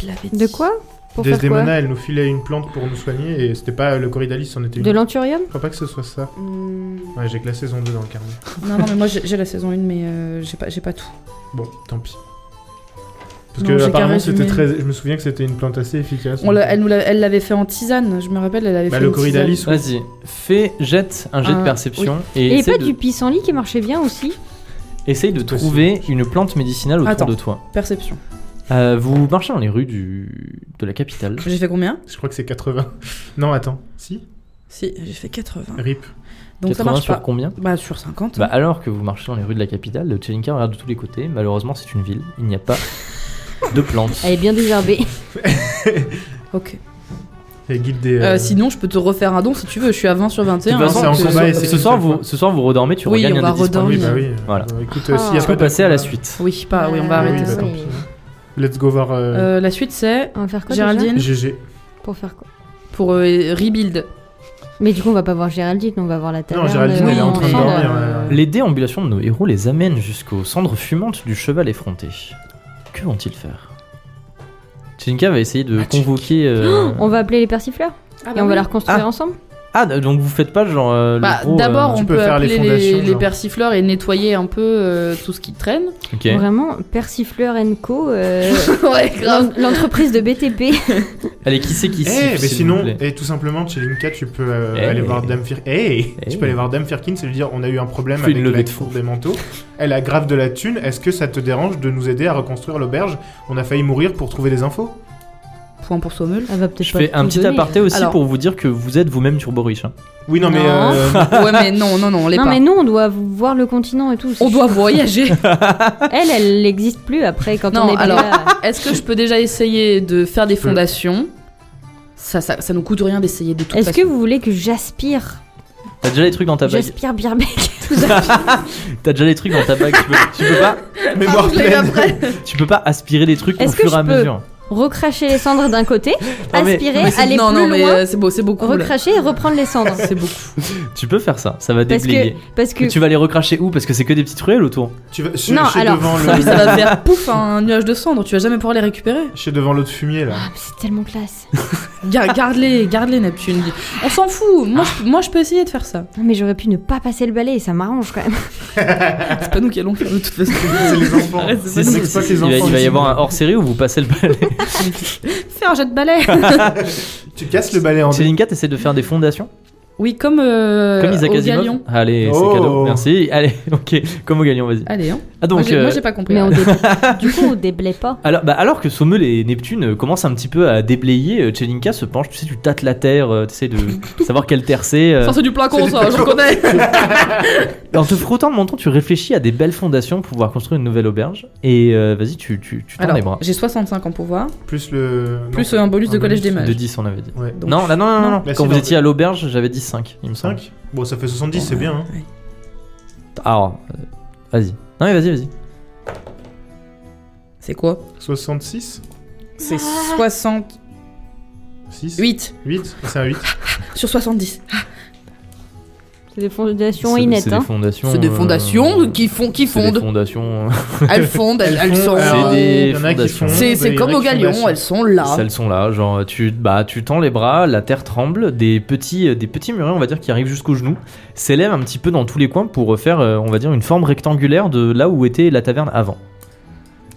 Speaker 4: Elle l'avait
Speaker 2: De
Speaker 4: dit.
Speaker 2: quoi Pour faire quoi
Speaker 3: Desdemona elle nous filait une plante pour nous soigner et c'était pas le Corydalis c'en était une.
Speaker 2: De l'anthurium
Speaker 3: Je crois pas que ce soit ça.
Speaker 4: Hmm,
Speaker 3: Ouais j'ai que la saison 2 dans le carnet.
Speaker 4: Non, non, mais moi j'ai j'ai la saison 1, mais euh, j'ai pas, j'ai pas tout.
Speaker 3: Bon tant pis. Parce
Speaker 4: Non,
Speaker 3: que
Speaker 4: j'ai
Speaker 3: apparemment
Speaker 4: qu'à
Speaker 3: c'était
Speaker 4: résumer.
Speaker 3: très je me souviens que c'était une plante assez efficace.
Speaker 4: On l'a- elle nous l'a- elle l'avait fait en tisane, je me rappelle, elle avait
Speaker 3: Bah,
Speaker 4: fait
Speaker 3: le
Speaker 4: une
Speaker 3: Corydalis,
Speaker 4: tisane.
Speaker 1: Vas-y, fais, jette un jet de
Speaker 4: Un-
Speaker 1: perception et,
Speaker 2: Et
Speaker 1: essaye,
Speaker 2: pas
Speaker 1: de,
Speaker 2: du pissenlit qui marchait bien aussi
Speaker 1: essaye de
Speaker 3: C'est possible.
Speaker 1: trouver une plante médicinale autour
Speaker 4: Attends.
Speaker 1: de toi.
Speaker 4: Perception.
Speaker 1: Euh, vous marchez dans les rues du, de la capitale.
Speaker 4: J'ai fait combien
Speaker 3: Je crois que c'est 80. Non attends. Si
Speaker 4: Si, j'ai fait 80.
Speaker 3: Rip.
Speaker 4: Donc ça
Speaker 1: 80
Speaker 4: marche
Speaker 1: sur
Speaker 4: pas.
Speaker 1: combien
Speaker 4: Bah, sur 50.
Speaker 1: Bah, alors que vous marchez dans les rues de la capitale, le Chelinka regarde de tous les côtés. Malheureusement, c'est une ville. Il n'y a pas de plantes.
Speaker 2: Elle est bien désherbée.
Speaker 4: Ok.
Speaker 3: Les guides des
Speaker 4: Euh,
Speaker 3: euh,
Speaker 4: sinon, je peux te refaire un don si tu veux, je suis à 20 sur
Speaker 1: De
Speaker 4: 21.
Speaker 1: toute
Speaker 3: hein,
Speaker 1: façon,
Speaker 3: c'est en
Speaker 1: ce,
Speaker 4: euh,
Speaker 3: combat et
Speaker 1: ce
Speaker 3: c'est une
Speaker 1: soir,
Speaker 3: seule
Speaker 1: vous,
Speaker 3: fois.
Speaker 1: ce soir, vous redormez, tu
Speaker 4: Oui,
Speaker 1: regagnes
Speaker 4: on
Speaker 1: un des
Speaker 4: va
Speaker 1: dix points de
Speaker 4: redormir.
Speaker 3: Oui,
Speaker 1: vie.
Speaker 3: bah oui.
Speaker 1: Voilà.
Speaker 3: Euh, écoute, euh, s'il y a
Speaker 2: Ah.
Speaker 1: Tu peux
Speaker 3: pas
Speaker 1: passer à la
Speaker 3: d'accord,
Speaker 1: suite.
Speaker 4: Oui, pas, oui, on va
Speaker 2: Ah,
Speaker 3: bah,
Speaker 4: arrêter
Speaker 3: oui,
Speaker 4: ça.
Speaker 3: bah, tant pis. Let's go voir euh,
Speaker 4: Euh, la suite, c'est
Speaker 2: On va faire quoi déjà
Speaker 4: Géraldine
Speaker 3: GG.
Speaker 2: Pour faire quoi
Speaker 4: pour euh, rebuild.
Speaker 2: Mais du coup, on va pas voir Géraldine, on va voir la taverne.
Speaker 3: Géraldine,
Speaker 2: euh,
Speaker 3: elle est en train de
Speaker 2: enfin,
Speaker 3: dormir.
Speaker 4: euh,
Speaker 1: Les déambulations de nos héros les amènent jusqu'aux cendres fumantes du cheval effronté. Que vont-ils faire Chelinka va essayer de convoquer. euh,
Speaker 2: Oh, On va appeler les persifleurs
Speaker 4: Ah,
Speaker 2: et on va la reconstruire ensemble
Speaker 1: Ah, donc vous faites pas genre. euh, le
Speaker 4: Bah,
Speaker 1: gros, euh,
Speaker 4: d'abord,
Speaker 3: tu
Speaker 4: on
Speaker 3: peux
Speaker 4: peut
Speaker 3: faire les
Speaker 4: appeler les,
Speaker 3: fondations,
Speaker 4: les
Speaker 3: genre.
Speaker 4: persifleurs et nettoyer un peu euh, tout ce qui traîne.
Speaker 1: ok.
Speaker 2: Vraiment, persifleur Co. euh,
Speaker 4: ouais,
Speaker 2: l'en- L'entreprise de BTP.
Speaker 1: Allez, qui c'est qui
Speaker 3: Eh,
Speaker 1: siffle,
Speaker 3: mais
Speaker 1: s'il vous
Speaker 3: sinon,
Speaker 1: plaît
Speaker 3: et tout simplement, chez Linka, tu peux euh,
Speaker 1: Eh.
Speaker 3: aller voir Dame Firkin. Eh,
Speaker 1: Eh.
Speaker 3: tu peux aller voir Dame Firkin, c'est lui dire on a eu un problème
Speaker 1: Fais une
Speaker 3: avec
Speaker 1: levée
Speaker 3: la
Speaker 1: de
Speaker 3: cour
Speaker 1: fonds.
Speaker 3: des manteaux. Elle a grave de la thune. Est-ce que ça te dérange de nous aider à reconstruire l'auberge On a failli mourir pour trouver des infos.
Speaker 4: Point pour Sommel.
Speaker 2: Elle va peut-être
Speaker 1: Je
Speaker 2: pas
Speaker 1: fais un
Speaker 2: tout
Speaker 1: petit
Speaker 2: donner.
Speaker 1: aparté aussi
Speaker 4: Alors.
Speaker 1: pour vous dire que vous êtes vous-même turbo-riche. hein.
Speaker 3: Oui, non, mais
Speaker 4: Non.
Speaker 3: euh,
Speaker 4: ouais, mais non, non, non, on l'est
Speaker 2: Non,
Speaker 4: pas.
Speaker 2: mais nous, on doit voir le continent et tout.
Speaker 4: On doit voyager.
Speaker 2: Elle, elle n'existe plus après quand
Speaker 4: Non,
Speaker 2: on est plus
Speaker 4: alors-
Speaker 2: là.
Speaker 4: Est-ce que je peux déjà essayer de faire des
Speaker 3: peux.
Speaker 4: fondations ça, ça, ça nous coûte rien d'essayer de tout
Speaker 2: Est-ce que vous voulez que j'aspire
Speaker 1: T'as déjà les trucs dans ta bague.
Speaker 2: J'aspire Birbeck
Speaker 1: T'as déjà les trucs dans ta bague. tu, peux, tu peux pas,
Speaker 2: Ah,
Speaker 3: mémoire pleine.
Speaker 1: tu peux pas aspirer les trucs au
Speaker 2: Est-ce que
Speaker 1: fur et
Speaker 2: je
Speaker 1: à
Speaker 2: peux
Speaker 1: mesure.
Speaker 2: Recracher les cendres d'un côté,
Speaker 1: Non, mais-
Speaker 2: aspirer,
Speaker 4: Mais c'est-
Speaker 2: aller
Speaker 4: non,
Speaker 2: plus
Speaker 4: non, mais
Speaker 2: loin,
Speaker 4: euh, c'est beau, c'est beaucoup. là.
Speaker 2: recracher et reprendre les cendres.
Speaker 4: C'est beaucoup.
Speaker 1: Tu peux faire ça. Ça va
Speaker 2: Parce
Speaker 1: déblayer.
Speaker 2: que, parce que
Speaker 1: Mais tu vas les recracher où Parce que c'est que des petites ruelles autour.
Speaker 3: Tu vas chez,
Speaker 2: Non,
Speaker 3: chez
Speaker 2: alors,
Speaker 3: devant
Speaker 4: Ah oui, ça
Speaker 3: le.
Speaker 4: va faire pouf un nuage de cendres. Tu vas jamais pouvoir les récupérer.
Speaker 3: Chez devant l'autre fumier là.
Speaker 2: Ah, mais c'est tellement classe.
Speaker 4: Gar- Garde-les, garde-les, Neptune. On s'en fout. Moi, je, moi, je peux essayer de faire ça.
Speaker 2: Non, mais j'aurais pu ne pas passer le balai et ça m'arrange quand même.
Speaker 4: C'est pas nous qui allons faire de toute façon.
Speaker 3: c'est les enfants.
Speaker 4: Arrête, c'est
Speaker 3: C'est
Speaker 4: pas
Speaker 3: pas
Speaker 4: nous.
Speaker 1: Il
Speaker 3: les
Speaker 1: va,
Speaker 3: enfants
Speaker 1: il va y
Speaker 3: ici.
Speaker 1: avoir un hors série où vous passez le balai.
Speaker 4: Fais un jet de balai.
Speaker 3: Tu casses le balai en deux.
Speaker 1: Céline 4 essaie de faire des fondations
Speaker 4: Oui, comme, euh,
Speaker 1: comme Isaac
Speaker 4: au
Speaker 1: Asimov.
Speaker 4: galion.
Speaker 1: Allez, c'est
Speaker 3: Oh.
Speaker 1: cadeau. Merci. Allez, ok, comme au galion, vas-y.
Speaker 4: Allez, hein.
Speaker 1: Ah
Speaker 4: Moi,
Speaker 1: donc.
Speaker 4: j'ai- moi,
Speaker 1: euh,
Speaker 4: j'ai pas compris.
Speaker 2: Mais on déblaye- du coup, on déblaye pas.
Speaker 1: alors, bah, alors que Sommel et Neptune euh, commencent un petit peu à déblayer, euh, Chelinka se penche, tu sais, tu tâtes la terre, euh, tu essaies de savoir quelle terre c'est. euh.
Speaker 4: Ça, c'est du
Speaker 3: C'est
Speaker 4: placon,
Speaker 3: du
Speaker 4: ça, je
Speaker 3: placon.
Speaker 4: connais.
Speaker 1: En te frottant le menton, tu réfléchis à des belles fondations pour pouvoir construire une nouvelle auberge. Et euh, vas-y, tu, tu, tu tends les bras.
Speaker 4: Alors, j'ai 65 en pouvoir,
Speaker 3: Plus le. non,
Speaker 4: plus euh, un bonus
Speaker 3: un
Speaker 4: de collège des
Speaker 3: bonus
Speaker 4: mages.
Speaker 1: De 10, on avait dit.
Speaker 3: Ouais.
Speaker 4: Donc,
Speaker 1: non, là, non, non, non, non.
Speaker 3: Bah,
Speaker 1: Quand
Speaker 3: si,
Speaker 1: vous
Speaker 3: dans-
Speaker 1: étiez à l'auberge, j'avais dit 5, il me semble.
Speaker 3: 5 Bon, ça fait 70, c'est bien. Hein.
Speaker 1: Alors, euh, vas-y. Non, mais vas-y, vas-y.
Speaker 4: C'est quoi
Speaker 3: 66
Speaker 4: C'est
Speaker 2: Ah.
Speaker 4: 68
Speaker 3: 6 8 C'est un 8.
Speaker 4: sur 70.
Speaker 2: C'est des fondations
Speaker 1: C'est-
Speaker 2: inettes.
Speaker 1: C'est
Speaker 2: Hein.
Speaker 1: des fondations. euh,
Speaker 4: qui font, qui
Speaker 1: c'est des fondations. euh,
Speaker 4: Elles euh, fondent,
Speaker 3: font- alors,
Speaker 1: C'est euh, des
Speaker 3: il y en a qui
Speaker 1: fondations.
Speaker 3: font- il y en a qui font la suite.
Speaker 4: sont là.
Speaker 1: Elles sont là, genre tu, bah, tu tends les bras, la terre tremble, des petits, euh, des petits murets, on va dire, qui arrivent jusqu'aux genoux, s'élèvent un petit peu dans tous les coins pour faire, euh, on va dire, une forme rectangulaire de là où était la taverne avant.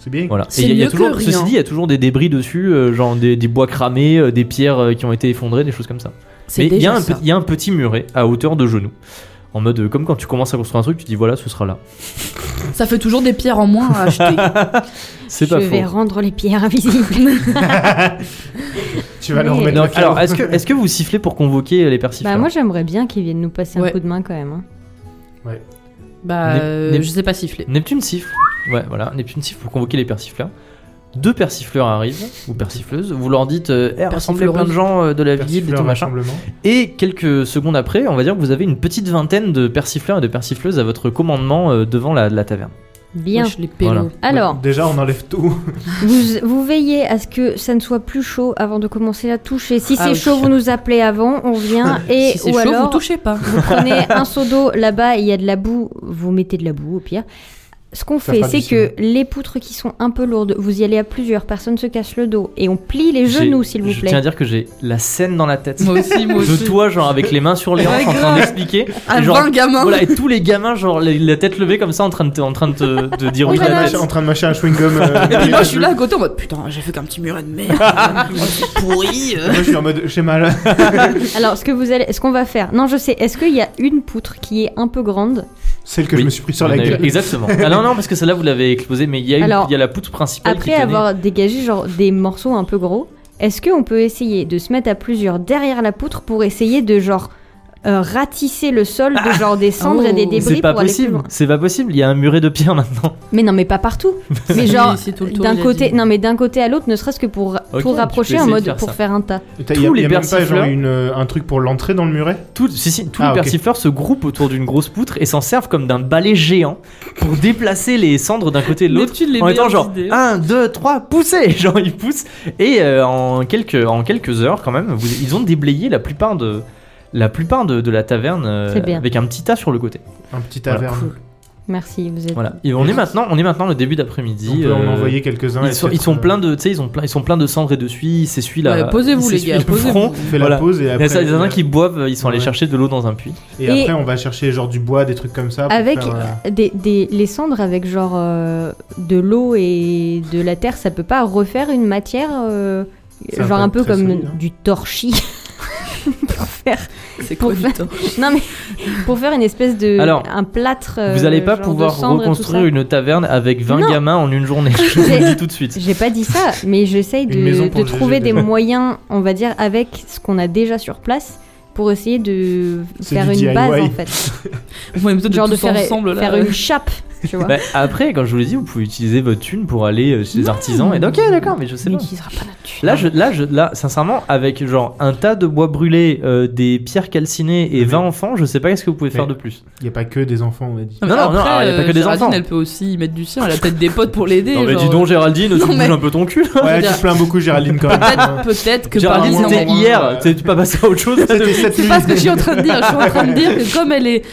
Speaker 3: C'est bien.
Speaker 1: Voilà.
Speaker 4: C'est
Speaker 1: Et il y a- il y a
Speaker 4: mieux que
Speaker 1: toujours, ceci
Speaker 4: rien.
Speaker 1: dit, il y a toujours des débris dessus, euh, genre des, des bois cramés, euh, des pierres euh, qui ont été effondrées, des choses comme ça. Mais
Speaker 4: C'est
Speaker 1: il y, a
Speaker 4: déjà
Speaker 1: un
Speaker 4: ça.
Speaker 1: pe- il y a un petit muret à hauteur de genou. En mode, euh, comme quand tu commences à construire un truc, tu dis voilà, ce sera là.
Speaker 4: Ça fait toujours des pierres en moins à acheter.
Speaker 1: C'est
Speaker 2: Je
Speaker 1: pas
Speaker 2: vais
Speaker 1: faux.
Speaker 2: rendre les pierres invisibles.
Speaker 3: Tu
Speaker 2: Mais-
Speaker 3: vas leur mettre
Speaker 1: Non,
Speaker 3: la
Speaker 1: alors,
Speaker 3: carotte.
Speaker 1: est-ce que, est-ce que vous sifflez pour convoquer les persifleurs
Speaker 2: bah, moi, j'aimerais bien qu'ils viennent nous passer un
Speaker 4: Ouais.
Speaker 2: coup de main quand même. hein.
Speaker 4: bah,
Speaker 1: Nep-
Speaker 4: euh,
Speaker 1: nep-
Speaker 4: je sais pas siffler.
Speaker 1: Neptune siffle. Ouais, voilà, Neptune siffle pour convoquer les persifleurs. Deux persifleurs arrivent, ou persifleuses, vous leur dites euh, Eh, rassemblez plein de gens euh, de la ville et
Speaker 3: Persifleur,
Speaker 1: tout machin.
Speaker 3: rassemblement.
Speaker 1: Et quelques secondes après, on va dire que vous avez une petite vingtaine de persifleurs et de persifleuses à votre commandement euh, devant la, la taverne.
Speaker 2: Bien.
Speaker 4: Moi, je les pélo.
Speaker 1: Voilà.
Speaker 2: Alors,
Speaker 3: Ouais, Bah, Déjà, on enlève tout.
Speaker 2: Vous, vous veillez à ce que ça ne soit plus chaud avant de commencer la toucher. Si
Speaker 4: Ah
Speaker 2: c'est
Speaker 4: oui.
Speaker 2: chaud, vous nous appelez avant, on vient. Et
Speaker 4: si c'est
Speaker 2: ou
Speaker 4: chaud,
Speaker 2: alors,
Speaker 4: vous touchez pas.
Speaker 2: vous prenez un seau d'eau là-bas, il y a de la boue, vous mettez de la boue au pire. Ce qu'on
Speaker 3: Ça
Speaker 2: fait,
Speaker 3: fera
Speaker 2: c'est
Speaker 3: du
Speaker 2: que les poutres qui sont un peu lourdes, vous y allez à plusieurs, personne se casse le dos et on plie les
Speaker 1: J'ai-
Speaker 2: genoux, s'il vous
Speaker 1: Je tiens à
Speaker 2: plaît.
Speaker 1: dire que j'ai la scène dans la tête.
Speaker 4: moi aussi, moi
Speaker 1: de
Speaker 4: aussi.
Speaker 1: toi, genre avec les mains sur les hanches en train
Speaker 4: grave.
Speaker 1: d'expliquer.
Speaker 4: À
Speaker 1: Et genre,
Speaker 4: 20 gamins.
Speaker 1: voilà, et tous les gamins, genre la, la tête levée comme ça en train de, te- en train de, te- de dire
Speaker 2: Oui,
Speaker 1: oui
Speaker 3: En train de
Speaker 1: la
Speaker 2: voilà.
Speaker 1: tête.
Speaker 3: mâcher- en train de mâcher un chewing-gum. euh,
Speaker 4: Et puis moi, je
Speaker 3: je-
Speaker 4: suis là à côté en mode putain, j'ai fait qu'un petit muret de merde. Oh, c'est pourri. euh.
Speaker 3: Moi, je suis en mode j'ai mal.
Speaker 2: Alors, ce que vous allez, ce qu'on va faire. Non, je sais. Est-ce qu'il y a une poutre qui est un peu grande
Speaker 3: Celle que
Speaker 1: Oui,
Speaker 3: je me suis pris sur
Speaker 1: Il
Speaker 3: la
Speaker 1: y en a eu-
Speaker 3: gueule.
Speaker 1: Exactement. Ah non, non, parce que celle-là, vous l'avez explosée, mais il y, a une-
Speaker 2: Alors,
Speaker 1: il y a la poutre principale qui
Speaker 2: Après
Speaker 1: tenait-
Speaker 2: avoir dégagé genre des morceaux un peu gros, est-ce qu'on peut essayer de se mettre à plusieurs derrière la poutre pour essayer de genre euh, ratisser le sol de genre des
Speaker 3: Ah.
Speaker 2: cendres et des
Speaker 4: Oh.
Speaker 2: débris
Speaker 1: C'est pas
Speaker 2: pour aller plus
Speaker 1: possible,
Speaker 2: loin
Speaker 1: c'est pas possible, il y a un muret de pierre maintenant.
Speaker 2: Mais non, mais pas partout. mais
Speaker 4: Si,
Speaker 2: genre
Speaker 4: si, tout le tour,
Speaker 2: d'un
Speaker 4: il a
Speaker 2: côté,
Speaker 4: dit.
Speaker 2: non mais d'un côté à l'autre, ne serait-ce que pour
Speaker 1: Ok,
Speaker 2: tout
Speaker 1: tu peux
Speaker 2: rapprocher en
Speaker 1: essayer de
Speaker 2: mode
Speaker 1: faire
Speaker 2: pour
Speaker 1: ça.
Speaker 2: faire un tas.
Speaker 3: Il y a,
Speaker 1: tous les
Speaker 3: y a même pas genre
Speaker 1: persifleurs-
Speaker 3: une, euh, un truc pour l'entrée dans le muret
Speaker 1: Tout, si, si, tous
Speaker 3: Ah,
Speaker 1: les
Speaker 3: ok.
Speaker 1: persifleurs se groupent autour d'une grosse poutre et s'en servent comme d'un balai géant pour déplacer les cendres d'un côté et de l'autre.
Speaker 4: Neptune, les
Speaker 1: En étant
Speaker 4: meilleures
Speaker 1: genre
Speaker 4: idées.
Speaker 1: 1, 2, 3, poussez Genre ils poussent et euh, en, quelques, en quelques heures quand même, vous- ils ont déblayé la plupart de la, plupart de, de la taverne euh,
Speaker 2: C'est bien.
Speaker 1: avec un petit tas sur le côté.
Speaker 3: Un petit
Speaker 1: Voilà.
Speaker 3: taverne.
Speaker 2: Merci, vous êtes.
Speaker 1: Voilà. Et on est maintenant, on est maintenant le début
Speaker 3: On
Speaker 1: d'après-midi.
Speaker 3: peut en
Speaker 1: euh,
Speaker 3: envoyer quelques-uns. et
Speaker 1: Ils sont, ils
Speaker 3: peut-être,
Speaker 1: sont
Speaker 3: euh,
Speaker 1: pleins de, tu sais, ils ont plein, ils sont pleins de cendres et de suie. Ils s'essuient la.
Speaker 4: Ouais, Posez-vous,
Speaker 1: ils
Speaker 4: les
Speaker 1: s'essuient
Speaker 4: gars.
Speaker 1: le front.
Speaker 4: Posez-vous.
Speaker 3: On fait
Speaker 1: Voilà.
Speaker 3: la pause et
Speaker 1: Il y
Speaker 3: après.
Speaker 1: a ça- il y en a qui boivent, ils sont allés
Speaker 3: Ouais.
Speaker 1: chercher de l'eau dans un puits.
Speaker 3: Et
Speaker 2: Et-
Speaker 3: après, on va chercher genre du bois, des trucs comme ça. pour
Speaker 2: Avec
Speaker 3: faire, euh,
Speaker 2: des, des- les cendres avec genre euh, de l'eau et de la terre, ça peut pas refaire une matière euh,
Speaker 3: Ça va
Speaker 2: genre
Speaker 3: pas
Speaker 2: un
Speaker 3: être
Speaker 2: peu
Speaker 3: très
Speaker 2: comme
Speaker 3: solide, hein.
Speaker 2: du torchis pour faire
Speaker 4: C'est
Speaker 2: Pour
Speaker 4: quoi du
Speaker 2: faire-
Speaker 4: temps
Speaker 2: Non mais pour faire une espèce de
Speaker 1: Alors,
Speaker 2: un plâtre. euh,
Speaker 1: Vous allez pas
Speaker 2: genre de
Speaker 1: pouvoir
Speaker 2: cendre et tout
Speaker 1: reconstruire
Speaker 2: ça.
Speaker 1: une taverne avec 20
Speaker 2: Non.
Speaker 1: gamins en une journée. Je vous le
Speaker 2: J'ai-
Speaker 1: dis tout de suite.
Speaker 2: J'ai pas dit ça, mais j'essaye
Speaker 3: Une maison
Speaker 2: de,
Speaker 3: pour
Speaker 2: de
Speaker 3: GG
Speaker 2: trouver des
Speaker 3: déjà.
Speaker 2: moyens, on va dire, avec ce qu'on a déjà sur place, pour essayer de
Speaker 3: C'est
Speaker 2: faire une
Speaker 3: du DIY.
Speaker 2: base en fait,
Speaker 4: On va même
Speaker 2: genre
Speaker 4: de
Speaker 2: de
Speaker 4: tous
Speaker 2: faire,
Speaker 4: ensemble là.
Speaker 2: faire une chape, tu vois.
Speaker 1: Bah, après, quand je vous l'ai dit, vous pouvez utiliser votre thune pour aller euh, chez les artisans et ok, d'accord, mais je sais
Speaker 2: Mais
Speaker 1: pas.
Speaker 2: qui sera pas notre tuile.
Speaker 1: Là, je, là, je, là, sincèrement, avec genre un tas de bois brûlé, euh, des pierres calcinées et 20 enfants, je sais pas qu'est-ce que vous pouvez faire
Speaker 3: Mais-
Speaker 1: de plus.
Speaker 3: Il n'y a pas que des enfants, on a dit.
Speaker 4: mais
Speaker 1: Non, non, non,
Speaker 4: après,
Speaker 1: il y a pas que
Speaker 4: euh,
Speaker 1: des
Speaker 4: Géraldine,
Speaker 1: enfants.
Speaker 4: elle peut aussi y mettre du sien. Elle a peut-être des potes pour l'aider.
Speaker 1: non mais
Speaker 4: genre, euh,
Speaker 1: dis donc, Géraldine, tu
Speaker 4: non, mais-
Speaker 1: bouges un peu ton cul.
Speaker 4: je
Speaker 3: Ouais,
Speaker 4: veux
Speaker 3: tu te plains beaucoup, Géraldine, quand
Speaker 4: euh, Peut-être
Speaker 3: même.
Speaker 4: peut-être que par euh,
Speaker 1: Géraldine,
Speaker 3: parlez-en.
Speaker 1: c'était
Speaker 4: exemple-
Speaker 1: hier, tu sais, tu peux pas passer à autre chose. là,
Speaker 3: C'était
Speaker 1: depuis.
Speaker 3: cette
Speaker 4: C'est
Speaker 3: nuit.
Speaker 4: pas ce que je suis en train de dire. Je suis en train de dire que comme elle est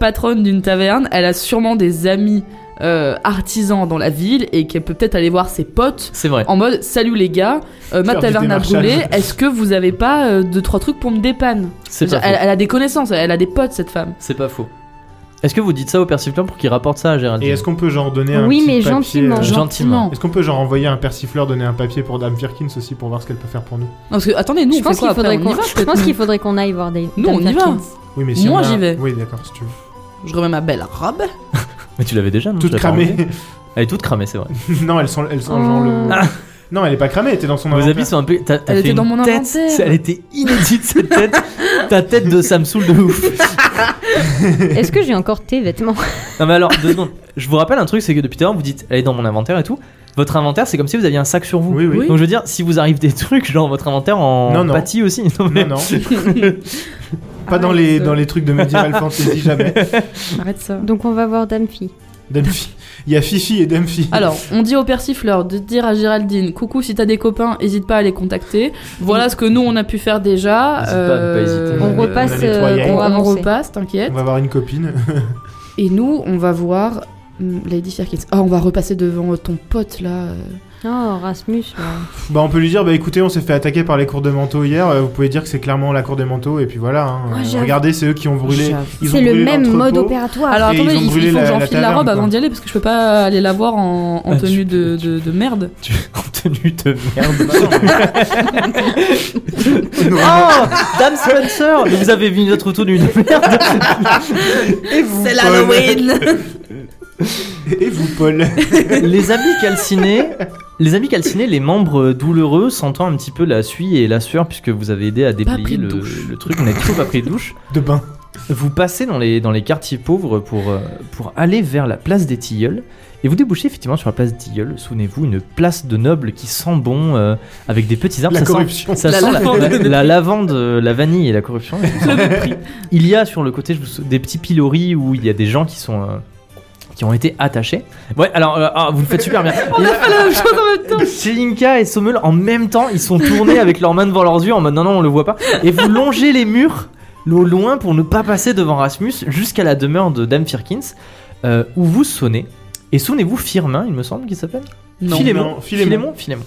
Speaker 4: patronne d'une taverne, elle a sûrement des amis euh, artisans dans la ville et qu'elle peut peut-être aller voir ses potes
Speaker 1: C'est vrai.
Speaker 4: en mode salut les gars, euh, ma
Speaker 3: Faire du
Speaker 4: taverne a
Speaker 3: démarchage.
Speaker 4: brûlé. Est-ce que vous avez pas euh, deux trois trucs pour me dépanner
Speaker 1: C'est
Speaker 4: elle,
Speaker 1: pas faux.
Speaker 4: elle a des connaissances, elle a des potes cette femme.
Speaker 1: C'est pas faux. Est-ce que vous dites ça au persiflant pour qu'il rapporte ça à
Speaker 3: Et
Speaker 1: Géraldine
Speaker 3: est-ce qu'on peut genre donner un
Speaker 2: Oui,
Speaker 3: petit
Speaker 2: mais
Speaker 3: papier,
Speaker 2: gentiment.
Speaker 3: euh,
Speaker 1: Gentiment.
Speaker 3: Est-ce qu'on peut genre envoyer un persifleur donner un papier pour Dame Firkins aussi pour voir ce qu'elle peut faire pour nous
Speaker 4: Non, parce que attendez, nous
Speaker 2: Je
Speaker 4: on
Speaker 2: pense
Speaker 4: fait quoi
Speaker 2: qu'il faudrait
Speaker 4: après,
Speaker 2: qu'on.
Speaker 4: on y va,
Speaker 2: Je
Speaker 4: peut-être,
Speaker 2: pense
Speaker 4: non
Speaker 2: qu'il faudrait qu'on aille voir des.
Speaker 4: Nous, on y va.
Speaker 2: Dunkerkins.
Speaker 3: Oui, mais si
Speaker 4: Moi,
Speaker 3: on a-
Speaker 4: j'y vais.
Speaker 3: Oui, d'accord, si tu veux.
Speaker 4: Je remets ma belle robe.
Speaker 1: Mais tu l'avais déjà, non Tu
Speaker 3: Toute
Speaker 1: l'as pas
Speaker 3: cramée.
Speaker 1: enlevé Elle est toute cramée, c'est vrai.
Speaker 3: non, elles sont, elles sont
Speaker 2: Oh.
Speaker 3: genre le. Non, elle est pas cramée, elle était dans son
Speaker 1: Vos
Speaker 3: inventaire.
Speaker 1: habits sont un peu. t'as- t'as
Speaker 4: Elle
Speaker 1: fait
Speaker 4: était
Speaker 1: une
Speaker 4: dans mon
Speaker 1: tête,
Speaker 4: inventaire.
Speaker 1: c'est- Elle était inédite cette tête. Ta tête de Samsoul de ouf.
Speaker 2: Est-ce que j'ai encore tes vêtements
Speaker 1: Non mais alors, deux secondes. Je vous rappelle un truc, c'est que depuis tout à l'heure vous dites, elle est dans mon inventaire et tout. Votre inventaire, c'est comme si vous aviez un sac sur vous.
Speaker 3: Oui, oui.
Speaker 1: Donc je veux dire, si vous arrive des trucs, genre votre inventaire en
Speaker 3: Non, non.
Speaker 1: pâtit aussi. Non, mais-
Speaker 3: Non, non. pas
Speaker 2: Ah,
Speaker 3: dans les, dans les trucs de Medieval Fantasy, jamais.
Speaker 4: Arrête ça.
Speaker 2: Donc on va voir Damfi.
Speaker 3: Dumphy. Il y a Fifi et Dumphy.
Speaker 4: Alors, on dit au persifleur de dire à Géraldine Coucou, si t'as des copains, hésite pas à les contacter. Voilà ce que nous on a pu faire déjà.
Speaker 1: Hésite pas à ne pas hésiter.
Speaker 2: On
Speaker 1: Euh,
Speaker 2: repasse.
Speaker 3: les
Speaker 2: euh,
Speaker 3: toilettes.
Speaker 2: on va
Speaker 4: on
Speaker 2: avancer.
Speaker 4: repasse, t'inquiète.
Speaker 3: On va avoir une copine.
Speaker 4: hmm, Et nous, on va voir hum, Lady Firkins. Ah, on va repasser devant ton pote là. euh,
Speaker 2: Oh, Rasmus, ouais.
Speaker 3: Bah, on peut lui dire, bah écoutez, on s'est fait attaquer par les cours de manteau hier. euh, Vous pouvez dire que c'est clairement la cour des manteaux, et puis voilà. hein.
Speaker 2: Ouais,
Speaker 3: Euh,
Speaker 2: j'avoue.
Speaker 3: Regardez, c'est eux qui ont brûlé.
Speaker 4: J'avoue.
Speaker 3: ils ont
Speaker 2: C'est le
Speaker 3: brûlé
Speaker 2: même mode
Speaker 3: l'entrepôt.
Speaker 2: opératoire.
Speaker 4: Alors
Speaker 3: Et
Speaker 4: attendez,
Speaker 3: ils ont
Speaker 4: il, il
Speaker 3: brûlé
Speaker 4: faut
Speaker 3: la-
Speaker 4: que
Speaker 3: la
Speaker 4: j'enfile la,
Speaker 3: taverne,
Speaker 4: robe
Speaker 3: quoi.
Speaker 4: avant d'y aller parce que je peux pas aller la voir en, en
Speaker 1: Ah, tu
Speaker 4: tenue
Speaker 1: peux,
Speaker 4: de,
Speaker 1: tu
Speaker 4: de- de merde.
Speaker 1: Tu en tenue de merde.
Speaker 3: Non,
Speaker 1: Oh Dame Spencer Vous avez vu notre tenue de merde
Speaker 4: C'est
Speaker 3: l'Halloween. Et vous, Paul
Speaker 1: Les amis calcinés, les amis calcinés, les membres douloureux sentant un petit peu la suie et la sueur puisque vous avez aidé à
Speaker 4: pris
Speaker 1: déplier
Speaker 4: de
Speaker 1: le,
Speaker 4: douche.
Speaker 1: le truc, on n'a toujours pas pris de douche.
Speaker 3: De bain.
Speaker 1: Vous passez dans les, dans les quartiers pauvres pour, euh, pour aller vers la place des Tilleuls et vous débouchez effectivement sur la place des Tilleuls. Souvenez-vous, une place de nobles qui sent bon euh, avec des petits arbres.
Speaker 3: La
Speaker 1: ça sent-
Speaker 3: corruption.
Speaker 1: ça
Speaker 4: La
Speaker 1: sent la-
Speaker 4: lavande.
Speaker 1: la- la lavande, euh, la vanille et la corruption. Il y a sur le côté je vous sou- des petits piloris où il y a des gens qui sont euh, qui ont été attachés. Ouais, alors euh, ah, vous le faites super bien.
Speaker 4: On a fait la même chose en même temps.
Speaker 1: Shelinka et Sommel en même temps, ils sont tournés avec leurs mains devant leurs yeux en mode non non on le voit pas. Et vous longez les murs au loin pour ne pas passer devant Rasmus jusqu'à la demeure de Dame Firkins euh, où vous sonnez. Et souvenez-vous Firmin, il me semble qu'il s'appelle.
Speaker 4: Non.
Speaker 1: Philémon.
Speaker 3: non, Philémon.
Speaker 1: Philémon. Philémon.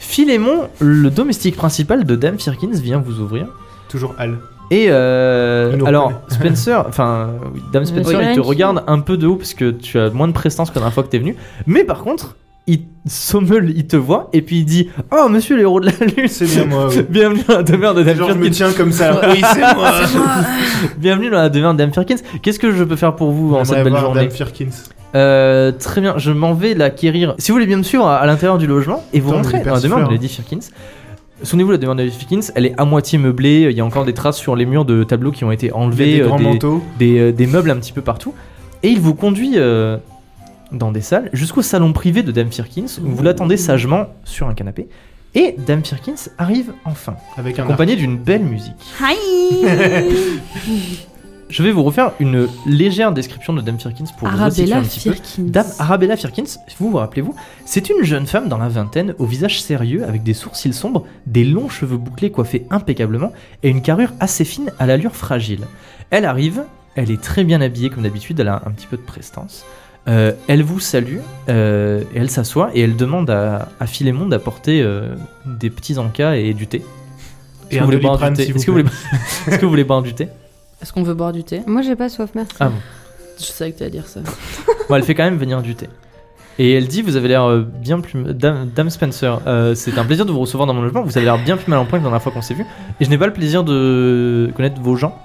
Speaker 1: Philémon, le domestique principal de Dame Firkins vient vous ouvrir.
Speaker 3: Toujours Al.
Speaker 1: Et euh,
Speaker 3: Il nous
Speaker 1: alors, Spencer, enfin, oui, Dame Spencer,
Speaker 2: Oui.
Speaker 1: il te
Speaker 2: Frankie.
Speaker 1: regarde un peu de haut parce que tu as moins de prestance que la dernière fois que t'es venu. Mais par contre, il sommeule, il te voit et puis il dit Oh, monsieur l'héros de la lune
Speaker 3: C'est bien moi, Ah oui.
Speaker 1: Bienvenue dans la demeure de Dame
Speaker 3: Genre, je me
Speaker 1: Firkins.
Speaker 3: tiens comme ça. oui, c'est moi.
Speaker 1: Bienvenue dans la demeure de Dame Firkins. Qu'est-ce que je peux faire pour vous en cette
Speaker 3: J'aimerais
Speaker 1: belle
Speaker 3: voir
Speaker 1: journée
Speaker 3: Dame Firkins.
Speaker 1: Euh, Très bien, je m'en vais l'acquérir. Si vous voulez bien me suivre à, à l'intérieur du logement et vous
Speaker 3: Putain,
Speaker 1: rentrez
Speaker 3: mais
Speaker 1: dans la demeure de
Speaker 3: persifleur.
Speaker 1: Lady Firkins. Souvenez-vous, la demeure de Lady Firkins, elle est à moitié meublée. Il y a encore des traces sur les murs de tableaux qui ont été
Speaker 3: Il y
Speaker 1: enlevés.
Speaker 3: a des
Speaker 1: euh,
Speaker 3: grands
Speaker 1: des-
Speaker 3: manteaux.
Speaker 1: des, euh, des meubles un petit peu partout. Et il vous conduit euh, dans des salles jusqu'au salon privé de Dame Firkins, où vous l'attendez sagement sur un canapé. Et Dame Firkins arrive enfin,
Speaker 3: Avec un arc.
Speaker 1: accompagnée d'une belle musique.
Speaker 5: Hi
Speaker 1: Je vais vous refaire une légère description de Dame Firkins pour vous resituer un
Speaker 4: Arabella
Speaker 1: petit peu.
Speaker 4: Firkins.
Speaker 1: Dame Arabella Firkins, vous vous rappelez-vous, c'est une jeune femme dans la vingtaine, au visage sérieux, avec des sourcils sombres, des longs cheveux bouclés coiffés impeccablement et une carrure assez fine à l'allure fragile. Elle arrive, elle est très bien habillée comme d'habitude, elle a un petit peu de prestance. Euh, elle vous salue, euh, et elle s'assoit et elle demande à, à Philémon d'apporter euh, des petits encas et du thé. Est-ce que
Speaker 3: Et un
Speaker 1: vous voulez boire du
Speaker 3: Doliprane,
Speaker 1: thé
Speaker 3: s'il
Speaker 1: Est-ce que
Speaker 3: vous
Speaker 1: vous voulez- est-ce que vous voulez boire du thé
Speaker 4: Est-ce qu'on veut boire du thé
Speaker 2: Moi, j'ai pas soif, merci.
Speaker 1: Ah bon.
Speaker 4: Je savais que t'allais dire ça.
Speaker 1: Bon, elle fait quand même venir du thé. Et elle dit, vous avez l'air euh, bien plus... Dame, Dame Spencer, euh, c'est un plaisir de vous recevoir dans mon logement, vous avez l'air bien plus mal en point que la dernière fois qu'on s'est vu, et je n'ai pas le plaisir de connaître vos gens.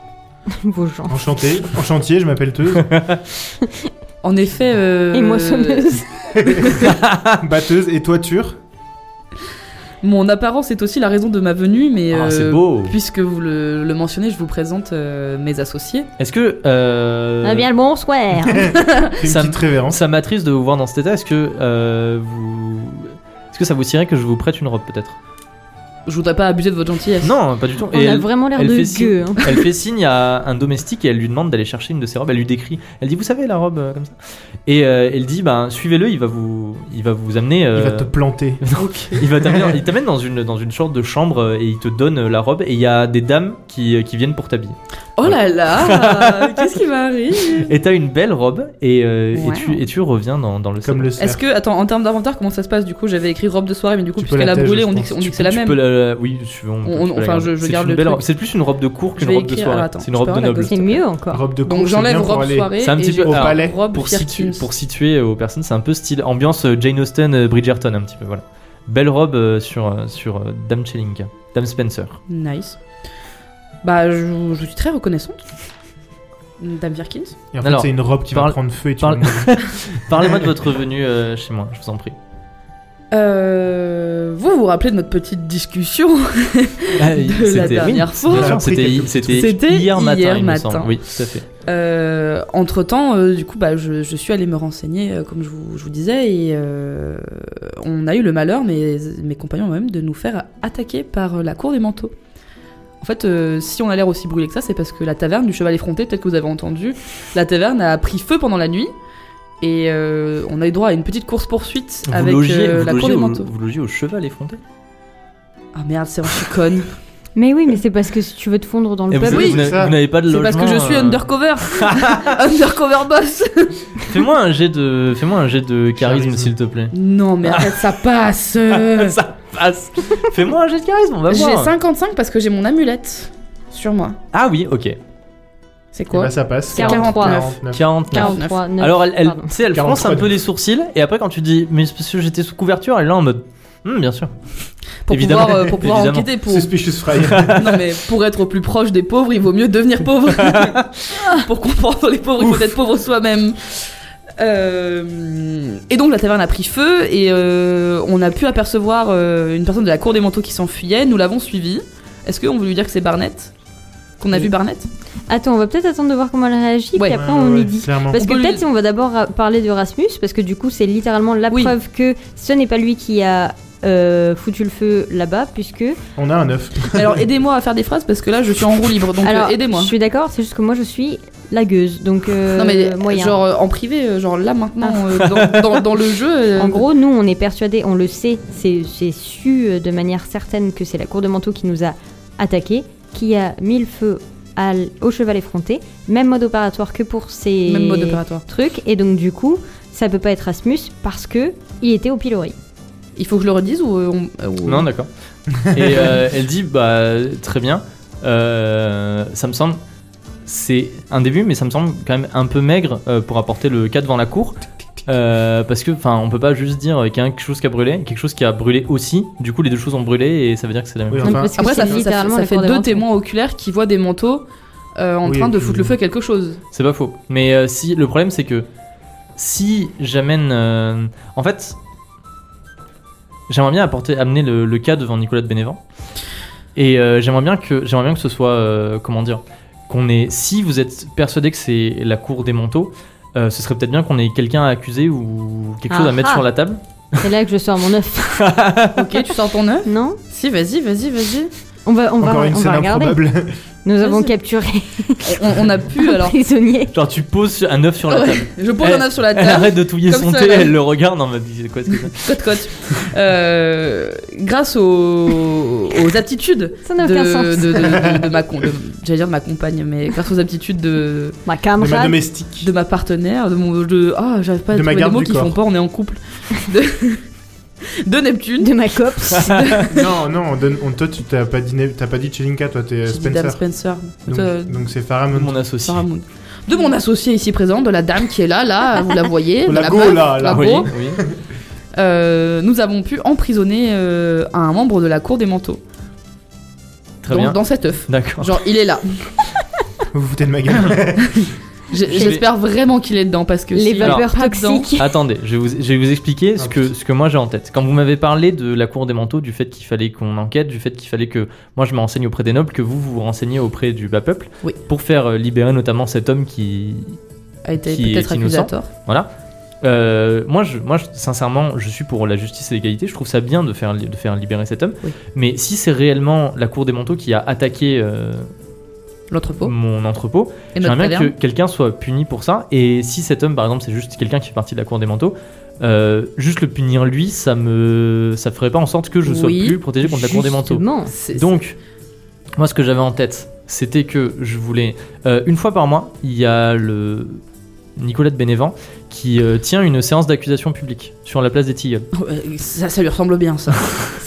Speaker 2: Vos gens.
Speaker 3: Enchanté. Enchantier, je m'appelle Teuse.
Speaker 4: En effet. euh,
Speaker 2: Et moissonneuse.
Speaker 3: Batteuse et toiture.
Speaker 4: Mon apparence est aussi la raison de ma venue, mais.
Speaker 1: Ah, c'est
Speaker 4: euh,
Speaker 1: beau
Speaker 4: Puisque vous le, le mentionnez, je vous présente euh, mes associés.
Speaker 1: Est-ce que... euh,
Speaker 2: Ah bien le bon soir.
Speaker 3: Fais une
Speaker 1: Ça me-
Speaker 3: petite révérence.
Speaker 1: ça m'attriste de vous voir dans cet état, est-ce que euh, vous... Est-ce que ça vous dirait que je vous prête une robe peut-être
Speaker 4: Je voudrais pas abuser de votre gentillesse.
Speaker 1: Non, pas du tout.
Speaker 2: On
Speaker 1: Et
Speaker 2: a
Speaker 1: elle-
Speaker 2: vraiment l'air
Speaker 1: elle
Speaker 2: de
Speaker 1: fait signe.
Speaker 2: gueux. hein.
Speaker 1: Elle fait signe à un domestique et elle lui demande d'aller chercher une de ses robes. Elle lui décrit. Elle dit, vous savez la robe euh, comme ça. Et euh, elle dit, ben suivez-le, il va vous, il va vous amener.
Speaker 3: Il
Speaker 1: euh,
Speaker 3: va te planter.
Speaker 1: il va t'amener, il t'amène dans une dans une sorte de chambre euh, et il te donne euh, la robe et il y a des dames qui, euh, qui viennent pour t'habiller.
Speaker 4: Oh là là Qu'est-ce qui m'arrive
Speaker 1: Et t'as une belle robe et, euh, et
Speaker 4: Wow.
Speaker 1: tu et tu reviens dans, dans le
Speaker 3: Comme
Speaker 1: salon.
Speaker 3: le
Speaker 4: Est-ce
Speaker 3: cerf.
Speaker 4: que, attends, en termes d'inventaire, comment ça se passe du coup J'avais écrit robe de soirée, mais du coup,
Speaker 3: Tu peux
Speaker 4: puisqu'elle
Speaker 3: la
Speaker 4: a
Speaker 3: tèche,
Speaker 4: brûlé,
Speaker 3: je
Speaker 4: on dit,
Speaker 3: pense.
Speaker 4: que- on dit
Speaker 1: Tu
Speaker 4: que
Speaker 1: peux-
Speaker 4: c'est la
Speaker 1: tu
Speaker 4: même.
Speaker 1: peux la- oui, tu- on peut-
Speaker 4: On-
Speaker 1: tu peux
Speaker 4: enfin,
Speaker 1: la garder.
Speaker 4: je- je
Speaker 1: C'est
Speaker 4: garde
Speaker 1: une
Speaker 4: le
Speaker 1: belle
Speaker 4: truc.
Speaker 1: robe. C'est plus une robe de cours
Speaker 4: Je
Speaker 1: qu'une
Speaker 4: vais
Speaker 1: robe de
Speaker 4: écrire. Alors,
Speaker 1: soirée.
Speaker 4: attends,
Speaker 1: C'est une
Speaker 4: je peux
Speaker 1: robe de
Speaker 4: avoir la
Speaker 1: noble.
Speaker 4: gosse-
Speaker 2: C'est mieux encore.
Speaker 3: Robe de cour,
Speaker 4: Donc
Speaker 3: c'est
Speaker 4: j'enlève
Speaker 3: bien pour
Speaker 4: robe
Speaker 3: aller-
Speaker 4: soirée.
Speaker 1: C'est un
Speaker 4: et
Speaker 1: petit
Speaker 4: je-
Speaker 1: peu-
Speaker 4: oh,
Speaker 1: alors,
Speaker 3: palais,
Speaker 4: robe
Speaker 1: pour,
Speaker 4: Firkins.
Speaker 1: situer, pour situer euh, aux personnes, c'est un peu style ambiance euh, Jane Austen, euh, Bridgerton un petit peu, voilà. Belle robe euh, sur, euh, sur euh, Dame Chelinka, Dame Spencer.
Speaker 4: Nice. Bah, je, je suis très reconnaissante. Dame Virkins.
Speaker 3: Et en fait,
Speaker 1: Alors,
Speaker 3: c'est une robe qui
Speaker 1: parle-
Speaker 3: va prendre feu et tu
Speaker 1: parle-
Speaker 3: vas mourir.
Speaker 1: Parlez-moi de votre venue euh, chez moi, je vous en prie.
Speaker 4: Euh, vous vous rappelez de notre petite discussion De Ah, la
Speaker 1: C'était-
Speaker 4: dernière
Speaker 1: oui,
Speaker 4: fois.
Speaker 1: bien sûr,
Speaker 3: Après,
Speaker 1: C'était
Speaker 3: quelques
Speaker 1: c'était
Speaker 4: C'était
Speaker 1: hier matin,
Speaker 4: hier
Speaker 1: il me
Speaker 4: matin.
Speaker 1: semble. Oui, tout à fait.
Speaker 4: entre temps, Euh, du coup, bah, je, je suis allée me renseigner, euh, comme je vous, je vous disais, et euh, on a eu le malheur, mes, mes compagnons même, de nous faire attaquer par euh, la cour des manteaux. En fait, euh, si on a l'air aussi brûlé que ça, c'est parce que la taverne du Cheval effronté, peut-être que vous avez entendu, la taverne a pris feu pendant la nuit, et euh, on a eu droit à une petite course-poursuite
Speaker 1: Vous
Speaker 4: avec
Speaker 1: logiez,
Speaker 4: euh,
Speaker 1: vous
Speaker 4: la
Speaker 1: logiez
Speaker 4: cour des
Speaker 1: au,
Speaker 4: manteaux.
Speaker 1: Eh, vous logiez au cheval effronté
Speaker 4: Ah merde, c'est vrai, je suis conne.
Speaker 2: Mais oui, mais c'est parce que si tu veux te fondre dans le
Speaker 1: Et vous
Speaker 2: pub,
Speaker 1: avez-
Speaker 4: Bah Oui.
Speaker 1: vous n'avez
Speaker 3: C'est ça.
Speaker 1: vous n'avez pas de
Speaker 4: C'est
Speaker 1: logement.
Speaker 4: parce que je suis
Speaker 1: euh,
Speaker 4: undercover. undercover boss.
Speaker 1: Fais-moi un jet de, fais-moi un jet de charisme
Speaker 3: Charisme.
Speaker 1: s'il te plaît.
Speaker 4: Non, mais arrête, ça passe. euh.
Speaker 1: Ça passe. fais-moi un jet de charisme, on va
Speaker 4: J'ai
Speaker 1: voir.
Speaker 4: 55 parce que j'ai mon amulette sur moi.
Speaker 1: Ah oui, ok.
Speaker 4: C'est
Speaker 3: Et
Speaker 4: quoi
Speaker 1: Eh
Speaker 3: bah
Speaker 1: ben,
Speaker 3: ça passe.
Speaker 2: 43.
Speaker 3: 49.
Speaker 1: 49.
Speaker 2: 43, neuf,
Speaker 1: Alors elle, elle-
Speaker 2: pardon.
Speaker 1: tu sais, elle fronce un
Speaker 3: 43.
Speaker 1: peu les sourcils et après quand tu dis mais c'est parce que j'étais sous couverture, elle est là en mode Hum, bien sûr.
Speaker 4: Pour
Speaker 1: Évidemment.
Speaker 4: pouvoir, euh, pour pouvoir
Speaker 1: Évidemment.
Speaker 4: enquêter. Pour...
Speaker 3: Suspicious Fry.
Speaker 4: non, mais pour être au plus proche des pauvres, il vaut mieux devenir pauvre. pour comprendre les pauvres, il faut être pauvre soi-même. Euh, et donc la taverne a pris feu et euh, on a pu apercevoir euh, une personne de la cour des manteaux qui s'enfuyait. Nous l'avons suivie. Est-ce qu'on veut lui dire que c'est Barnett Qu'on a
Speaker 2: Oui.
Speaker 4: vu Barnett
Speaker 2: Attends, on va peut-être attendre de voir comment elle réagit,
Speaker 4: Ouais.
Speaker 2: puis après on y dit.
Speaker 3: Clairement.
Speaker 2: Parce
Speaker 4: On
Speaker 2: que
Speaker 4: peut lui-
Speaker 2: peut-être si on va d'abord ra- parler de Rasmus, parce que du coup c'est littéralement la
Speaker 4: Oui.
Speaker 2: preuve que ce n'est pas lui qui a euh, foutu le feu là-bas, puisque...
Speaker 3: On a un œuf.
Speaker 4: Alors aidez-moi à faire des phrases parce que là je suis en roue libre. Donc
Speaker 2: Alors,
Speaker 4: euh, aidez-moi.
Speaker 2: je suis d'accord, c'est juste que moi je suis lagueuse, donc euh,
Speaker 4: Non mais
Speaker 2: moyen. Ah.
Speaker 4: genre euh, en privé, euh, genre là maintenant, euh, dans, dans- dans le jeu. euh,
Speaker 2: En gros, nous, on est persuadés, on le sait, c'est c'est su euh, de manière certaine que c'est la cour de manteau qui nous a attaqués, qui a mis le feu à l- au cheval effronté, même mode opératoire que pour ces
Speaker 4: même mode opératoire.
Speaker 2: trucs, et donc du coup, ça peut pas être Rasmus parce que il était au pilori.
Speaker 4: Il faut que je le redise ou euh, on- euh, ou-
Speaker 1: Non, d'accord. et euh, elle dit bah très bien. Euh, ça me semble c'est un début, mais ça me semble quand même un peu maigre euh, pour apporter le cas devant la cour. Euh, parce que, enfin, on peut pas juste dire qu'il y a quelque chose qui a brûlé, quelque chose qui a brûlé aussi. Du coup, les deux choses ont brûlé et ça veut dire que c'est la même
Speaker 3: Oui,
Speaker 1: chose.
Speaker 2: Non,
Speaker 3: enfin,
Speaker 2: parce que
Speaker 4: Après
Speaker 2: c'est
Speaker 4: ça, fait- ça fait,
Speaker 2: littéralement
Speaker 4: ça
Speaker 2: la
Speaker 4: fait
Speaker 2: cour des
Speaker 4: deux
Speaker 2: manteaux.
Speaker 4: témoins oculaires qui voient des manteaux euh, en
Speaker 3: Oui,
Speaker 4: train de
Speaker 3: et puis-
Speaker 4: foutre le feu à quelque chose.
Speaker 1: C'est pas faux. Mais euh, si le problème c'est que si j'amène, euh, en fait, j'aimerais bien apporter, amener le, le cas devant Nicolas de Bénévent. Et euh, j'aimerais bien que j'aimerais bien que ce soit euh, comment dire qu'on ait. Si vous êtes persuadé que c'est la cour des manteaux, euh, ce serait peut-être bien qu'on ait quelqu'un à accuser ou quelque chose
Speaker 2: Ah
Speaker 1: à mettre
Speaker 2: ah.
Speaker 1: sur la table.
Speaker 2: C'est là que je sors mon œuf,
Speaker 4: ok, tu sors ton œuf
Speaker 2: non
Speaker 4: Si, vas-y, vas-y, vas-y.
Speaker 2: On va, on va,
Speaker 3: Encore une
Speaker 2: on
Speaker 3: scène
Speaker 2: va regarder.
Speaker 3: improbable.
Speaker 2: Nous avons
Speaker 4: Vas-y.
Speaker 2: capturé
Speaker 4: On, on a pu
Speaker 2: un
Speaker 4: alors.
Speaker 2: prisonnier.
Speaker 1: Genre tu poses un œuf sur la
Speaker 4: Ouais,
Speaker 1: table.
Speaker 4: Je pose
Speaker 1: Eh,
Speaker 4: un œuf sur la
Speaker 1: Elle
Speaker 4: table.
Speaker 1: arrête de touiller
Speaker 4: Comme
Speaker 1: son
Speaker 4: ça,
Speaker 1: thé,
Speaker 4: là.
Speaker 1: elle le regarde en mode quoi est-ce que c'est
Speaker 4: Cote cote. Euh, grâce aux, aux aptitudes
Speaker 2: Ça
Speaker 4: de,
Speaker 2: n'a aucun sens.
Speaker 4: de- de- de- de ma con- de- j'allais dire de ma compagne, mais grâce aux aptitudes de,
Speaker 2: Ma
Speaker 3: De ma
Speaker 2: camarade.
Speaker 3: domestique.
Speaker 4: de ma partenaire, de mon de ah j'arrive pas à
Speaker 3: De ma
Speaker 4: trouver des
Speaker 3: garde
Speaker 4: mots
Speaker 3: du
Speaker 4: qui
Speaker 3: corps.
Speaker 4: font pas, on est en couple. De, de Neptune.
Speaker 2: de ma copse.
Speaker 3: non, non, on donne- on- toi, tu t'as pas dit, t'as pas dit Chelinka, toi, t'es euh,
Speaker 4: J'ai dit Euh, Dame Spencer.
Speaker 3: Spencer.
Speaker 4: Toi,
Speaker 3: Donc euh, donc c'est Faramond.
Speaker 1: mon associé.
Speaker 4: Sarah Moon. De mon associé ici présent, de la dame qui est là, là, vous la voyez, de
Speaker 3: La
Speaker 4: la
Speaker 3: go,
Speaker 4: meuf,
Speaker 3: là,
Speaker 4: la
Speaker 3: là.
Speaker 1: Ah Oui,
Speaker 4: go.
Speaker 1: oui.
Speaker 4: Euh, nous avons pu emprisonner euh, un membre de la cour des manteaux
Speaker 1: Très
Speaker 4: dans,
Speaker 1: bien. Oh.
Speaker 4: dans cet œuf.
Speaker 1: D'accord.
Speaker 4: Genre, il est là.
Speaker 3: Vous vous foutez de ma gueule.
Speaker 4: J'ai-
Speaker 1: Je
Speaker 4: J'espère vraiment qu'il est dedans parce que
Speaker 2: Les
Speaker 4: s'il est
Speaker 2: vapeurs
Speaker 4: pas dedans-
Speaker 2: toxiques.
Speaker 1: Attendez, je vais vous, je vais vous expliquer ce que, ce que moi j'ai en tête. Quand vous m'avez parlé de la cour des manteaux, du fait qu'il fallait qu'on enquête, du fait qu'il fallait que moi je me renseigne auprès des nobles, que vous vous vous renseignez auprès du bas peuple,
Speaker 4: Oui.
Speaker 1: pour faire euh, libérer notamment cet homme qui...
Speaker 4: a été
Speaker 1: qui-
Speaker 4: peut-être
Speaker 1: qui nous
Speaker 4: accusé à
Speaker 1: sent.
Speaker 4: tort.
Speaker 1: Voilà. Euh, moi, je, moi je- sincèrement, je suis pour la justice et l'égalité. Je trouve ça bien de faire, li- de faire libérer cet homme.
Speaker 4: Oui.
Speaker 1: Mais si c'est réellement la cour des manteaux qui a attaqué euh,
Speaker 4: L'entrepôt
Speaker 1: mon entrepôt,
Speaker 4: et notre
Speaker 1: Hmm. J'aimerais bien que
Speaker 4: taverne.
Speaker 1: quelqu'un soit puni pour ça. Et si cet homme, par exemple, c'est juste quelqu'un qui fait partie de la cour des manteaux, euh, juste le punir lui, ça me, ça ferait pas en sorte que je sois
Speaker 4: Oui,
Speaker 1: plus protégé contre la cour des manteaux.
Speaker 2: Justement.
Speaker 4: C'est-
Speaker 1: Donc, moi, ce que j'avais en tête, c'était que je voulais euh, une fois par mois, il y a le Nicolas de Bénévent qui euh, tient une séance d'accusation publique sur la place des Tilleuls.
Speaker 4: Ouais, oh, euh, ça, ça lui ressemble bien ça.
Speaker 2: C'est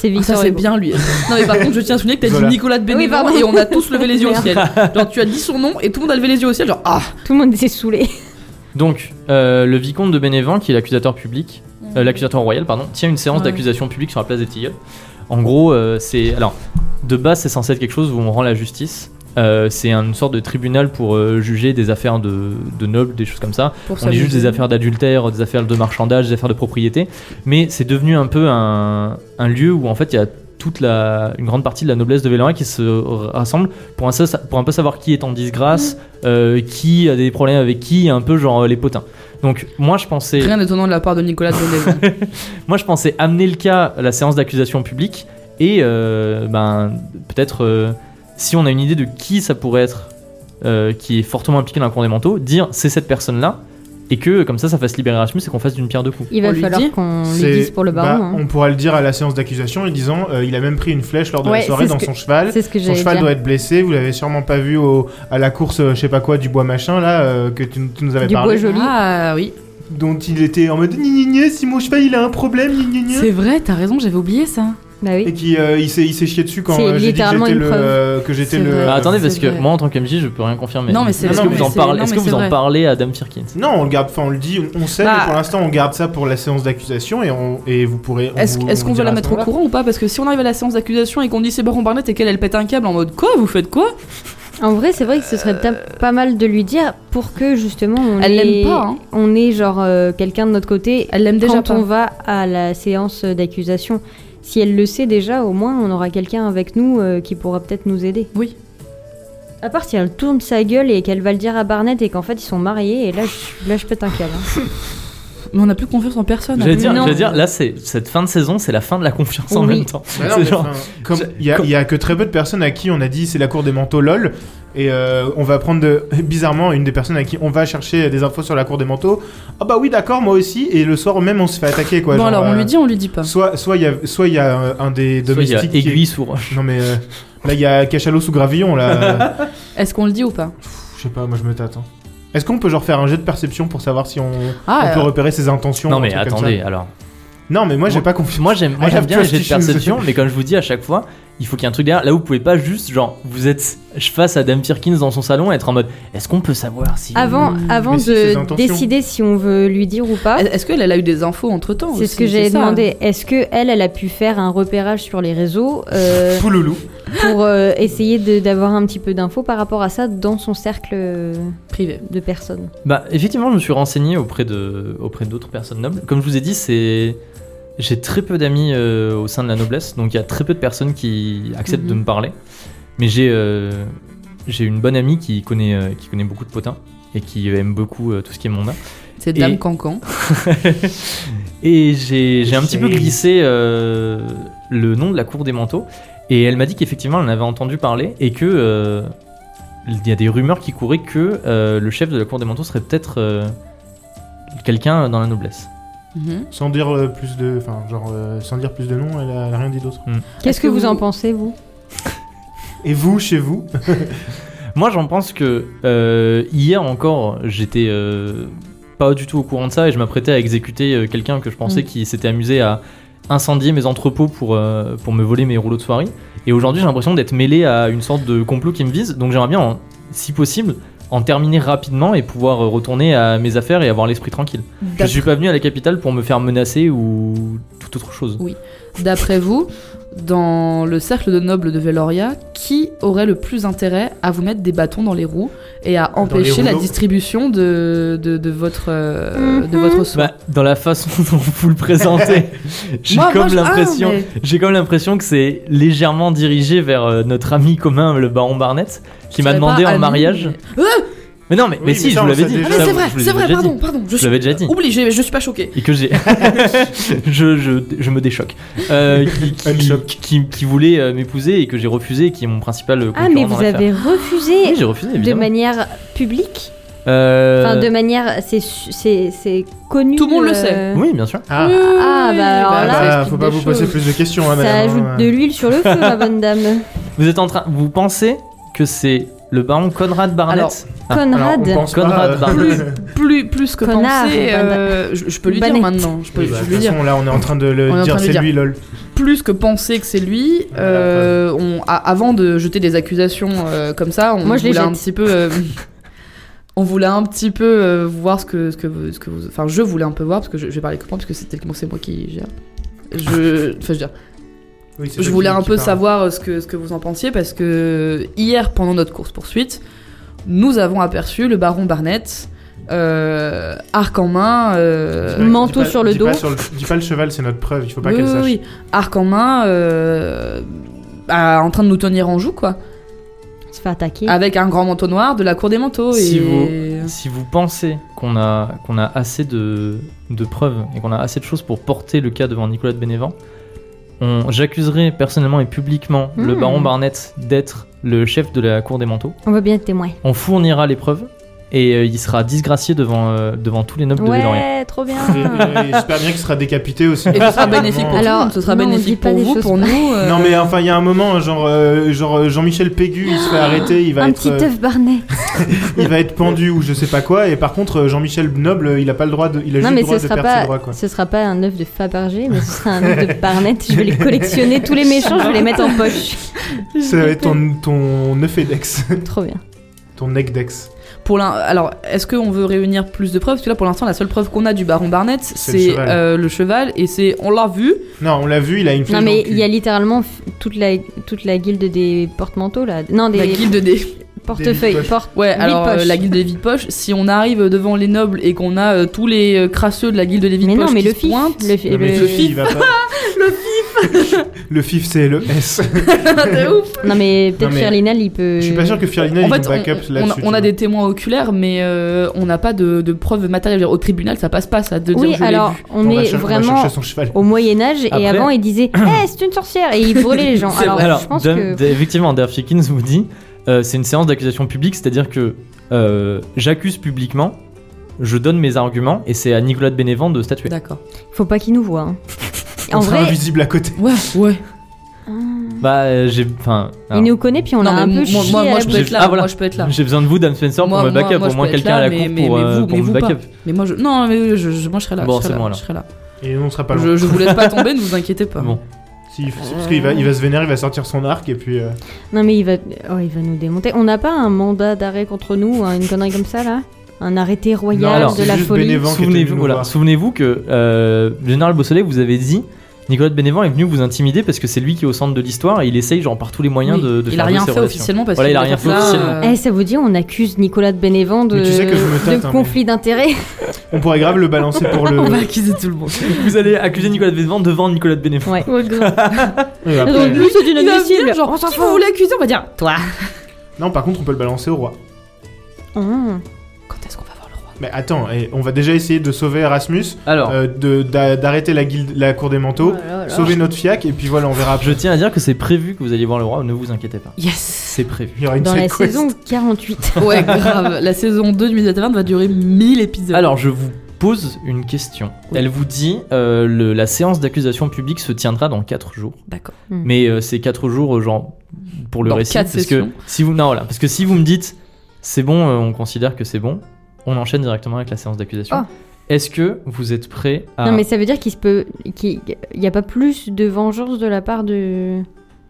Speaker 4: Ah, ça
Speaker 2: Victor
Speaker 4: c'est
Speaker 2: Hugo.
Speaker 4: bien lui. Non mais par contre je tiens à souligner que t'as
Speaker 3: Voilà.
Speaker 4: dit Nicolas de
Speaker 2: Oui,
Speaker 4: Bénévent
Speaker 2: pardon.
Speaker 4: et on a tous levé les yeux au
Speaker 2: Merde.
Speaker 4: ciel. Genre tu as dit son nom et tout le monde a levé les yeux au ciel genre ah
Speaker 2: Tout le monde s'est saoulé.
Speaker 1: Donc, euh, le vicomte de Bénévent, qui est l'accusateur public, euh, l'accusateur royal, pardon, tient une séance
Speaker 4: Ouais.
Speaker 1: d'accusation publique sur la place des Tilleuls. En gros, euh, c'est. Alors, de base, c'est censé être quelque chose où on rend la justice. Euh, c'est une sorte de tribunal pour euh, juger des affaires de, de nobles, des choses comme ça.
Speaker 4: pour
Speaker 1: On est juste
Speaker 4: s'amuser.
Speaker 1: des affaires d'adultère, des affaires de marchandage, des affaires de propriété. Mais c'est devenu un peu un, un lieu où en fait il y a toute la, une grande partie de la noblesse de Vélorin qui se rassemble pour un, seul- pour un peu savoir qui est en disgrâce,
Speaker 4: Mm.
Speaker 1: euh, qui a des problèmes avec qui, un peu genre euh, les potins. Donc moi je pensais,
Speaker 4: Rien d'étonnant de la part de Nicolas de Bénévent.
Speaker 1: moi je pensais amener le cas à la séance d'accusation publique et euh, ben peut-être euh, si on a une idée de qui ça pourrait être euh, qui est fortement impliqué dans la cour des manteaux, dire c'est cette personne là Et que comme ça, ça fasse libérer Rasmus et qu'on fasse d'une pierre deux coups.
Speaker 2: Il va
Speaker 4: On lui dit
Speaker 2: falloir qu'on
Speaker 3: C'est-
Speaker 2: lui dise pour le
Speaker 3: bah,
Speaker 2: baron. hein.
Speaker 3: On pourra le dire à la séance d'accusation en disant euh, il a même pris une flèche lors de
Speaker 2: Ouais,
Speaker 3: la soirée
Speaker 2: c'est ce
Speaker 3: dans
Speaker 2: que-
Speaker 3: son cheval.
Speaker 2: C'est ce que
Speaker 3: Son
Speaker 2: j'allais
Speaker 3: cheval
Speaker 2: dire.
Speaker 3: doit être blessé. Vous l'avez sûrement pas vu au, à la course, euh, je sais pas quoi, du bois machin là euh, que tu, tu nous avais
Speaker 2: Du bois
Speaker 3: parlé.
Speaker 2: joli.
Speaker 4: Ah oui.
Speaker 3: Dont il était en mode Gna, gna, gna, si mon cheval il a un problème, gna, gna, gna.
Speaker 4: C'est vrai, t'as raison, j'avais oublié ça.
Speaker 2: Bah oui.
Speaker 3: et qui euh, il s'est il s'est chié dessus quand
Speaker 2: C'est
Speaker 3: euh, j'ai dit que
Speaker 2: littéralement
Speaker 3: j'étais
Speaker 2: une
Speaker 3: le
Speaker 2: preuve.
Speaker 3: euh, que j'étais
Speaker 4: C'est
Speaker 3: le.
Speaker 4: vrai.
Speaker 1: Ah, attendez, parce
Speaker 4: c'est
Speaker 1: que
Speaker 4: vrai.
Speaker 1: moi en tant qu'MJ, je peux rien confirmer.
Speaker 4: Non, mais c'est
Speaker 1: Est-ce que
Speaker 3: non, mais
Speaker 1: vous en
Speaker 4: c'est-
Speaker 1: parlez
Speaker 4: non,
Speaker 1: Est-ce que
Speaker 4: mais
Speaker 1: vous
Speaker 4: c'est
Speaker 1: en
Speaker 4: vrai. Oh,
Speaker 1: parlez à Adam Firkins
Speaker 3: Non, on le garde. Enfin, on le dit, on sait,
Speaker 4: Bah.
Speaker 3: mais pour l'instant, on garde ça pour la séance d'accusation et on et vous pourrez. on
Speaker 4: Est-ce
Speaker 3: vous-
Speaker 4: est-ce
Speaker 3: on
Speaker 4: qu'on
Speaker 3: dira
Speaker 4: veut la
Speaker 3: à ce
Speaker 4: mettre au
Speaker 3: moment-là.
Speaker 4: courant ou pas Parce que si on arrive à la séance d'accusation et qu'on dit c'est Baron Barnett et qu'elle elle pète un câble en mode quoi Vous faites quoi
Speaker 2: En vrai, c'est vrai que ce serait ta- pas mal de lui dire pour que justement on
Speaker 4: Elle l'aime
Speaker 2: ait-
Speaker 4: pas, hein.
Speaker 2: on ait genre euh, quelqu'un de notre côté
Speaker 4: Elle l'aime
Speaker 2: quand on va à la séance d'accusation. Si elle le sait déjà, au moins on aura quelqu'un avec nous euh, qui pourra peut-être nous aider.
Speaker 4: Oui.
Speaker 2: À part si elle tourne sa gueule et qu'elle va le dire à Barnett et qu'en fait ils sont mariés et là je, là, je pète un câble.
Speaker 3: Mmh.
Speaker 2: hein.
Speaker 4: Mais on n'a plus confiance en personne. Ah,
Speaker 1: J'allais dire,
Speaker 2: Non.
Speaker 1: j'allais dire, là, c'est cette fin de saison, c'est la fin de la confiance en
Speaker 2: Oui.
Speaker 1: même temps.
Speaker 3: Bah non,
Speaker 1: C'est
Speaker 3: mais
Speaker 1: genre-
Speaker 3: enfin, comme il y, a- il y a que très peu de personnes à qui on a dit c'est la cour des manteaux lol et euh, on va prendre de- bizarrement une des personnes à qui on va chercher des infos sur la cour des manteaux. Ah bah oui d'accord moi aussi et le soir même on se fait attaquer quoi.
Speaker 4: bon
Speaker 3: genre,
Speaker 4: alors on
Speaker 3: euh,
Speaker 4: lui dit, on lui dit pas.
Speaker 3: Soit soit il y a soit il y a euh, un des
Speaker 1: Soit il y a
Speaker 3: domestiques qui est-
Speaker 1: aiguille sous roche.
Speaker 3: Non mais euh, là il y a cachalot sous gravillon là. Euh,
Speaker 4: Est-ce qu'on le dit ou pas
Speaker 3: Je sais pas moi je me tâte. hein. Est-ce qu'on peut genre faire un jet de perception pour savoir si on, on
Speaker 4: Ah,
Speaker 3: peut
Speaker 4: euh,
Speaker 3: repérer ses intentions
Speaker 1: Non,
Speaker 3: ou un
Speaker 1: mais
Speaker 3: truc comme
Speaker 1: attendez,
Speaker 3: ça
Speaker 1: alors.
Speaker 3: Non mais moi j'ai pas confiance.
Speaker 1: Moi, j'aime moi,
Speaker 3: I
Speaker 1: j'aime
Speaker 3: have
Speaker 1: bien les jets de
Speaker 3: trust issues.
Speaker 1: perception, mais comme je vous dis à chaque fois, il faut qu'il y ait un truc derrière. Là, vous pouvez pas juste, genre, vous êtes face à Adam Firkins dans son salon et être en mode est-ce qu'on peut savoir si.
Speaker 2: Avant, avant
Speaker 3: Mais si, ses
Speaker 2: de
Speaker 3: intentions.
Speaker 2: décider si on veut lui dire ou pas,
Speaker 4: Euh, Est-ce qu'elle elle a eu des infos entre temps
Speaker 2: c'est ce que j'ai
Speaker 4: Oh, ça. hein.
Speaker 2: demandé. Est-ce que elle, elle a pu faire un repérage sur les réseaux euh,
Speaker 3: Pouloulou.
Speaker 2: pour euh, essayer de- d'avoir un petit peu d'infos par rapport à ça dans son cercle euh,
Speaker 4: Privé.
Speaker 2: de personnes.
Speaker 1: Bah, effectivement, je me suis renseigné auprès de auprès d'autres personnes nobles. Comme je vous ai dit, c'est j'ai très peu d'amis euh, au sein de la noblesse, donc il y a très peu de personnes qui acceptent de
Speaker 4: Mhm.
Speaker 1: me parler. Mais j'ai euh, j'ai une bonne amie qui connaît euh, qui connaît beaucoup de potins et qui aime beaucoup euh, tout ce qui est mondain.
Speaker 4: C'est
Speaker 1: Et-
Speaker 4: Dame Cancan.
Speaker 1: Et j'ai j'ai un petit peu
Speaker 3: J'ai-
Speaker 1: glissé euh, le nom de la cour des manteaux. Et elle m'a dit qu'effectivement, elle en avait entendu parler et que euh, il y a des rumeurs qui couraient que euh, le chef de la cour des manteaux serait peut-être euh, quelqu'un dans la noblesse.
Speaker 4: Mhm.
Speaker 3: Sans dire euh, plus de, enfin genre euh, sans dire plus de noms, elle a, elle a rien dit d'autre.
Speaker 2: Qu'est-ce que, vous en pensez, vous
Speaker 3: Et vous, chez vous
Speaker 1: Moi, j'en pense que euh, hier encore, j'étais euh, pas du tout au courant de ça et je m'apprêtais à exécuter euh, quelqu'un que je pensais
Speaker 4: Mm.
Speaker 1: qui s'était amusé à incendier mes entrepôts pour, euh, pour me voler mes rouleaux de soirée. Et aujourd'hui, j'ai l'impression d'être mêlé à une sorte de complot qui me vise. Donc, j'aimerais bien, en- si possible, en terminer rapidement et pouvoir euh, retourner à mes affaires et avoir l'esprit tranquille. Je
Speaker 4: D'après-
Speaker 1: suis pas venu à la capitale pour me faire menacer ou toute autre chose.
Speaker 4: D'après vous, dans le cercle de nobles de Veloria, qui aurait le plus intérêt à vous mettre des bâtons dans les roues et à empêcher la
Speaker 3: rouleaux.
Speaker 4: distribution de, de, de votre, euh, de votre soin
Speaker 1: Bah, dans la façon dont vous le présentez, j'ai
Speaker 4: Moi- moi,
Speaker 1: comme
Speaker 4: je- ah,
Speaker 1: l'impression
Speaker 4: mais-
Speaker 1: J'ai quand même l'impression que c'est légèrement dirigé vers euh, notre ami commun, le baron Barnett, qui m'a
Speaker 4: serais
Speaker 1: demandé
Speaker 4: pas
Speaker 1: en
Speaker 4: ami,
Speaker 1: mariage.
Speaker 4: mais- Ah
Speaker 1: Mais non, mais,
Speaker 3: Oui,
Speaker 1: mais
Speaker 3: mais
Speaker 1: si,
Speaker 3: ça,
Speaker 1: je
Speaker 3: on
Speaker 1: vous l'avais
Speaker 3: le sait
Speaker 1: dit.
Speaker 4: Ah, mais
Speaker 3: déjà.
Speaker 1: Ça,
Speaker 4: c'est
Speaker 1: vous-
Speaker 4: vrai,
Speaker 1: je vous
Speaker 4: c'est
Speaker 1: l'avais
Speaker 4: vrai,
Speaker 1: déjà dit.
Speaker 4: pardon, pardon. Je
Speaker 1: Je
Speaker 4: suis...
Speaker 1: l'avais déjà dit.
Speaker 4: Oublie, je, je suis pas choquée.
Speaker 1: Et que j'ai. je, je, je me déchoque. Euh, qui, qui-
Speaker 3: Un choc.
Speaker 1: qui- qui voulait euh, m'épouser et que j'ai refusé et qui est mon principal euh, concurrent.
Speaker 2: Ah, mais
Speaker 1: dans
Speaker 2: vous
Speaker 1: l'affaire.
Speaker 2: avez refusé
Speaker 1: Oui, j'ai refusé,
Speaker 2: de
Speaker 1: évidemment.
Speaker 2: manière publique
Speaker 1: Euh,
Speaker 2: Enfin, de manière. C'est, su- c'est, c'est connu.
Speaker 4: Tout le monde le
Speaker 2: euh,
Speaker 4: sait.
Speaker 1: Oui, bien sûr.
Speaker 3: Ah,
Speaker 2: Ah, bah alors
Speaker 4: bah,
Speaker 3: bah,
Speaker 2: là,
Speaker 4: ça explique
Speaker 3: faut pas
Speaker 4: des
Speaker 3: vous poser
Speaker 4: choses.
Speaker 3: plus de questions, hein,
Speaker 2: Ça
Speaker 3: madame.
Speaker 2: ajoute
Speaker 3: hein.
Speaker 2: de l'huile sur le feu, ma bonne dame.
Speaker 1: Vous êtes en train. Vous pensez que c'est le baron Conrad Barnett
Speaker 4: Alors,
Speaker 1: Ah,
Speaker 3: Alors, on
Speaker 2: Conrad.
Speaker 3: pense
Speaker 1: Conrad
Speaker 4: bah
Speaker 3: pas,
Speaker 1: Barnett.
Speaker 3: euh,
Speaker 4: Plus, plus que
Speaker 2: Connard,
Speaker 4: penser,
Speaker 2: Ban-
Speaker 4: euh, je, je peux lui dire
Speaker 2: Banette.
Speaker 4: maintenant. Je peux,
Speaker 3: Oui,
Speaker 4: je
Speaker 3: bah,
Speaker 4: peux
Speaker 3: de
Speaker 4: lui
Speaker 3: toute
Speaker 4: dire.
Speaker 3: façon, là, on est en train de
Speaker 4: On est en
Speaker 3: le dire,
Speaker 4: train de
Speaker 3: c'est
Speaker 4: le
Speaker 3: lui, lol.
Speaker 4: plus que penser que c'est lui, euh, on, a- avant de jeter des accusations euh, comme ça, on
Speaker 2: Moi, je les
Speaker 4: voulait un
Speaker 2: jette.
Speaker 4: petit peu. euh, On voulait un petit peu euh, voir ce que, ce que, vous- ce que vous. Enfin, je voulais un peu voir, parce que je, je vais parler que moi, parce que c'est techniquement c'est moi qui gère. Je, enfin, je, veux dire,
Speaker 3: Oui, c'est
Speaker 4: je
Speaker 3: lui
Speaker 4: voulais
Speaker 3: qui-
Speaker 4: un
Speaker 3: qui
Speaker 4: peu
Speaker 3: parle.
Speaker 4: savoir euh, ce que, ce que vous en pensiez, parce que hier, pendant notre course-poursuite, nous avons aperçu le baron Barnett, euh, arc en main.
Speaker 3: Dis
Speaker 4: euh,
Speaker 3: pas-
Speaker 2: Manteau
Speaker 3: dis pas-
Speaker 2: sur le
Speaker 3: dis
Speaker 2: dos.
Speaker 3: pas sur Dis pas le cheval, c'est notre preuve, il faut pas
Speaker 4: oui,
Speaker 3: qu'elle
Speaker 4: oui,
Speaker 3: sache.
Speaker 4: oui. Arc en main, euh, bah, en train de nous tenir en joue, quoi.
Speaker 2: On se fait attaquer.
Speaker 4: Avec un grand manteau noir de la cour des manteaux.
Speaker 1: Si
Speaker 4: et...
Speaker 1: vous- Si vous pensez qu'on a, qu'on a assez de, de preuves et qu'on a assez de choses pour porter le cas devant Nicolas de Bénévent, on- j'accuserai personnellement et publiquement le
Speaker 2: Hmm.
Speaker 1: baron Barnett d'être le chef de la cour des manteaux.
Speaker 2: On va bien être témoin.
Speaker 1: On fournira les preuves et euh, il sera disgracié devant, euh, devant tous les nobles de Vélorien.
Speaker 2: Ouais, trop bien.
Speaker 3: Et- et- et J'espère bien qu'il sera décapité aussi.
Speaker 4: Et ce sera bénéfique pour
Speaker 2: Alors,
Speaker 4: tout le monde, ce sera
Speaker 2: non, on dit
Speaker 4: bénéfique
Speaker 2: pas
Speaker 4: pour
Speaker 2: des
Speaker 4: vous,
Speaker 2: choses
Speaker 4: pour nous. euh,
Speaker 3: Non mais enfin il y a un moment genre euh, genre euh, Jean-Michel Pégu il se
Speaker 4: Ah.
Speaker 3: fait arrêter il va
Speaker 2: Un
Speaker 3: être
Speaker 2: petit
Speaker 3: euh,
Speaker 2: œuf Barnet.
Speaker 3: il va être pendu ou je sais pas quoi et par contre euh, Jean-Michel Noble il a pas le droit de il a
Speaker 2: Non,
Speaker 3: juste
Speaker 2: mais
Speaker 3: le
Speaker 2: ce
Speaker 3: droit de
Speaker 2: sera,
Speaker 3: perdre ses droits
Speaker 2: pas,
Speaker 3: quoi.
Speaker 2: ce sera pas un œuf de Fabergé, mais ce sera un œuf de Barnet. Je vais les collectionner, tous les méchants, je vais les mettre en poche.
Speaker 3: Ça va être ton ton œufédex,
Speaker 2: Trop bien.
Speaker 3: ton Ecdex.
Speaker 4: Pour l'in- alors, est-ce qu'on veut réunir plus de preuves Parce que là, pour l'instant, la seule preuve qu'on a du baron Barnett,
Speaker 3: le
Speaker 4: c'est
Speaker 3: cheval.
Speaker 4: euh, le cheval, et c'est on l'a vu.
Speaker 3: Non, on l'a vu, il a une flèche
Speaker 2: Non,
Speaker 3: dans
Speaker 2: mais
Speaker 3: le cul.
Speaker 2: il y a littéralement f- toute la, toute la guilde des porte-manteaux, là. Non, des
Speaker 4: La guilde des.
Speaker 2: portefeuilles.
Speaker 3: vide-poches.
Speaker 2: porte-
Speaker 4: Ouais, alors euh,
Speaker 2: Vide-poches.
Speaker 4: la guilde des vides poches. Si on arrive devant les nobles et qu'on a euh, tous les euh, crasseux de la guilde des vides
Speaker 2: Mais
Speaker 4: poches
Speaker 2: non, mais
Speaker 4: qui
Speaker 2: le
Speaker 4: se
Speaker 2: fif.
Speaker 4: pointent,
Speaker 2: Le, fi-
Speaker 3: Non, mais
Speaker 2: le-
Speaker 3: le fif, il va pas. le fif. le fif, c'est le S.
Speaker 4: de ouf.
Speaker 2: Non, mais peut-être
Speaker 3: Non, mais-
Speaker 2: Firlinal, il peut.
Speaker 3: Je suis pas sûr que Firlina
Speaker 4: En
Speaker 3: il
Speaker 4: fait,
Speaker 3: back backup
Speaker 4: on, on-
Speaker 3: là-dessus.
Speaker 4: on a
Speaker 3: tu
Speaker 4: des témoins oculaires, mais euh, on n'a pas de, de preuves matérielles. Je veux dire, Au tribunal, ça passe pas, ça, de
Speaker 2: Oui,
Speaker 4: dire je l'ai
Speaker 2: alors,
Speaker 4: vu.
Speaker 3: vois.
Speaker 2: on
Speaker 3: va
Speaker 2: est
Speaker 3: cher- va
Speaker 2: vraiment
Speaker 3: chercher son cheval.
Speaker 2: au Moyen-Âge, et
Speaker 1: Après-
Speaker 2: avant, ils disaient Eh, c'est une sorcière Et ils brûlaient les gens.
Speaker 4: C'est
Speaker 2: Alors,
Speaker 4: vrai.
Speaker 1: Alors,
Speaker 2: je pense
Speaker 1: Dan-
Speaker 2: que.
Speaker 1: Dan- effectivement, Dave Hawkins vous dit euh, c'est une séance d'accusation publique, c'est-à-dire que euh, j'accuse publiquement, je donne mes arguments, et c'est à Nicolas de Bénévent de statuer.
Speaker 4: D'accord.
Speaker 2: Faut pas qu'ils nous voient. hein.
Speaker 3: On
Speaker 2: En
Speaker 3: sera
Speaker 2: vrai,
Speaker 3: invisible à côté.
Speaker 4: Ouais, ouais.
Speaker 1: Bah, euh, j'ai. Enfin.
Speaker 2: il nous connaît, puis on
Speaker 4: non,
Speaker 2: a
Speaker 4: mais
Speaker 2: un peu
Speaker 4: moi, moi-
Speaker 2: chié
Speaker 4: moi,
Speaker 2: à la
Speaker 4: je peux
Speaker 1: bouche.
Speaker 4: être là.
Speaker 1: Ah, voilà.
Speaker 4: Moi, je peux être là.
Speaker 1: J'ai besoin de vous, Dame Spencer,
Speaker 4: Moi-
Speaker 1: pour me
Speaker 4: moi-
Speaker 1: backup,
Speaker 4: moi,
Speaker 1: au
Speaker 4: je
Speaker 1: moins
Speaker 4: peux être
Speaker 1: quelqu'un à
Speaker 4: là,
Speaker 1: la
Speaker 4: mais-
Speaker 1: cour
Speaker 4: mais-
Speaker 1: pour
Speaker 4: mais
Speaker 1: euh,
Speaker 4: vous-
Speaker 1: pour
Speaker 4: mais
Speaker 1: me
Speaker 4: vous
Speaker 1: backup.
Speaker 4: Mais moi, je. Non, mais je, je- moi, je serai là.
Speaker 1: Bon,
Speaker 4: je serai
Speaker 1: c'est
Speaker 4: là,
Speaker 1: bon, alors.
Speaker 4: Je serai là.
Speaker 3: Et on sera pas loin.
Speaker 4: Je, je vous laisse pas tomber, ne vous inquiétez pas.
Speaker 1: Bon.
Speaker 3: Si, c'est parce qu'il va, il va se vénérer, il va sortir son arc et puis. euh,
Speaker 2: Non mais il va, oh, il va nous démonter. On n'a pas un mandat d'arrêt contre nous, hein, une connerie comme ça là Un arrêté royal
Speaker 1: Non, alors,
Speaker 2: de
Speaker 3: c'est
Speaker 2: la
Speaker 3: juste
Speaker 2: folie
Speaker 3: bénévent. Banque est venue
Speaker 1: Souvenez-vous
Speaker 3: nous
Speaker 1: voilà,
Speaker 3: voir.
Speaker 1: souvenez que euh, le général Beausoleil vous avait dit Nicolas de Bénévent est venu vous intimider parce que c'est lui qui est au centre de l'histoire et il essaye genre par tous les moyens
Speaker 4: Oui.
Speaker 1: de, de
Speaker 4: il
Speaker 1: faire
Speaker 4: a
Speaker 1: jouer
Speaker 4: rien
Speaker 1: ses
Speaker 4: fait
Speaker 1: relations.
Speaker 4: officiellement parce
Speaker 1: Voilà, il
Speaker 4: qu'il
Speaker 1: a
Speaker 4: était
Speaker 1: rien fait
Speaker 4: là,
Speaker 1: officiellement.
Speaker 4: euh,
Speaker 2: Eh, ça vous dit, on accuse Nicolas de Bénévent de,
Speaker 3: Mais tu sais que je me tâte,
Speaker 2: de
Speaker 3: hein,
Speaker 2: conflit d'intérêts.
Speaker 3: On pourrait grave le balancer pour
Speaker 4: On va
Speaker 3: le.
Speaker 4: accuser tout le monde.
Speaker 1: Vous allez accuser Nicolas de Bénévent devant Nicolas de Bénévent.
Speaker 2: Ouais.
Speaker 3: Et après-
Speaker 2: Donc lui, c'est
Speaker 4: Il va venir,
Speaker 2: inadmissible.
Speaker 4: genre,
Speaker 2: on s'en
Speaker 4: si vous
Speaker 2: fout.
Speaker 4: voulez accuser, on va dire toi.
Speaker 3: Non, par contre, on peut le balancer au roi.
Speaker 2: Hum.
Speaker 4: Quand est-ce qu'on va voir le roi
Speaker 3: Mais attends, et on va déjà essayer de sauver Erasmus,
Speaker 1: Alors,
Speaker 3: euh, de- d'a- d'arrêter la guilde, la cour des manteaux, sauver notre fiac et puis voilà, on verra
Speaker 1: je
Speaker 3: après.
Speaker 1: tiens à dire que c'est prévu que vous allez voir le roi, ne vous inquiétez pas.
Speaker 4: Yes
Speaker 1: C'est prévu.
Speaker 3: Il y aura une
Speaker 2: Dans la
Speaker 3: side quest.
Speaker 2: saison 48.
Speaker 4: Ouais, grave. La saison 2 du Musée de la Taverne va durer 1000 épisodes.
Speaker 1: Alors, je vous pose une question.
Speaker 4: Oui.
Speaker 1: Elle vous dit euh, le- la séance d'accusation publique se tiendra dans 4 jours.
Speaker 4: D'accord.
Speaker 1: Mais euh, c'est 4 jours, euh, genre, pour le
Speaker 4: Dans
Speaker 1: récit.
Speaker 4: quatre
Speaker 1: parce
Speaker 4: sessions.
Speaker 1: que si vous, non, voilà, parce que si vous me dites, c'est bon, euh, on considère que c'est bon, on enchaîne directement avec la séance d'accusation.
Speaker 2: Oh.
Speaker 1: Est-ce que vous êtes prêt à.
Speaker 3: Ah.
Speaker 2: Non mais ça veut dire qu'il se peut, qu'il il y a pas plus de vengeance de la part de.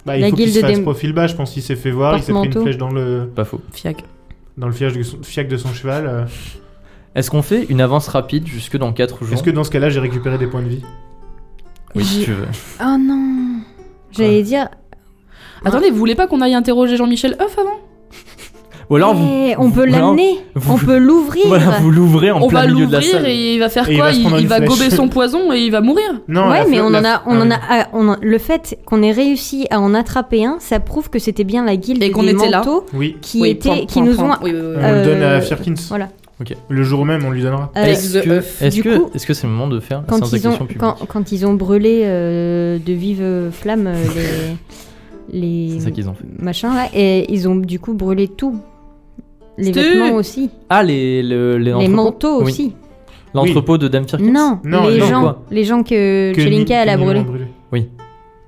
Speaker 3: Bah, il
Speaker 2: La
Speaker 3: faut qu'il
Speaker 2: guilde
Speaker 3: se fasse
Speaker 2: des-
Speaker 3: profil bas, je pense qu'il s'est fait voir, il s'est pris une
Speaker 2: Porte-manteau.
Speaker 3: flèche dans le,
Speaker 1: Pas faux.
Speaker 4: Fiac.
Speaker 3: dans le fiac de son, fiac de son cheval. euh.
Speaker 1: Est-ce qu'on fait une avance rapide jusque dans 4 jours
Speaker 3: Est-ce que dans ce cas-là, j'ai récupéré des points de vie
Speaker 1: Oui, si tu veux.
Speaker 2: Oh non. J'allais dire.
Speaker 4: Attendez, vous voulez pas qu'on aille interroger Jean-Michel Huff avant
Speaker 1: Ou alors, vous-
Speaker 2: eh, on peut
Speaker 1: ou alors,
Speaker 2: l'amener.
Speaker 1: vous-
Speaker 2: On peut l'ouvrir.
Speaker 1: Voilà, vous l'ouvrez en
Speaker 4: On
Speaker 1: plein
Speaker 4: va
Speaker 1: milieu de la salle.
Speaker 4: l'ouvrir et il va faire
Speaker 3: Et il
Speaker 4: quoi
Speaker 3: va se
Speaker 4: Il
Speaker 3: prendre
Speaker 4: il
Speaker 3: une
Speaker 4: va
Speaker 3: flèche.
Speaker 4: gober son poison et il va mourir.
Speaker 3: Non, la
Speaker 2: ouais, mais
Speaker 3: fle-
Speaker 2: on
Speaker 3: la-
Speaker 2: en a, on
Speaker 3: ah
Speaker 2: en
Speaker 3: oui.
Speaker 2: a, ah, on en- le fait qu'on ait réussi à en attraper un, ça prouve que c'était bien la guilde
Speaker 4: Et qu'on
Speaker 2: des
Speaker 4: était là.
Speaker 2: manteaux
Speaker 3: Oui,
Speaker 2: qui
Speaker 4: Oui,
Speaker 2: était,
Speaker 4: point,
Speaker 2: qui
Speaker 4: point,
Speaker 2: nous
Speaker 4: point.
Speaker 2: ont.
Speaker 4: Oui, oui, oui.
Speaker 3: on
Speaker 2: Euh,
Speaker 3: le donne à Firkins.
Speaker 2: Voilà.
Speaker 3: Le jour même, on lui donnera.
Speaker 2: Euh,
Speaker 1: Est-ce que,
Speaker 4: Avec the
Speaker 1: est-ce
Speaker 2: Du
Speaker 1: que,
Speaker 2: coup,
Speaker 1: est-ce que c'est le moment de faire la séance
Speaker 2: quand ils
Speaker 1: d'accusation
Speaker 2: ont,
Speaker 1: publique
Speaker 2: quand, quand ils ont brûlé euh, de vive flamme euh, les, les
Speaker 1: C'est ça qu'ils ont fait.
Speaker 2: machins là, et ils ont du coup brûlé tout, les
Speaker 4: Stu
Speaker 2: vêtements aussi,
Speaker 1: Ah, les, le- les,
Speaker 2: les
Speaker 1: entrepôts
Speaker 2: manteaux
Speaker 1: Oui.
Speaker 2: aussi.
Speaker 1: L'entrepôt de Dame Firkins
Speaker 2: Non,
Speaker 3: Non,
Speaker 2: les
Speaker 3: non,
Speaker 2: gens,
Speaker 1: quoi
Speaker 2: les gens que,
Speaker 3: Que Ni-
Speaker 2: Chelinka elle a
Speaker 3: Ni-
Speaker 2: brûlé,
Speaker 3: Ni- brûlé.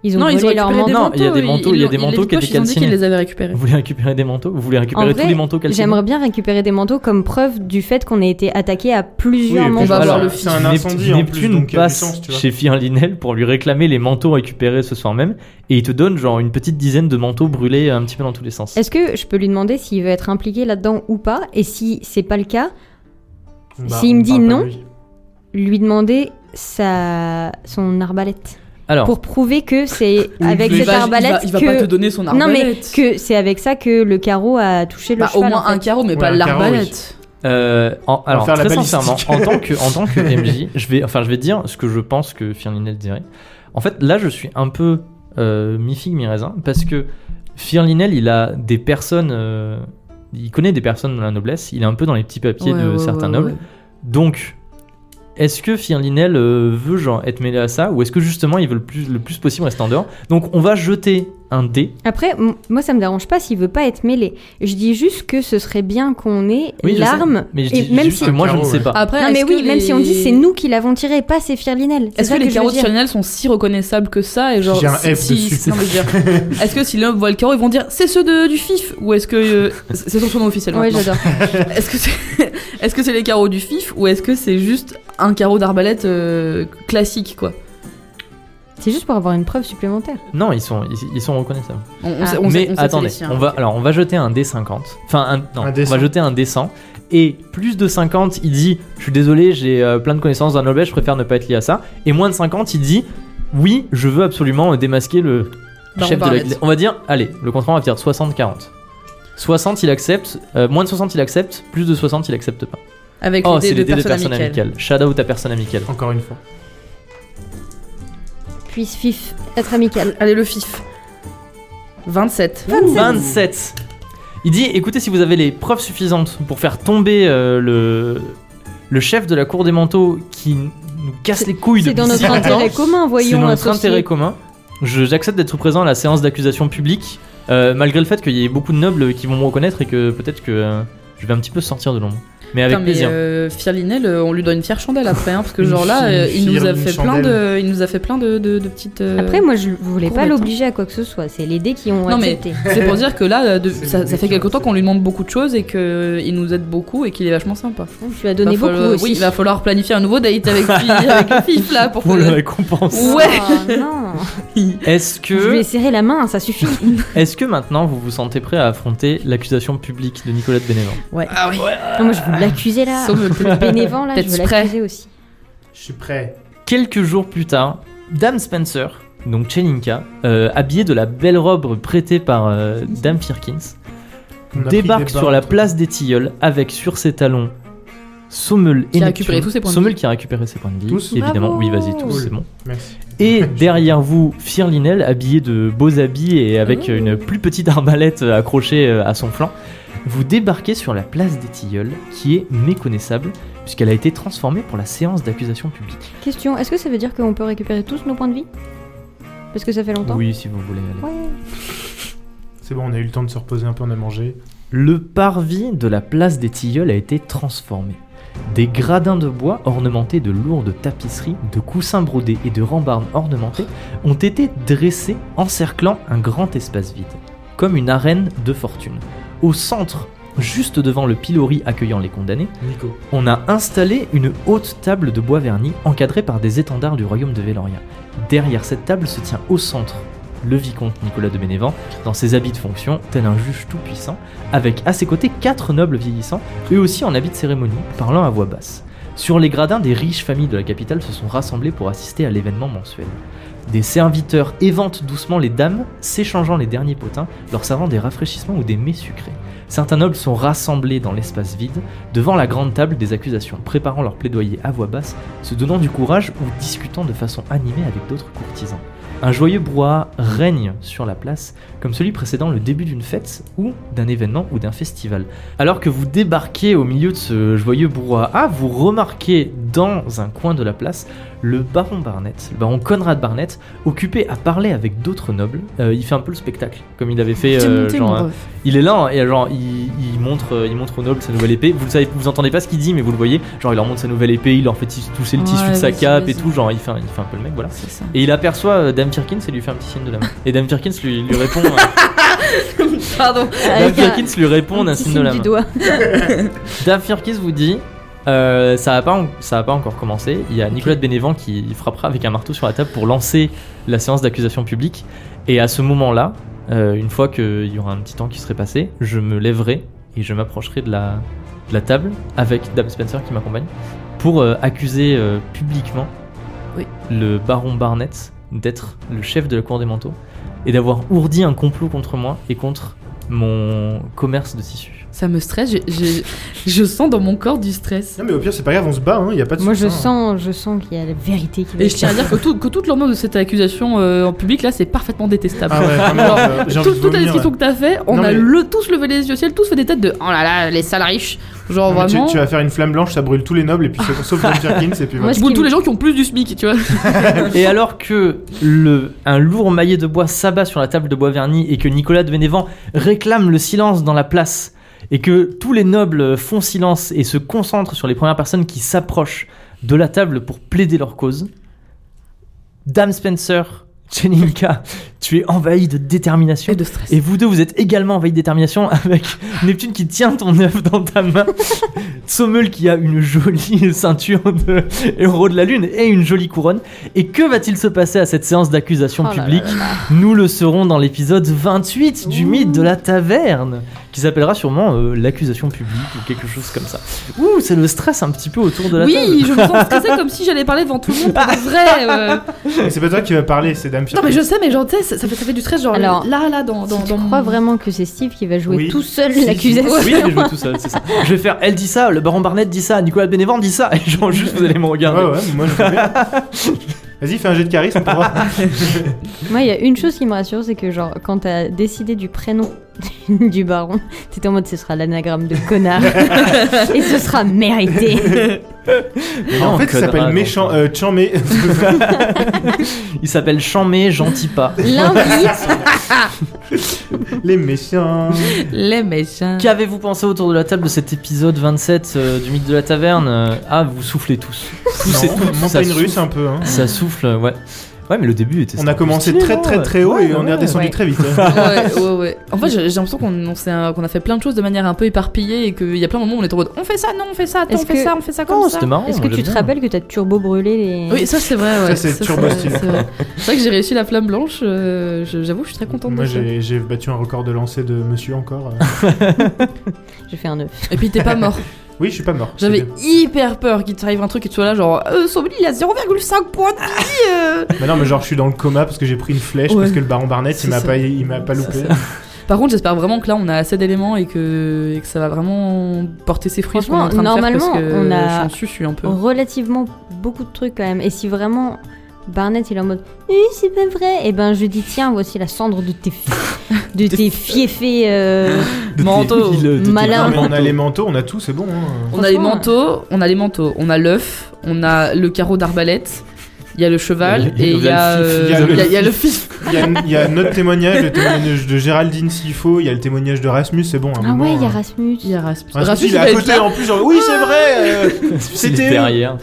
Speaker 2: ils ont
Speaker 4: Non, ils ont
Speaker 2: brûlé leurs
Speaker 4: récupéré des
Speaker 1: manteaux.
Speaker 4: manteaux.
Speaker 1: Non, il y a des
Speaker 4: ils-
Speaker 1: manteaux- il y a
Speaker 4: ils-
Speaker 1: des
Speaker 4: les
Speaker 1: manteaux qui étaient
Speaker 4: poches, Ils ont dit qu'ils
Speaker 1: calcinés.
Speaker 4: les avaient récupérés.
Speaker 1: Vous voulez récupérer des manteaux Vous voulez récupérer
Speaker 2: vrai,
Speaker 1: tous les manteaux calcinés
Speaker 2: J'aimerais bien récupérer des manteaux comme preuve du fait qu'on ait été attaqué à
Speaker 3: Oui, et
Speaker 2: plusieurs
Speaker 3: puis
Speaker 2: manteaux.
Speaker 4: va
Speaker 3: voilà,
Speaker 4: voir le
Speaker 3: C'est un
Speaker 1: Nept-
Speaker 3: incendie en plus,
Speaker 1: Neptune
Speaker 3: donc il y a du
Speaker 1: passe
Speaker 3: sens, tu vois.
Speaker 1: chez Firlinel pour lui réclamer les manteaux récupérés ce soir même et il te donne genre une petite dizaine de manteaux brûlés euh, un petit peu dans tous les sens.
Speaker 2: Est-ce que je peux lui demander s'il veut être impliqué là-dedans ou pas Et si c'est pas le cas,
Speaker 3: Bah,
Speaker 2: S'il
Speaker 3: on
Speaker 2: me dit
Speaker 3: parle pas
Speaker 2: non-
Speaker 3: de lui.
Speaker 2: lui demander sa... son arbalète.
Speaker 1: Alors,
Speaker 2: Pour prouver que c'est
Speaker 3: Ou
Speaker 2: avec
Speaker 3: il
Speaker 4: Il
Speaker 2: cette
Speaker 4: va- il va-
Speaker 2: arbalète
Speaker 4: Il
Speaker 2: que.
Speaker 4: va pas te donner son
Speaker 2: non, mais
Speaker 4: arbalète.
Speaker 2: que c'est avec ça que le carreau a touché le
Speaker 4: Bah, au
Speaker 2: cheval.
Speaker 4: moins
Speaker 2: en fait.
Speaker 4: un carreau, mais
Speaker 3: Ouais,
Speaker 4: pas
Speaker 3: un carreau,
Speaker 4: l'arbalète.
Speaker 1: euh, en- alors
Speaker 3: faire la
Speaker 1: très
Speaker 3: balistique.
Speaker 1: sincèrement, en tant que en tant que MJ, je vais enfin je vais dire ce que je pense que Firlinel dirait. En fait, là je suis un peu euh, mi figue mi raisin parce que Firlinel il a des personnes, euh, il connaît des personnes dans la noblesse, il est un peu dans les petits papiers
Speaker 4: Ouais,
Speaker 1: de
Speaker 4: ouais,
Speaker 1: certains
Speaker 4: ouais,
Speaker 1: nobles.
Speaker 4: ouais.
Speaker 1: Donc, est-ce que Firlinel euh, veut genre être mêlé à ça ou est-ce que justement il veut le plus, le plus possible rester en dehors Donc on va jeter un dé.
Speaker 2: Après, m- moi, ça me dérange pas s'il veut pas être mêlé. Je dis juste que ce serait bien qu'on ait
Speaker 1: Oui, je
Speaker 2: l'arme.
Speaker 1: sais, Mais je
Speaker 2: et
Speaker 1: dis
Speaker 2: même
Speaker 1: juste
Speaker 2: si. Ah.
Speaker 1: que moi, je ne
Speaker 3: Caro,
Speaker 1: sais
Speaker 3: ouais.
Speaker 1: pas.
Speaker 4: Après,
Speaker 2: non, mais
Speaker 4: est-ce que
Speaker 2: oui, même
Speaker 4: les-
Speaker 2: si on dit c'est nous qui l'avons tiré, pas c'est Firlinel. C'est
Speaker 4: Est-ce
Speaker 2: ça
Speaker 4: que, les
Speaker 2: je veux
Speaker 4: carreaux de
Speaker 2: dire.
Speaker 4: Chanel sont si reconnaissables que ça et genre
Speaker 3: J'ai un
Speaker 4: si-
Speaker 3: F
Speaker 4: si-
Speaker 3: dessus.
Speaker 4: non, mais je veux dire, Est-ce que si l'homme voit le carreau, ils vont dire c'est ceux de, du FIF ou est-ce que euh, c'est c'est son surnom officiel
Speaker 2: Ouais,
Speaker 4: maintenant.
Speaker 2: j'adore.
Speaker 4: Est-ce que c'est est-ce que c'est les carreaux du FIF ou est-ce que c'est juste un carreau d'arbalète euh, classique quoi
Speaker 2: C'est juste pour avoir une preuve supplémentaire.
Speaker 1: Non, ils sont, ils, ils sont reconnaissables.
Speaker 4: On, on
Speaker 2: Ah.
Speaker 4: sait- on sait-
Speaker 1: mais
Speaker 4: on sait
Speaker 1: attendez,
Speaker 4: sélectionner,
Speaker 1: on
Speaker 4: hein.
Speaker 1: va, alors on va jeter un D50. Enfin, un, non,
Speaker 3: Un
Speaker 1: on va
Speaker 3: D100.
Speaker 1: jeter un D100. Et plus de 50, il dit Je suis désolé, j'ai euh, plein de connaissances dans la noblesse, je préfère ne pas être lié à ça. Et moins de 50, il dit Oui, je veux absolument euh, démasquer le
Speaker 4: Baron
Speaker 1: chef de la.
Speaker 4: Barnett.
Speaker 1: Bah, On va dire Allez, le contrat, on va dire 60-40. 60, il accepte. euh, moins de 60, il accepte. Plus de 60, il accepte pas.
Speaker 4: avec
Speaker 1: Oh, c'est
Speaker 4: les
Speaker 1: les
Speaker 4: dés de
Speaker 1: dés de
Speaker 4: personne
Speaker 1: personne
Speaker 4: amicale.
Speaker 1: amicale. Shout out à personne amicale.
Speaker 3: Encore une fois.
Speaker 2: Puisse fif être amical.
Speaker 4: Allez le FIF. 27.
Speaker 1: 27. Il dit écoutez, si vous avez les preuves suffisantes pour faire tomber euh, le, le chef de la cour des manteaux qui nous casse les couilles
Speaker 2: C'est
Speaker 1: depuis
Speaker 2: dans notre
Speaker 1: si longtemps,
Speaker 2: intérêt commun,
Speaker 1: c'est
Speaker 2: voyons.
Speaker 1: dans notre
Speaker 2: associé.
Speaker 1: intérêt commun. Je- J'accepte d'être présent à la séance d'accusation publique, euh, malgré le fait qu'il y ait beaucoup de nobles qui vont me reconnaître et que peut-être que euh, je vais un petit peu sortir de l'ombre. Mais avec
Speaker 4: Putain, mais
Speaker 1: plaisir.
Speaker 4: euh, Firlinel, euh, on lui donne une fière chandelle après, hein, parce que
Speaker 3: Une
Speaker 4: genre là,
Speaker 3: fi-
Speaker 4: euh, il, nous
Speaker 3: fière,
Speaker 4: a
Speaker 3: une
Speaker 4: fait plein
Speaker 3: chandelle.
Speaker 4: de, il nous a fait plein de, de- de petites. euh,
Speaker 2: Après, moi, je voulais pas
Speaker 4: Combien de
Speaker 2: l'obliger à quoi que ce soit. C'est les dés qui ont
Speaker 4: Non, mais-
Speaker 2: accepté.
Speaker 4: c'est pour dire que là, euh, de-
Speaker 3: C'est
Speaker 4: ça,
Speaker 3: une
Speaker 4: ça fait
Speaker 3: fière,
Speaker 4: quelque temps
Speaker 3: c'est-
Speaker 4: qu'on lui demande beaucoup de choses et qu'il nous aide beaucoup et qu'il est vachement sympa.
Speaker 2: Tu lui as donné
Speaker 4: Va
Speaker 2: beaucoup
Speaker 4: falloir-
Speaker 2: aussi.
Speaker 4: Oui, il va falloir planifier un nouveau date avec, lui- avec le fif là pour que.
Speaker 1: Pour
Speaker 2: euh,
Speaker 1: le récompense.
Speaker 4: Ouais.
Speaker 2: Oh, non.
Speaker 1: Est-ce
Speaker 2: Je lui ai
Speaker 1: que,
Speaker 2: serré la main, ça suffit.
Speaker 1: est que maintenant vous vous sentez prêt à affronter l'accusation publique de Nicolette Bénévent
Speaker 4: Ah oui.
Speaker 2: Non, moi, je veux l'accuser là.
Speaker 4: Sauve le petit-
Speaker 2: Bénévent là, je
Speaker 4: Peut-être
Speaker 2: veux
Speaker 4: prêt.
Speaker 2: l'accuser aussi.
Speaker 3: Je suis prêt.
Speaker 1: Quelques jours plus tard, Dame Spencer, donc Chelinka, euh, habillée de la belle robe prêtée par euh, Dame Firkins,
Speaker 3: On a pris
Speaker 1: débarque
Speaker 3: des bars
Speaker 1: sur la
Speaker 3: entre-
Speaker 1: place des Tilleuls avec sur ses talons Sommel et
Speaker 4: Qui a
Speaker 1: Neptune.
Speaker 4: récupéré tous ses points de
Speaker 1: Sommel
Speaker 4: vie. Ah
Speaker 1: qui a récupéré ses points de vie,
Speaker 3: Tous
Speaker 1: évidemment.
Speaker 2: Bravo.
Speaker 1: Oui, vas-y, tous,
Speaker 3: Cool.
Speaker 1: c'est bon.
Speaker 3: Merci.
Speaker 1: Et derrière vous, Firlinel, habillé de beaux habits et avec
Speaker 4: Oh.
Speaker 1: une plus petite arbalète accrochée euh, à son flanc, vous débarquez sur la place des Tilleuls, qui est méconnaissable, puisqu'elle a été transformée pour la séance d'accusation publique.
Speaker 2: Question est-ce que ça veut dire qu'on peut récupérer tous nos points de vie Parce que ça fait longtemps.
Speaker 1: Oui, si vous voulez. allez.
Speaker 2: Ouais.
Speaker 3: C'est bon, on a eu le temps de se reposer un peu, on a mangé.
Speaker 1: Le parvis de la place des Tilleuls a été transformé. Des gradins de bois ornementés de lourdes tapisseries, de coussins brodés et de rambarnes ornementées ont été dressés encerclant un grand espace vide, comme une arène de fortune. Au centre, juste devant le pilori accueillant les condamnés,
Speaker 3: Nico.
Speaker 1: on a installé une haute table de bois verni encadrée par des étendards du royaume de Véloria. Derrière cette table se tient au centre le vicomte Nicolas de Bénévent, dans ses habits de fonction, tel un juge tout-puissant, avec à ses côtés quatre nobles vieillissants, eux aussi en habits de cérémonie, parlant à voix basse. Sur les gradins, des riches familles de la capitale se sont rassemblées pour assister à l'événement mensuel. Des serviteurs éventent doucement les dames, s'échangeant les derniers potins, leur servant des rafraîchissements ou des mets sucrés. Certains nobles sont rassemblés dans l'espace vide, devant la grande table des accusations, préparant leur plaidoyer à voix basse, se donnant du courage ou discutant de façon animée avec d'autres courtisans. Un joyeux brouhaha règne sur la place, comme celui précédant le début d'une fête ou d'un événement ou d'un festival. Alors que vous débarquez au milieu de ce joyeux brouhaha, vous remarquez dans un coin de la place le baron Barnett, le baron Conrad Barnett, occupé à parler avec d'autres nobles. Euh, il fait un peu le spectacle, comme il avait fait
Speaker 4: J'ai
Speaker 1: euh,
Speaker 4: monté
Speaker 1: genre,
Speaker 4: mon
Speaker 1: un-
Speaker 4: ref.
Speaker 1: il est là hein, et genre il, il montre euh, il montre aux nobles sa nouvelle épée. Vous le savez, vous entendez pas ce qu'il dit mais vous le voyez. Genre il leur montre sa nouvelle épée, il leur fait tis- toucher le
Speaker 4: Ouais,
Speaker 1: tissu de sa
Speaker 4: vas-y,
Speaker 1: cape et
Speaker 4: vas-y.
Speaker 1: tout. Genre il fait un- il fait un peu le mec voilà.
Speaker 4: C'est ça.
Speaker 1: Et il aperçoit euh, Dame Firkins et lui fait un petit signe de la main. Et Dame Firkins lui, lui répond. euh,
Speaker 4: Pardon.
Speaker 1: Dame
Speaker 2: Avec un-
Speaker 1: Firkins lui répond
Speaker 2: un
Speaker 1: d'un
Speaker 2: petit
Speaker 1: signe de la
Speaker 2: du
Speaker 1: main.
Speaker 2: doigt.
Speaker 1: Dame Firkins vous dit. euh, ça n'a pas, en- ça a pas encore commencé. Il y a Nicolas de Bénévent qui frappera avec un marteau sur la table pour lancer la séance d'accusation publique. Et à ce moment-là, euh, une fois qu'il y aura un petit temps qui serait passé, je me lèverai et je m'approcherai de la, de la table avec Dame Spencer qui m'accompagne pour euh, accuser euh, publiquement
Speaker 4: Oui.
Speaker 1: le baron Barnett d'être le chef de la cour des manteaux et d'avoir ourdi un complot contre moi et contre mon commerce de tissus.
Speaker 4: Ça me stresse. j'ai- j'ai- je sens dans mon corps du stress.
Speaker 3: Non, mais au pire, c'est pas grave, on se bat, hein, y a pas de
Speaker 2: Moi,
Speaker 3: soucis,
Speaker 2: je
Speaker 3: hein.
Speaker 2: sens, je sens qu'il y a la vérité qui va
Speaker 4: Et je tiens à dire que, tout, que toute l'ambiance de cette accusation euh, en public là, c'est parfaitement détestable.
Speaker 3: Ah ouais, vraiment,
Speaker 4: Genre,
Speaker 3: euh, j'ai envie
Speaker 4: Tout-
Speaker 3: de
Speaker 4: toute la
Speaker 3: vomir,
Speaker 4: description
Speaker 3: ouais.
Speaker 4: que t'as fait, on
Speaker 3: Non,
Speaker 4: a
Speaker 3: mais-
Speaker 4: le, tous levé les yeux au ciel, tous fait des têtes de oh là là, les sales riches. Genre
Speaker 3: Mais tu-
Speaker 4: vraiment.
Speaker 3: Tu, vas faire une flamme blanche, ça brûle tous les nobles, et puis sauf- sauf John Perkins, et puis
Speaker 2: Moi,
Speaker 3: voilà.
Speaker 4: Je
Speaker 2: Ce
Speaker 4: brûle
Speaker 2: qui
Speaker 4: tous
Speaker 2: me-
Speaker 4: les gens qui ont plus du SMIC, tu vois.
Speaker 1: Et alors que le, un lourd maillet de bois s'abat sur la table de bois verni et que Nicolas de Bénévent réclame le silence dans la place et que tous les nobles font silence et se concentrent sur les premières personnes qui s'approchent de la table pour plaider leur cause, Dame Spencer, Cheninka, tu es envahi de détermination.
Speaker 4: Et de stress.
Speaker 1: Et vous deux, vous êtes également envahis de détermination avec Neptune qui tient ton œuf dans ta main, Sommel qui a une jolie ceinture de héros de la lune et une jolie couronne. Et que va-t-il se passer à cette séance d'accusation
Speaker 2: Oh là là
Speaker 1: publique
Speaker 2: là là.
Speaker 1: Nous le saurons dans l'épisode 28 du mythe de la taverne, qui s'appellera sûrement euh, l'accusation publique ou quelque chose comme ça. Ouh, c'est le stress un petit peu autour de la table.
Speaker 4: Oui, je me sens stressée comme si j'allais parler devant tout le monde. pour de vrai. euh.
Speaker 3: Et c'est pas toi qui vas parler, c'est Dame
Speaker 4: Non, mais
Speaker 3: Perkins.
Speaker 4: je sais, mais genre, tu sais, ça, ça fait, ça fait du stress, genre
Speaker 2: Alors,
Speaker 4: là, là, dans. dans,
Speaker 2: Tu
Speaker 4: dans
Speaker 2: crois
Speaker 4: mon-
Speaker 2: vraiment que c'est Steve qui va jouer
Speaker 3: Oui.
Speaker 2: tout seul
Speaker 3: Si, si.
Speaker 2: l'accusation
Speaker 1: Oui, je vais jouer tout seul, c'est ça. Je vais faire, elle dit ça, le baron Barnett dit ça, Nicolas de Bénévent dit ça, et genre juste vous allez me
Speaker 3: Ouais,
Speaker 1: regarder.
Speaker 3: ouais, mais moi je veux bien. Vas-y, fais un jet de charisme pour voir.
Speaker 2: Moi, il y a une chose qui me rassure, c'est que, genre, quand t'as décidé du prénom du baron, t'étais en mode ce sera l'anagramme de connard et ce sera mérité.
Speaker 3: en fait, il
Speaker 1: connard,
Speaker 3: s'appelle
Speaker 1: attends.
Speaker 3: méchant, euh, Chanmé.
Speaker 1: Il s'appelle Chamé Gentil Pas.
Speaker 2: L'invite
Speaker 3: Les méchants.
Speaker 4: Les méchants.
Speaker 1: Qu'avez-vous pensé autour de la table de cet épisode 27 euh, du mythe de la taverne Euh, Ah, vous soufflez tous. Tous et
Speaker 3: Non,
Speaker 1: toutes. Ça
Speaker 3: montagne
Speaker 1: souffle,
Speaker 3: russe un peu. hein.
Speaker 1: Ça souffle, ouais. Ouais, mais le début était.
Speaker 3: On a commencé
Speaker 1: stylé,
Speaker 3: très
Speaker 1: non
Speaker 3: très très haut
Speaker 1: Ouais,
Speaker 3: et on est
Speaker 1: ouais,
Speaker 3: redescendu
Speaker 2: ouais.
Speaker 3: très vite. hein.
Speaker 4: ouais, ouais, ouais. En fait, j'ai j'ai l'impression qu'on on s'est, euh, qu'on a fait plein de choses de manière un peu éparpillée et qu'il y a plein de moments où on est en mode on fait ça, non, on fait ça, attends,
Speaker 2: Est-ce
Speaker 4: on fait
Speaker 2: que-
Speaker 4: ça, on fait ça comme
Speaker 1: Oh,
Speaker 4: ça.
Speaker 1: c'était marrant.
Speaker 2: Est-ce que
Speaker 1: moi,
Speaker 2: tu
Speaker 1: j'aime
Speaker 2: te
Speaker 1: bien.
Speaker 2: rappelles que t'as turbo brûlé les.
Speaker 4: Oui, ça c'est vrai, ouais.
Speaker 3: Ça, c'est turbo
Speaker 4: c'est-
Speaker 3: style.
Speaker 4: C'est vrai. C'est vrai que j'ai réussi la flamme blanche, euh, je- j'avoue, je suis très contente
Speaker 3: Moi
Speaker 4: de ça.
Speaker 3: j'ai j'ai battu un record de lancer de monsieur encore. euh.
Speaker 2: J'ai fait un œuf.
Speaker 4: Et puis t'es pas mort.
Speaker 3: Oui, je suis pas mort. c'est
Speaker 4: J'avais
Speaker 3: bien.
Speaker 4: hyper peur qu'il t'arrive un truc et tu sois là, genre, euh, Sommelier, il a 0,5 points de vie, euh.
Speaker 3: Mais non, mais genre je suis dans le coma parce que j'ai pris une flèche
Speaker 4: Ouais.
Speaker 3: parce que le baron Barnett
Speaker 4: C'est
Speaker 3: il m'a
Speaker 4: ça.
Speaker 3: pas, il m'a pas
Speaker 4: C'est
Speaker 3: loupé.
Speaker 4: ça. Par contre, j'espère vraiment que là, on a assez d'éléments et que, et que ça va vraiment porter ses fruits. ce qu'on est en train de
Speaker 2: Franchement,
Speaker 4: faire, parce que
Speaker 2: normalement, on a-
Speaker 4: je suis en sus, je suis un peu.
Speaker 2: Relativement beaucoup de trucs quand même. Et si vraiment Barnett il est en mode Oui, c'est pas vrai, et ben je dis Tiens, voici la cendre de tes, de tes fiefés. euh,
Speaker 1: tes
Speaker 4: Manteau.
Speaker 1: îles, de tes
Speaker 2: Malin.
Speaker 1: îles.
Speaker 3: Non, mais on a les manteaux, on a tout, c'est bon. hein.
Speaker 4: On a les
Speaker 2: Franchement,
Speaker 4: manteaux, on a les manteaux, on a l'œuf, on a le carreau d'arbalète, il y a le cheval
Speaker 1: Il y a-
Speaker 4: et il y a euh,
Speaker 3: il y a le
Speaker 4: il y a- il y a le fils.
Speaker 3: Il y, a- il y a notre témoignage, le témoignage de Géraldine s'il faut, il y a le témoignage de Rasmus, c'est bon. à un
Speaker 2: Ah
Speaker 3: moment,
Speaker 2: ouais, il y a
Speaker 3: hein.
Speaker 2: Rasmus.
Speaker 4: Il y a Rasmus.
Speaker 3: Rasmus,
Speaker 4: Rasmus,
Speaker 3: il est
Speaker 4: va
Speaker 3: à
Speaker 4: être
Speaker 3: côté
Speaker 4: là.
Speaker 3: en plus, genre, oui, c'est vrai. euh,
Speaker 1: Il est
Speaker 3: C'était
Speaker 1: derrière. hein.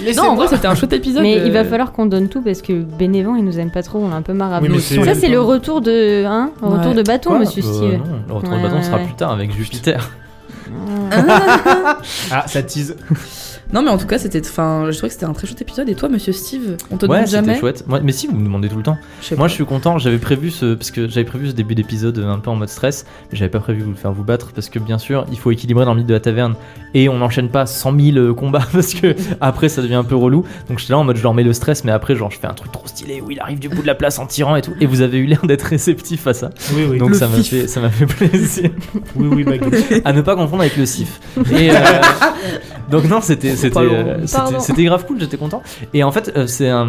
Speaker 4: Non, en
Speaker 3: laissez-moi.
Speaker 4: vrai, c'était un chouette épisode.
Speaker 2: Mais il va
Speaker 4: euh,
Speaker 2: falloir qu'on donne tout parce que Bénévent il nous aime pas trop, on l'a un peu marre
Speaker 1: Ah,
Speaker 2: à
Speaker 3: Oui, mais
Speaker 2: nous.
Speaker 3: c'est-
Speaker 2: Ça c'est le retour de hein, le retour
Speaker 4: Ouais.
Speaker 2: de bâton,
Speaker 1: Quoi
Speaker 2: monsieur
Speaker 1: Euh,
Speaker 2: Steve.
Speaker 1: non, Le retour de
Speaker 2: Ouais,
Speaker 1: bâton
Speaker 2: ouais,
Speaker 1: sera
Speaker 2: ouais.
Speaker 1: plus tard avec Jupiter.
Speaker 2: Hein
Speaker 3: Ah, ça tease.
Speaker 4: Non, mais en tout cas, c'était. Enfin, je trouvais que c'était un très chouette épisode. Et toi, monsieur Steve, on te
Speaker 1: Ouais,
Speaker 4: demande
Speaker 1: c'était
Speaker 4: jamais.
Speaker 1: chouette. Moi- mais si, vous me demandez tout le temps.
Speaker 4: Je sais
Speaker 1: Moi
Speaker 4: pas.
Speaker 1: je suis content, j'avais prévu ce parce que j'avais prévu ce début d'épisode euh, un peu en mode stress, mais j'avais pas prévu vous le faire vous battre parce que bien sûr il faut équilibrer dans le mythe de la taverne et on n'enchaîne pas 100 000 euh, combats parce que après ça devient un peu relou. Donc j'étais là en mode je leur mets le stress, mais après genre je fais un truc trop stylé où il arrive du bout de la place en tirant et tout. Et vous avez eu l'air d'être réceptif à ça,
Speaker 3: Oui, oui.
Speaker 1: donc
Speaker 4: Le
Speaker 1: ça m'a
Speaker 4: fif.
Speaker 1: fait ça m'a fait plaisir
Speaker 3: Oui, oui, bah, baguette.
Speaker 1: à ne pas confondre avec le sif. Et, euh, donc non, c'était c'était
Speaker 4: Pardon.
Speaker 1: euh, c'était-
Speaker 2: Pardon.
Speaker 1: c'était grave cool, j'étais content. Et en fait, euh, c'est un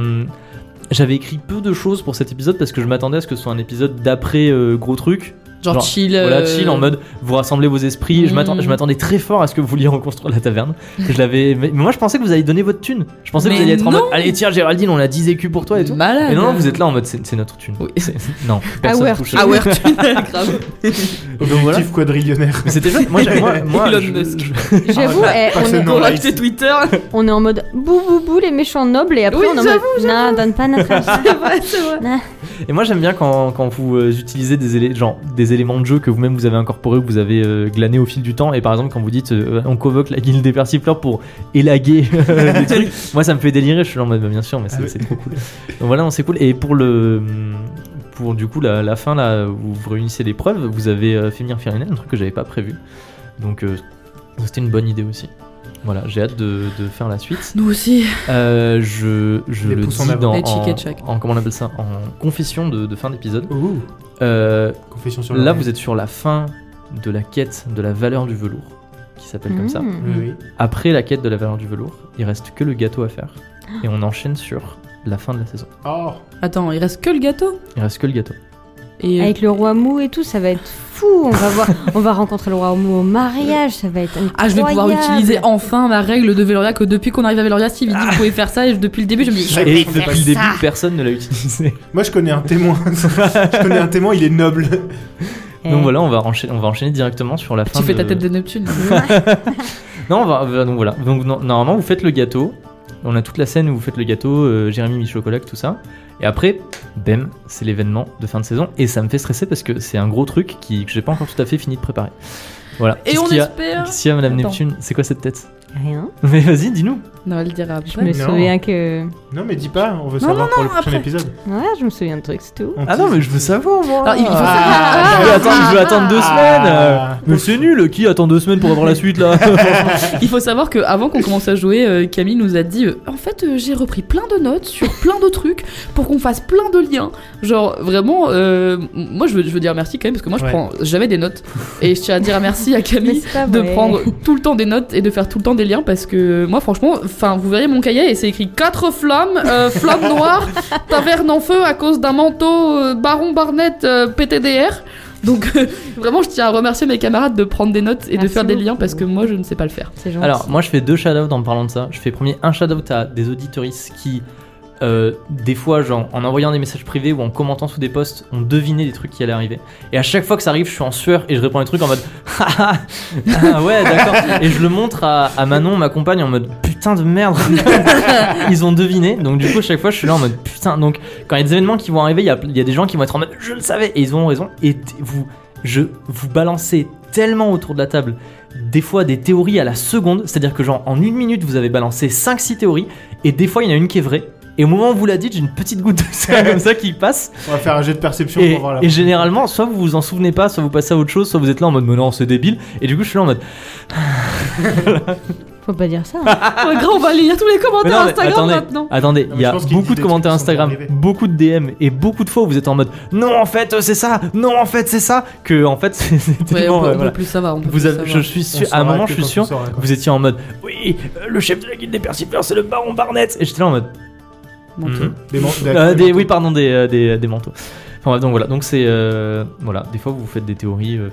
Speaker 1: j'avais écrit peu de choses pour cet épisode parce que je m'attendais à ce que ce soit un épisode d'après euh, gros truc.
Speaker 4: Genre,
Speaker 1: genre,
Speaker 4: chill.
Speaker 1: Voilà,
Speaker 4: euh,
Speaker 1: chill en mode vous rassemblez vos esprits. Je
Speaker 4: Mm.
Speaker 1: m'attends- Je m'attendais très fort à ce que vous vouliez reconstruire la taverne. Je l'avais, mais mais moi je pensais que vous alliez donner votre thune. Je pensais que vous
Speaker 4: Mais
Speaker 1: alliez être en mode
Speaker 4: non.
Speaker 1: allez tiens Géraldine, on a 10 écus pour toi et tout.
Speaker 4: Malade.
Speaker 1: Mais non, non, vous êtes là en mode c'est c'est notre thune.
Speaker 4: Oui.
Speaker 1: C'est- Non, personne
Speaker 2: Our
Speaker 1: touche.
Speaker 4: Ah ouais, tu grave.
Speaker 3: Objectif
Speaker 1: voilà.
Speaker 3: quadrillionnaire.
Speaker 1: Mais c'était chouette. Moi, j'ai- moi, moi,
Speaker 4: Elon
Speaker 1: je-
Speaker 4: Musk.
Speaker 1: je-
Speaker 2: J'avoue,
Speaker 3: Ah,
Speaker 2: eh, on,
Speaker 3: personne
Speaker 2: est,
Speaker 3: n'en
Speaker 4: On
Speaker 3: Ouais,
Speaker 4: a
Speaker 3: ici.
Speaker 4: quitté Twitter.
Speaker 2: on est en mode bou bou bou les méchants nobles et après
Speaker 4: Oui,
Speaker 2: on est en mode non donne pas notre argent.
Speaker 4: C'est vrai, c'est vrai.
Speaker 1: Et moi j'aime bien quand, quand vous euh, utilisez des, élé- genre, des éléments de jeu que vous-même vous avez incorporés, que vous avez euh, glané au fil du temps, et par exemple quand vous dites euh, on convoque la guilde des persifleurs pour élaguer euh, des trucs, moi ça me fait délirer, je suis là en mode bah, bien sûr mais
Speaker 3: Ah
Speaker 1: c'est
Speaker 3: oui.
Speaker 1: c'est trop cool. Donc voilà, non, c'est cool. Et pour le... mm, Pour du coup la, la fin là, où vous réunissez les preuves, vous avez euh, fait venir Firinel, un truc que j'avais pas prévu. Donc euh, c'était une bonne idée aussi. Voilà, j'ai hâte de, de faire la suite.
Speaker 4: Nous aussi.
Speaker 1: Euh, je je
Speaker 3: Les
Speaker 1: le
Speaker 3: pouces en
Speaker 1: dis
Speaker 3: avant.
Speaker 1: dans,
Speaker 4: Les chic et
Speaker 1: en,
Speaker 4: chac.
Speaker 1: en- comment on appelle ça en confession de, de fin d'épisode.
Speaker 3: Ouh,
Speaker 1: Euh,
Speaker 3: confession sur
Speaker 1: là,
Speaker 3: l'oreille.
Speaker 1: vous êtes sur la fin de la quête de la valeur du velours, qui s'appelle comme ça.
Speaker 2: Mmh.
Speaker 3: Oui, oui.
Speaker 1: Après la quête de la valeur du velours, il reste que le gâteau à faire,
Speaker 4: Ah.
Speaker 1: et on enchaîne sur la fin de la saison.
Speaker 3: Oh,
Speaker 4: Attends, il reste que le gâteau.
Speaker 1: Il reste que le gâteau.
Speaker 4: Et, euh,
Speaker 2: Avec le roi Mou et tout, ça va être fou. On va voir, on va rencontrer le roi Mou au mariage, ça va être incroyable.
Speaker 4: Ah, je vais pouvoir utiliser enfin ma règle de Veloria que depuis qu'on arrive à Veloria, Steve il dit vous pouvez faire ça et je- depuis le début je me dis
Speaker 1: Et
Speaker 3: C'est pas-
Speaker 1: depuis le début, personne ne l'a utilisé.
Speaker 3: Moi, je connais un témoin. je connais un témoin, il est noble.
Speaker 2: Eh,
Speaker 1: Donc voilà, on va, enchaîner, on va enchaîner directement sur la fin.
Speaker 4: tu fais
Speaker 1: de-
Speaker 4: ta tête de Neptune.
Speaker 1: Non, on va- va- donc voilà. Donc non- normalement, vous faites le gâteau. On a toute la scène où vous faites le gâteau, euh, Jérémy, Michocolac, tout ça. Et après, bam, c'est l'événement de fin de saison. Et ça me fait stresser parce que c'est un gros truc qui, que j'ai pas encore tout à fait fini de préparer. Voilà.
Speaker 4: et
Speaker 1: Qu'est-ce
Speaker 4: on
Speaker 1: qu'il y a-
Speaker 4: espère.
Speaker 1: Qu'est-ce qu'il y a, Madame
Speaker 4: Attends.
Speaker 1: Neptune C'est quoi cette tête
Speaker 2: Rien.
Speaker 1: Mais vas-y, dis-nous.
Speaker 4: Non, elle le dira
Speaker 2: Je
Speaker 4: après.
Speaker 2: me
Speaker 3: Non.
Speaker 2: souviens que.
Speaker 3: Non, mais dis pas, on veut
Speaker 4: Non,
Speaker 3: savoir
Speaker 4: non,
Speaker 3: pour le
Speaker 4: non,
Speaker 3: prochain
Speaker 4: après.
Speaker 3: épisode.
Speaker 2: Ouais, je me souviens de trucs, c'est tout.
Speaker 3: On
Speaker 1: Ah non,
Speaker 3: tease.
Speaker 1: mais je veux savoir, moi.
Speaker 4: Alors, il- il faut
Speaker 1: Ah,
Speaker 4: savoir-
Speaker 1: je vais attendre, je vais
Speaker 4: ah,
Speaker 1: attendre deux
Speaker 3: ah.
Speaker 1: semaines. euh. Mais c'est nul. Qui attend deux semaines pour avoir la suite là
Speaker 4: Il faut savoir qu'avant qu'on commence à jouer, euh, Camille nous a dit euh, En fait, euh, j'ai repris plein de notes sur plein de trucs pour qu'on fasse plein de liens. Genre, vraiment, euh, m- moi je veux, je veux dire merci quand même parce que moi je
Speaker 3: Ouais.
Speaker 4: prends jamais des notes. Et je tiens à dire merci à
Speaker 2: Mais
Speaker 4: Camille
Speaker 2: c'est pas
Speaker 4: de
Speaker 2: vrai.
Speaker 4: prendre tout le temps des notes et de faire tout le temps des liens parce que moi franchement, enfin vous verrez mon cahier et c'est écrit quatre flammes, euh, flamme noire, taverne en feu à cause d'un manteau euh, Baron Barnett euh, PTDR. Donc euh, vraiment je tiens à remercier mes camarades de prendre des notes et de
Speaker 2: Merci
Speaker 4: faire des liens
Speaker 2: beaucoup.
Speaker 4: parce que moi je ne sais pas le faire.
Speaker 2: C'est gentil.
Speaker 1: Alors, moi, je fais deux shout-outs en parlant de ça. Je fais premier un shout-out à des auditoristes qui, euh, des fois, genre, en envoyant des messages privés ou en commentant sous des posts, ont deviné des trucs qui allaient arriver. Et à chaque fois que ça arrive, je suis en sueur et je réponds les trucs en mode Ah, ah, ah, ouais, d'accord. Et je le montre à, à Manon, ma compagne, en mode putain de merde. Ils ont deviné. Donc, du coup, chaque fois, je suis là en mode putain. Donc, quand il y a des événements qui vont arriver, il y a, il y a des gens qui vont être en mode je le savais et ils ont raison. Et t- vous, je vous balancez tellement autour de la table des fois des théories à la seconde, c'est-à-dire que genre en une minute vous avez balancé 5-6 théories et des fois il y en a une qui est vraie. Et au moment où vous la dites, j'ai une petite goutte de ça comme ça qui passe.
Speaker 3: On va faire un jeu de perception
Speaker 1: Et,
Speaker 3: pour voir la.
Speaker 1: et généralement, soit vous vous en souvenez pas, soit vous passez à autre chose, soit vous êtes là en mode mais non, c'est débile. Et du coup, je suis là en mode
Speaker 2: Faut pas dire ça. hein.
Speaker 4: Ah, Ouais, gros, on va aller lire tous les
Speaker 1: Mais
Speaker 4: commentaires
Speaker 1: non, mais
Speaker 4: Instagram
Speaker 1: attendez,
Speaker 4: maintenant.
Speaker 1: Attendez,
Speaker 3: Non, mais
Speaker 1: il y a
Speaker 3: je pense qu'il
Speaker 1: beaucoup
Speaker 3: dit
Speaker 1: de
Speaker 3: des
Speaker 1: commentaires
Speaker 3: trucs qui sont
Speaker 1: Instagram,
Speaker 3: arrivés.
Speaker 1: beaucoup de DM et beaucoup de fois où vous êtes en mode non en fait euh, c'est ça, non en fait c'est ça, que en fait c'est c'est
Speaker 4: Ouais,
Speaker 1: tellement
Speaker 4: on peut,
Speaker 1: euh,
Speaker 4: on peut
Speaker 1: voilà.
Speaker 4: plus savoir. On peut
Speaker 1: Vous
Speaker 4: plus
Speaker 1: avez- je
Speaker 4: savoir.
Speaker 1: suis
Speaker 3: On
Speaker 1: sûr, à un
Speaker 3: saura
Speaker 1: moment
Speaker 3: que
Speaker 1: je suis
Speaker 3: quand on
Speaker 1: sûr,
Speaker 3: saura, quoi.
Speaker 1: vous étiez en mode oui euh, le chef de la guilde des persifleurs c'est le baron Barnett et j'étais là en mode
Speaker 4: Menteur.
Speaker 1: Mhm.
Speaker 3: Des manteaux.
Speaker 1: Euh, des, oui, pardon, des, euh, des, des manteaux. Enfin, bref, donc voilà, donc c'est euh, voilà, des fois vous faites des théories euh,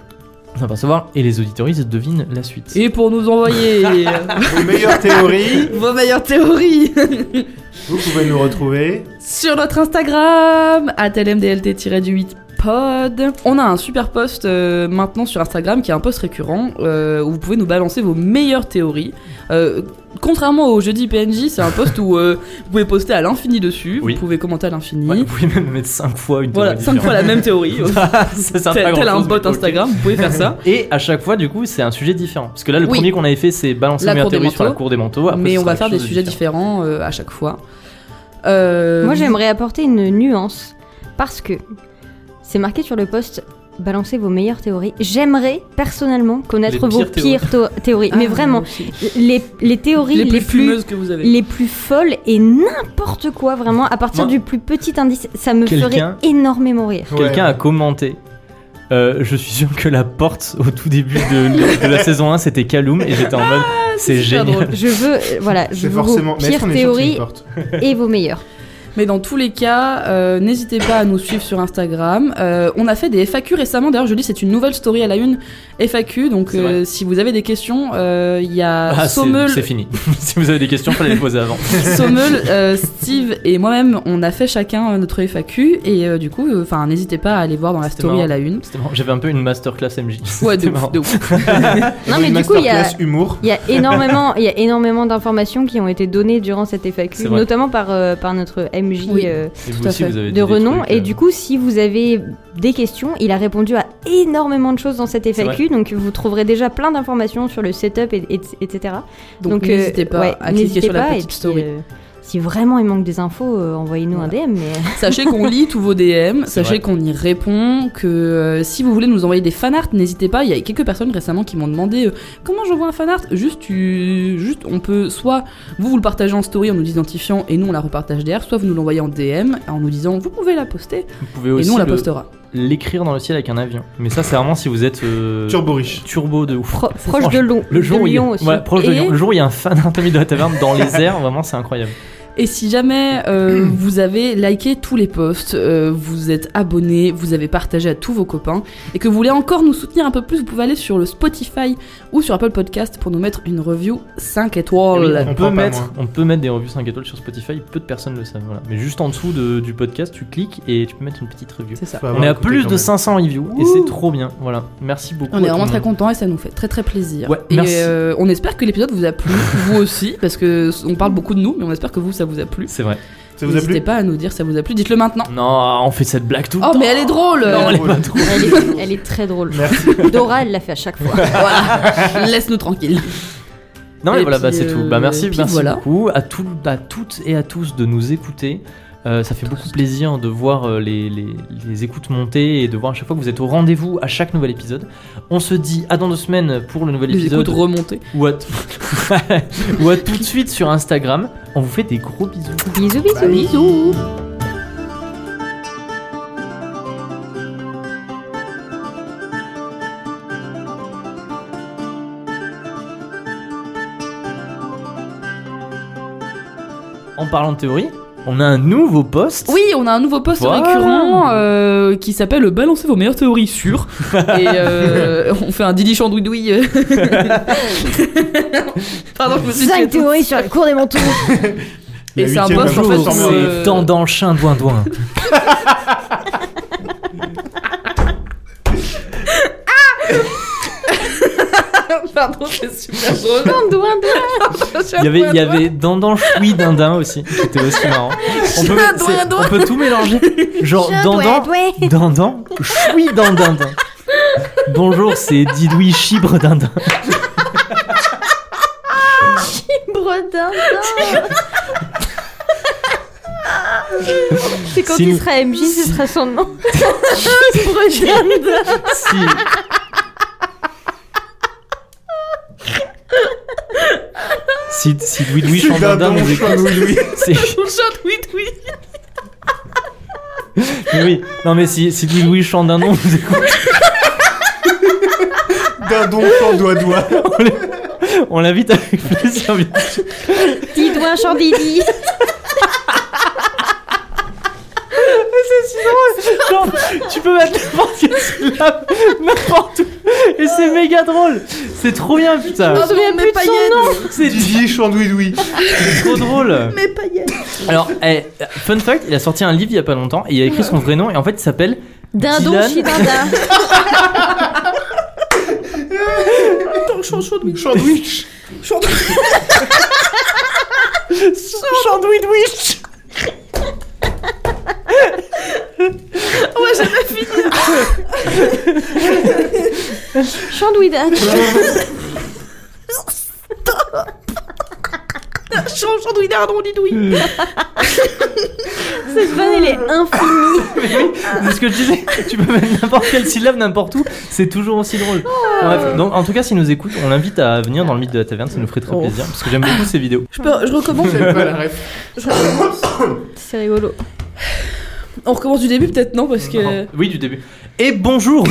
Speaker 1: sans percevoir et les auditoristes devinent la suite.
Speaker 4: Et pour nous envoyer
Speaker 3: Vos meilleures théories,
Speaker 4: vos meilleures théories
Speaker 3: vous pouvez nous retrouver.
Speaker 4: sur notre Instagram, atlmdlt-8 pod. On a un super post euh, maintenant sur Instagram qui est un post récurrent euh, où vous pouvez nous balancer vos meilleures théories. Euh, contrairement au jeudi PNJ, c'est un post où euh, vous pouvez poster à l'infini dessus,
Speaker 1: Oui.
Speaker 4: vous pouvez commenter à l'infini.
Speaker 1: Ouais, vous pouvez même mettre 5 fois une
Speaker 4: Voilà,
Speaker 1: théorie
Speaker 4: 5 fois la même théorie.
Speaker 1: différente. ça sert pas
Speaker 4: Tel
Speaker 1: à
Speaker 4: tel un
Speaker 1: grand-chose,
Speaker 4: bot
Speaker 1: mais ok.
Speaker 4: Instagram, vous pouvez faire ça.
Speaker 1: Et à chaque fois, du coup, c'est un sujet différent. Parce que là, le
Speaker 4: Oui.
Speaker 1: premier qu'on avait fait, c'est balancer
Speaker 4: La
Speaker 1: la meilleure
Speaker 4: cour des
Speaker 1: théorie sur la
Speaker 4: manteaux.
Speaker 1: cour des manteaux. Après,
Speaker 4: mais
Speaker 1: ce
Speaker 4: on
Speaker 1: sera
Speaker 4: va faire des
Speaker 1: quelque chose de
Speaker 4: sujets différents euh, à chaque fois. Euh,
Speaker 2: Moi, j'aimerais apporter une nuance parce que c'est marqué sur le poste. Balancez vos meilleures théories. J'aimerais personnellement connaître
Speaker 1: Les
Speaker 2: vos
Speaker 1: pires théories.
Speaker 2: pires théo- théories.
Speaker 4: Ah,
Speaker 2: Mais vraiment,
Speaker 4: aussi.
Speaker 2: les, les théories
Speaker 4: les, plus
Speaker 2: plus
Speaker 4: fumeuses que vous avez.
Speaker 2: les plus folles et n'importe quoi vraiment à partir
Speaker 1: Moi-
Speaker 2: du plus petit indice ça me ferait
Speaker 1: Quelqu'un-
Speaker 2: énormément rire
Speaker 1: Quelqu'un
Speaker 3: Ouais.
Speaker 1: a commenté. Euh, je suis sûr que la porte au tout début de, de la saison 1 c'était Kaloum et j'étais en mode c'est
Speaker 4: Ah, super
Speaker 1: génial.
Speaker 2: je veux euh, voilà je
Speaker 3: C'est
Speaker 2: veux
Speaker 3: forcément.
Speaker 2: vos
Speaker 3: Mais est-ce
Speaker 2: pires
Speaker 3: qu'on est sûr que c'est une
Speaker 2: théories
Speaker 3: porte
Speaker 2: et vos meilleures
Speaker 4: Mais dans tous les cas, euh, n'hésitez pas à nous suivre sur Instagram. Euh, on a fait des FAQ récemment. D'ailleurs, je dis c'est une nouvelle story à la une FAQ. Donc,
Speaker 1: C'est
Speaker 4: euh,
Speaker 1: vrai.
Speaker 4: si vous avez des questions, euh, il y a
Speaker 1: Ah, c'est
Speaker 4: Sommel,
Speaker 1: c'est fini. si vous avez des questions, fallait les poser avant.
Speaker 4: Sommel, euh, Steve et moi-même, on a fait chacun euh, notre FAQ. Et euh, du coup, euh, enfin, n'hésitez pas à aller voir dans la
Speaker 1: C'était
Speaker 4: story
Speaker 1: marrant.
Speaker 4: à la une.
Speaker 1: C'était marrant, J'avais un peu une masterclass MJ.
Speaker 4: Ouais, de
Speaker 1: C'était
Speaker 4: ouf,
Speaker 1: marrant.
Speaker 4: de ouf.
Speaker 2: non
Speaker 3: Vous
Speaker 2: mais
Speaker 3: une
Speaker 2: du coup il y a
Speaker 3: masterclass humour.
Speaker 2: il y a énormément il y a énormément d'informations qui ont été données durant cette
Speaker 1: C'est
Speaker 2: FAQ
Speaker 1: vrai.
Speaker 2: notamment par euh, par notre MJ
Speaker 4: Oui.
Speaker 2: euh,
Speaker 1: Et vous
Speaker 4: à
Speaker 1: aussi,
Speaker 4: fait.
Speaker 1: vous avez dit
Speaker 2: de
Speaker 1: des
Speaker 2: renom
Speaker 1: trucs,
Speaker 2: et
Speaker 1: euh,
Speaker 2: du coup si vous avez des questions il a répondu à énormément de choses dans cette FAQ donc vous trouverez déjà plein d'informations sur le setup et, et- etc
Speaker 4: Donc,
Speaker 2: euh,
Speaker 4: n'hésitez pas
Speaker 2: ouais,
Speaker 4: à cliquer
Speaker 2: n'hésitez
Speaker 4: sur la
Speaker 2: pas, et
Speaker 4: petite
Speaker 2: puis,
Speaker 4: story.
Speaker 2: euh, si vraiment il manque des infos, euh, envoyez-nous un DM. Mais... euh,
Speaker 4: Sachez qu'on lit tous vos DM,
Speaker 1: C'est vrai.
Speaker 4: sachez qu'on y répond, que euh, si vous voulez nous envoyer des fanarts, n'hésitez pas. Il y a quelques personnes récemment qui m'ont demandé euh, comment j'envoie un fanart. Juste, tu, juste, on peut soit vous vous le partagez en story en nous identifiant et nous on la repartage derrière, soit vous nous l'envoyez en DM en nous disant vous pouvez la poster
Speaker 1: Vous pouvez
Speaker 4: et
Speaker 1: aussi
Speaker 4: nous on la
Speaker 1: le-
Speaker 4: postera.
Speaker 1: l'écrire dans le ciel avec un avion. Mais ça, c'est vraiment si vous êtes euh,
Speaker 3: Turbo riche.
Speaker 1: turbo de ouf.
Speaker 2: Pro- proche
Speaker 1: Franchement,
Speaker 2: de, Lon-
Speaker 1: Le jour
Speaker 2: de
Speaker 1: où il y a-
Speaker 2: Lyon aussi.
Speaker 1: voilà, proche de
Speaker 4: Et-
Speaker 1: Lyon. Le jour où il y a un fan anatomie de la taverne dans les airs, vraiment, c'est incroyable.
Speaker 4: Et si jamais euh, vous avez liké tous les posts, euh, vous êtes abonné, vous avez partagé à tous vos copains, et que vous voulez encore nous soutenir un peu plus, vous pouvez aller sur le Spotify ou sur Apple Podcast pour nous mettre une review 5
Speaker 1: Oui,
Speaker 4: étoiles.
Speaker 1: on, peut
Speaker 3: On prend pas
Speaker 1: mettre,
Speaker 3: moins.
Speaker 1: on peut mettre des revues 5 étoiles sur Spotify, peu de personnes le savent. voilà. Mais juste en dessous de- du podcast, tu cliques et tu peux mettre une petite review.
Speaker 4: C'est ça.
Speaker 3: Faut
Speaker 1: On
Speaker 3: avoir
Speaker 1: est à
Speaker 3: écouté
Speaker 1: plus
Speaker 3: Ah, quand
Speaker 1: de
Speaker 3: même.
Speaker 1: 500 reviews et
Speaker 4: Ouh.
Speaker 1: c'est trop bien. Voilà, merci beaucoup.
Speaker 4: On
Speaker 1: à
Speaker 4: est
Speaker 1: tout
Speaker 4: vraiment
Speaker 1: le
Speaker 4: très
Speaker 1: monde.
Speaker 4: contents et ça nous fait très très plaisir.
Speaker 1: Ouais,
Speaker 4: et
Speaker 1: merci.
Speaker 4: euh, on espère que l'épisode vous a plu, vous aussi, parce que on parle beaucoup de nous, mais on espère que vous ça vous a plu.
Speaker 1: C'est vrai.
Speaker 3: Ça vous a
Speaker 4: N'hésitez
Speaker 3: plu
Speaker 4: pas à nous dire ça vous a plu, dites-le maintenant.
Speaker 1: Non, ah, on fait cette blague tout le
Speaker 4: Oh
Speaker 1: temps.
Speaker 4: mais elle est drôle.
Speaker 1: Non, elle est
Speaker 3: Drôle.
Speaker 1: pas drôle.
Speaker 2: Elle est, elle est très drôle.
Speaker 3: Merci.
Speaker 2: Dora, elle l'a fait à chaque fois.
Speaker 4: Voilà. Laisse-nous tranquille.
Speaker 1: Non, mais
Speaker 4: Et
Speaker 1: voilà,
Speaker 4: puis,
Speaker 1: bah, c'est tout.
Speaker 4: euh,
Speaker 1: Bah, merci,
Speaker 4: puis
Speaker 1: merci
Speaker 4: voilà.
Speaker 1: beaucoup à, tout, à toutes et à tous de nous écouter. Euh, ça fait beaucoup plaisir de voir euh, les, les- les écoutes monter et de voir à chaque fois que vous êtes au rendez-vous à chaque nouvel épisode. On se dit à dans deux semaines pour le nouvel
Speaker 4: Les écoutes
Speaker 1: épisode
Speaker 4: remontées.
Speaker 1: ou à, t- ou à tout de suite sur Instagram. On vous fait des gros bisous.
Speaker 2: bisous, bisous.
Speaker 3: Bye.
Speaker 2: Bisous.
Speaker 1: En parlant de théorie, on a un nouveau poste.
Speaker 4: Oui, on a un nouveau poste
Speaker 1: Voilà.
Speaker 4: récurrent euh, qui s'appelle Balancez vos meilleures théories sur. Et euh, on fait un Didi Chandouidoui. euh. Pardon, je me suis tuée
Speaker 2: 5
Speaker 4: toute
Speaker 2: théories sur la cour des manteaux.
Speaker 4: Et
Speaker 3: La
Speaker 4: c'est un
Speaker 3: huitième,
Speaker 4: boss,
Speaker 3: la
Speaker 4: en
Speaker 1: Bonjour,
Speaker 4: fait,
Speaker 3: journée.
Speaker 4: on, euh,
Speaker 1: c'est dans dans le chien douin douin.
Speaker 4: seule. Pardon, c'est super drôle.
Speaker 1: Il y avait, il y avait dandan choui dindin aussi, qui était aussi marrant. On peut,
Speaker 4: Chien,
Speaker 1: c'est-
Speaker 4: doigt, doigt.
Speaker 1: on peut tout mélanger. Genre dandan,
Speaker 2: Ouais, ouais.
Speaker 1: dandan, choui dandin. Bonjour, c'est Didouille Chibre dindin.
Speaker 2: Bredin. C'est quand
Speaker 1: Si
Speaker 2: il
Speaker 1: nous-
Speaker 2: sera MJ, ce
Speaker 1: si-
Speaker 2: sera son nom. Bredin.
Speaker 1: Si, si, si Didouille
Speaker 3: C'est
Speaker 1: Chandandin
Speaker 3: Dindon,
Speaker 1: nous écoute. c'est-
Speaker 4: Tout le Chandouidoui.
Speaker 1: mais oui, non mais si, si Didouille Chandandon nous écoute,
Speaker 3: Dindon, sans doigt, doigt.
Speaker 1: on l'invite avec plaisir. bien
Speaker 2: Petit doigt chandidi.
Speaker 1: Genre, tu peux mettre n'importe quelle syllabe, n'importe où, et c'est méga drôle. C'est trop bien, putain.
Speaker 4: Ah,
Speaker 2: souviens
Speaker 4: bon,
Speaker 2: plus
Speaker 4: mes
Speaker 2: de son
Speaker 4: paillettes.
Speaker 1: C'est
Speaker 3: Didier Chandouidoui.
Speaker 1: trop drôle.
Speaker 4: Mes paillettes.
Speaker 1: Alors, eh, fun fact, il a sorti un livre il y a pas longtemps et il a écrit son vrai nom et en fait il s'appelle
Speaker 2: Dindon
Speaker 1: Dylan.
Speaker 2: chidinda.
Speaker 4: Dans le Chandouidoui.
Speaker 3: Chandouich.
Speaker 1: Chandouidwitch.
Speaker 4: On va jamais finir.
Speaker 2: Chandouida.
Speaker 4: Chan- Chandouidoui, Dardon, Didoui.
Speaker 2: Cette vanne, elle est infinie.
Speaker 4: Ah.
Speaker 1: C'est ce que je disais. Tu peux mettre n'importe quelle syllabe n'importe où, c'est toujours aussi drôle.
Speaker 4: Ah.
Speaker 1: Bref, donc en tout cas, s'il nous écoute, on l'invite à venir dans le mythe de la taverne, ça nous ferait
Speaker 4: Oh.
Speaker 1: très plaisir parce que j'aime beaucoup ces vidéos.
Speaker 4: Je, peux- je recommence.
Speaker 3: J'avais pas la ref.
Speaker 2: C'est rigolo.
Speaker 4: On recommence du début peut-être non parce que.
Speaker 1: Oui, du début. Et bonjour.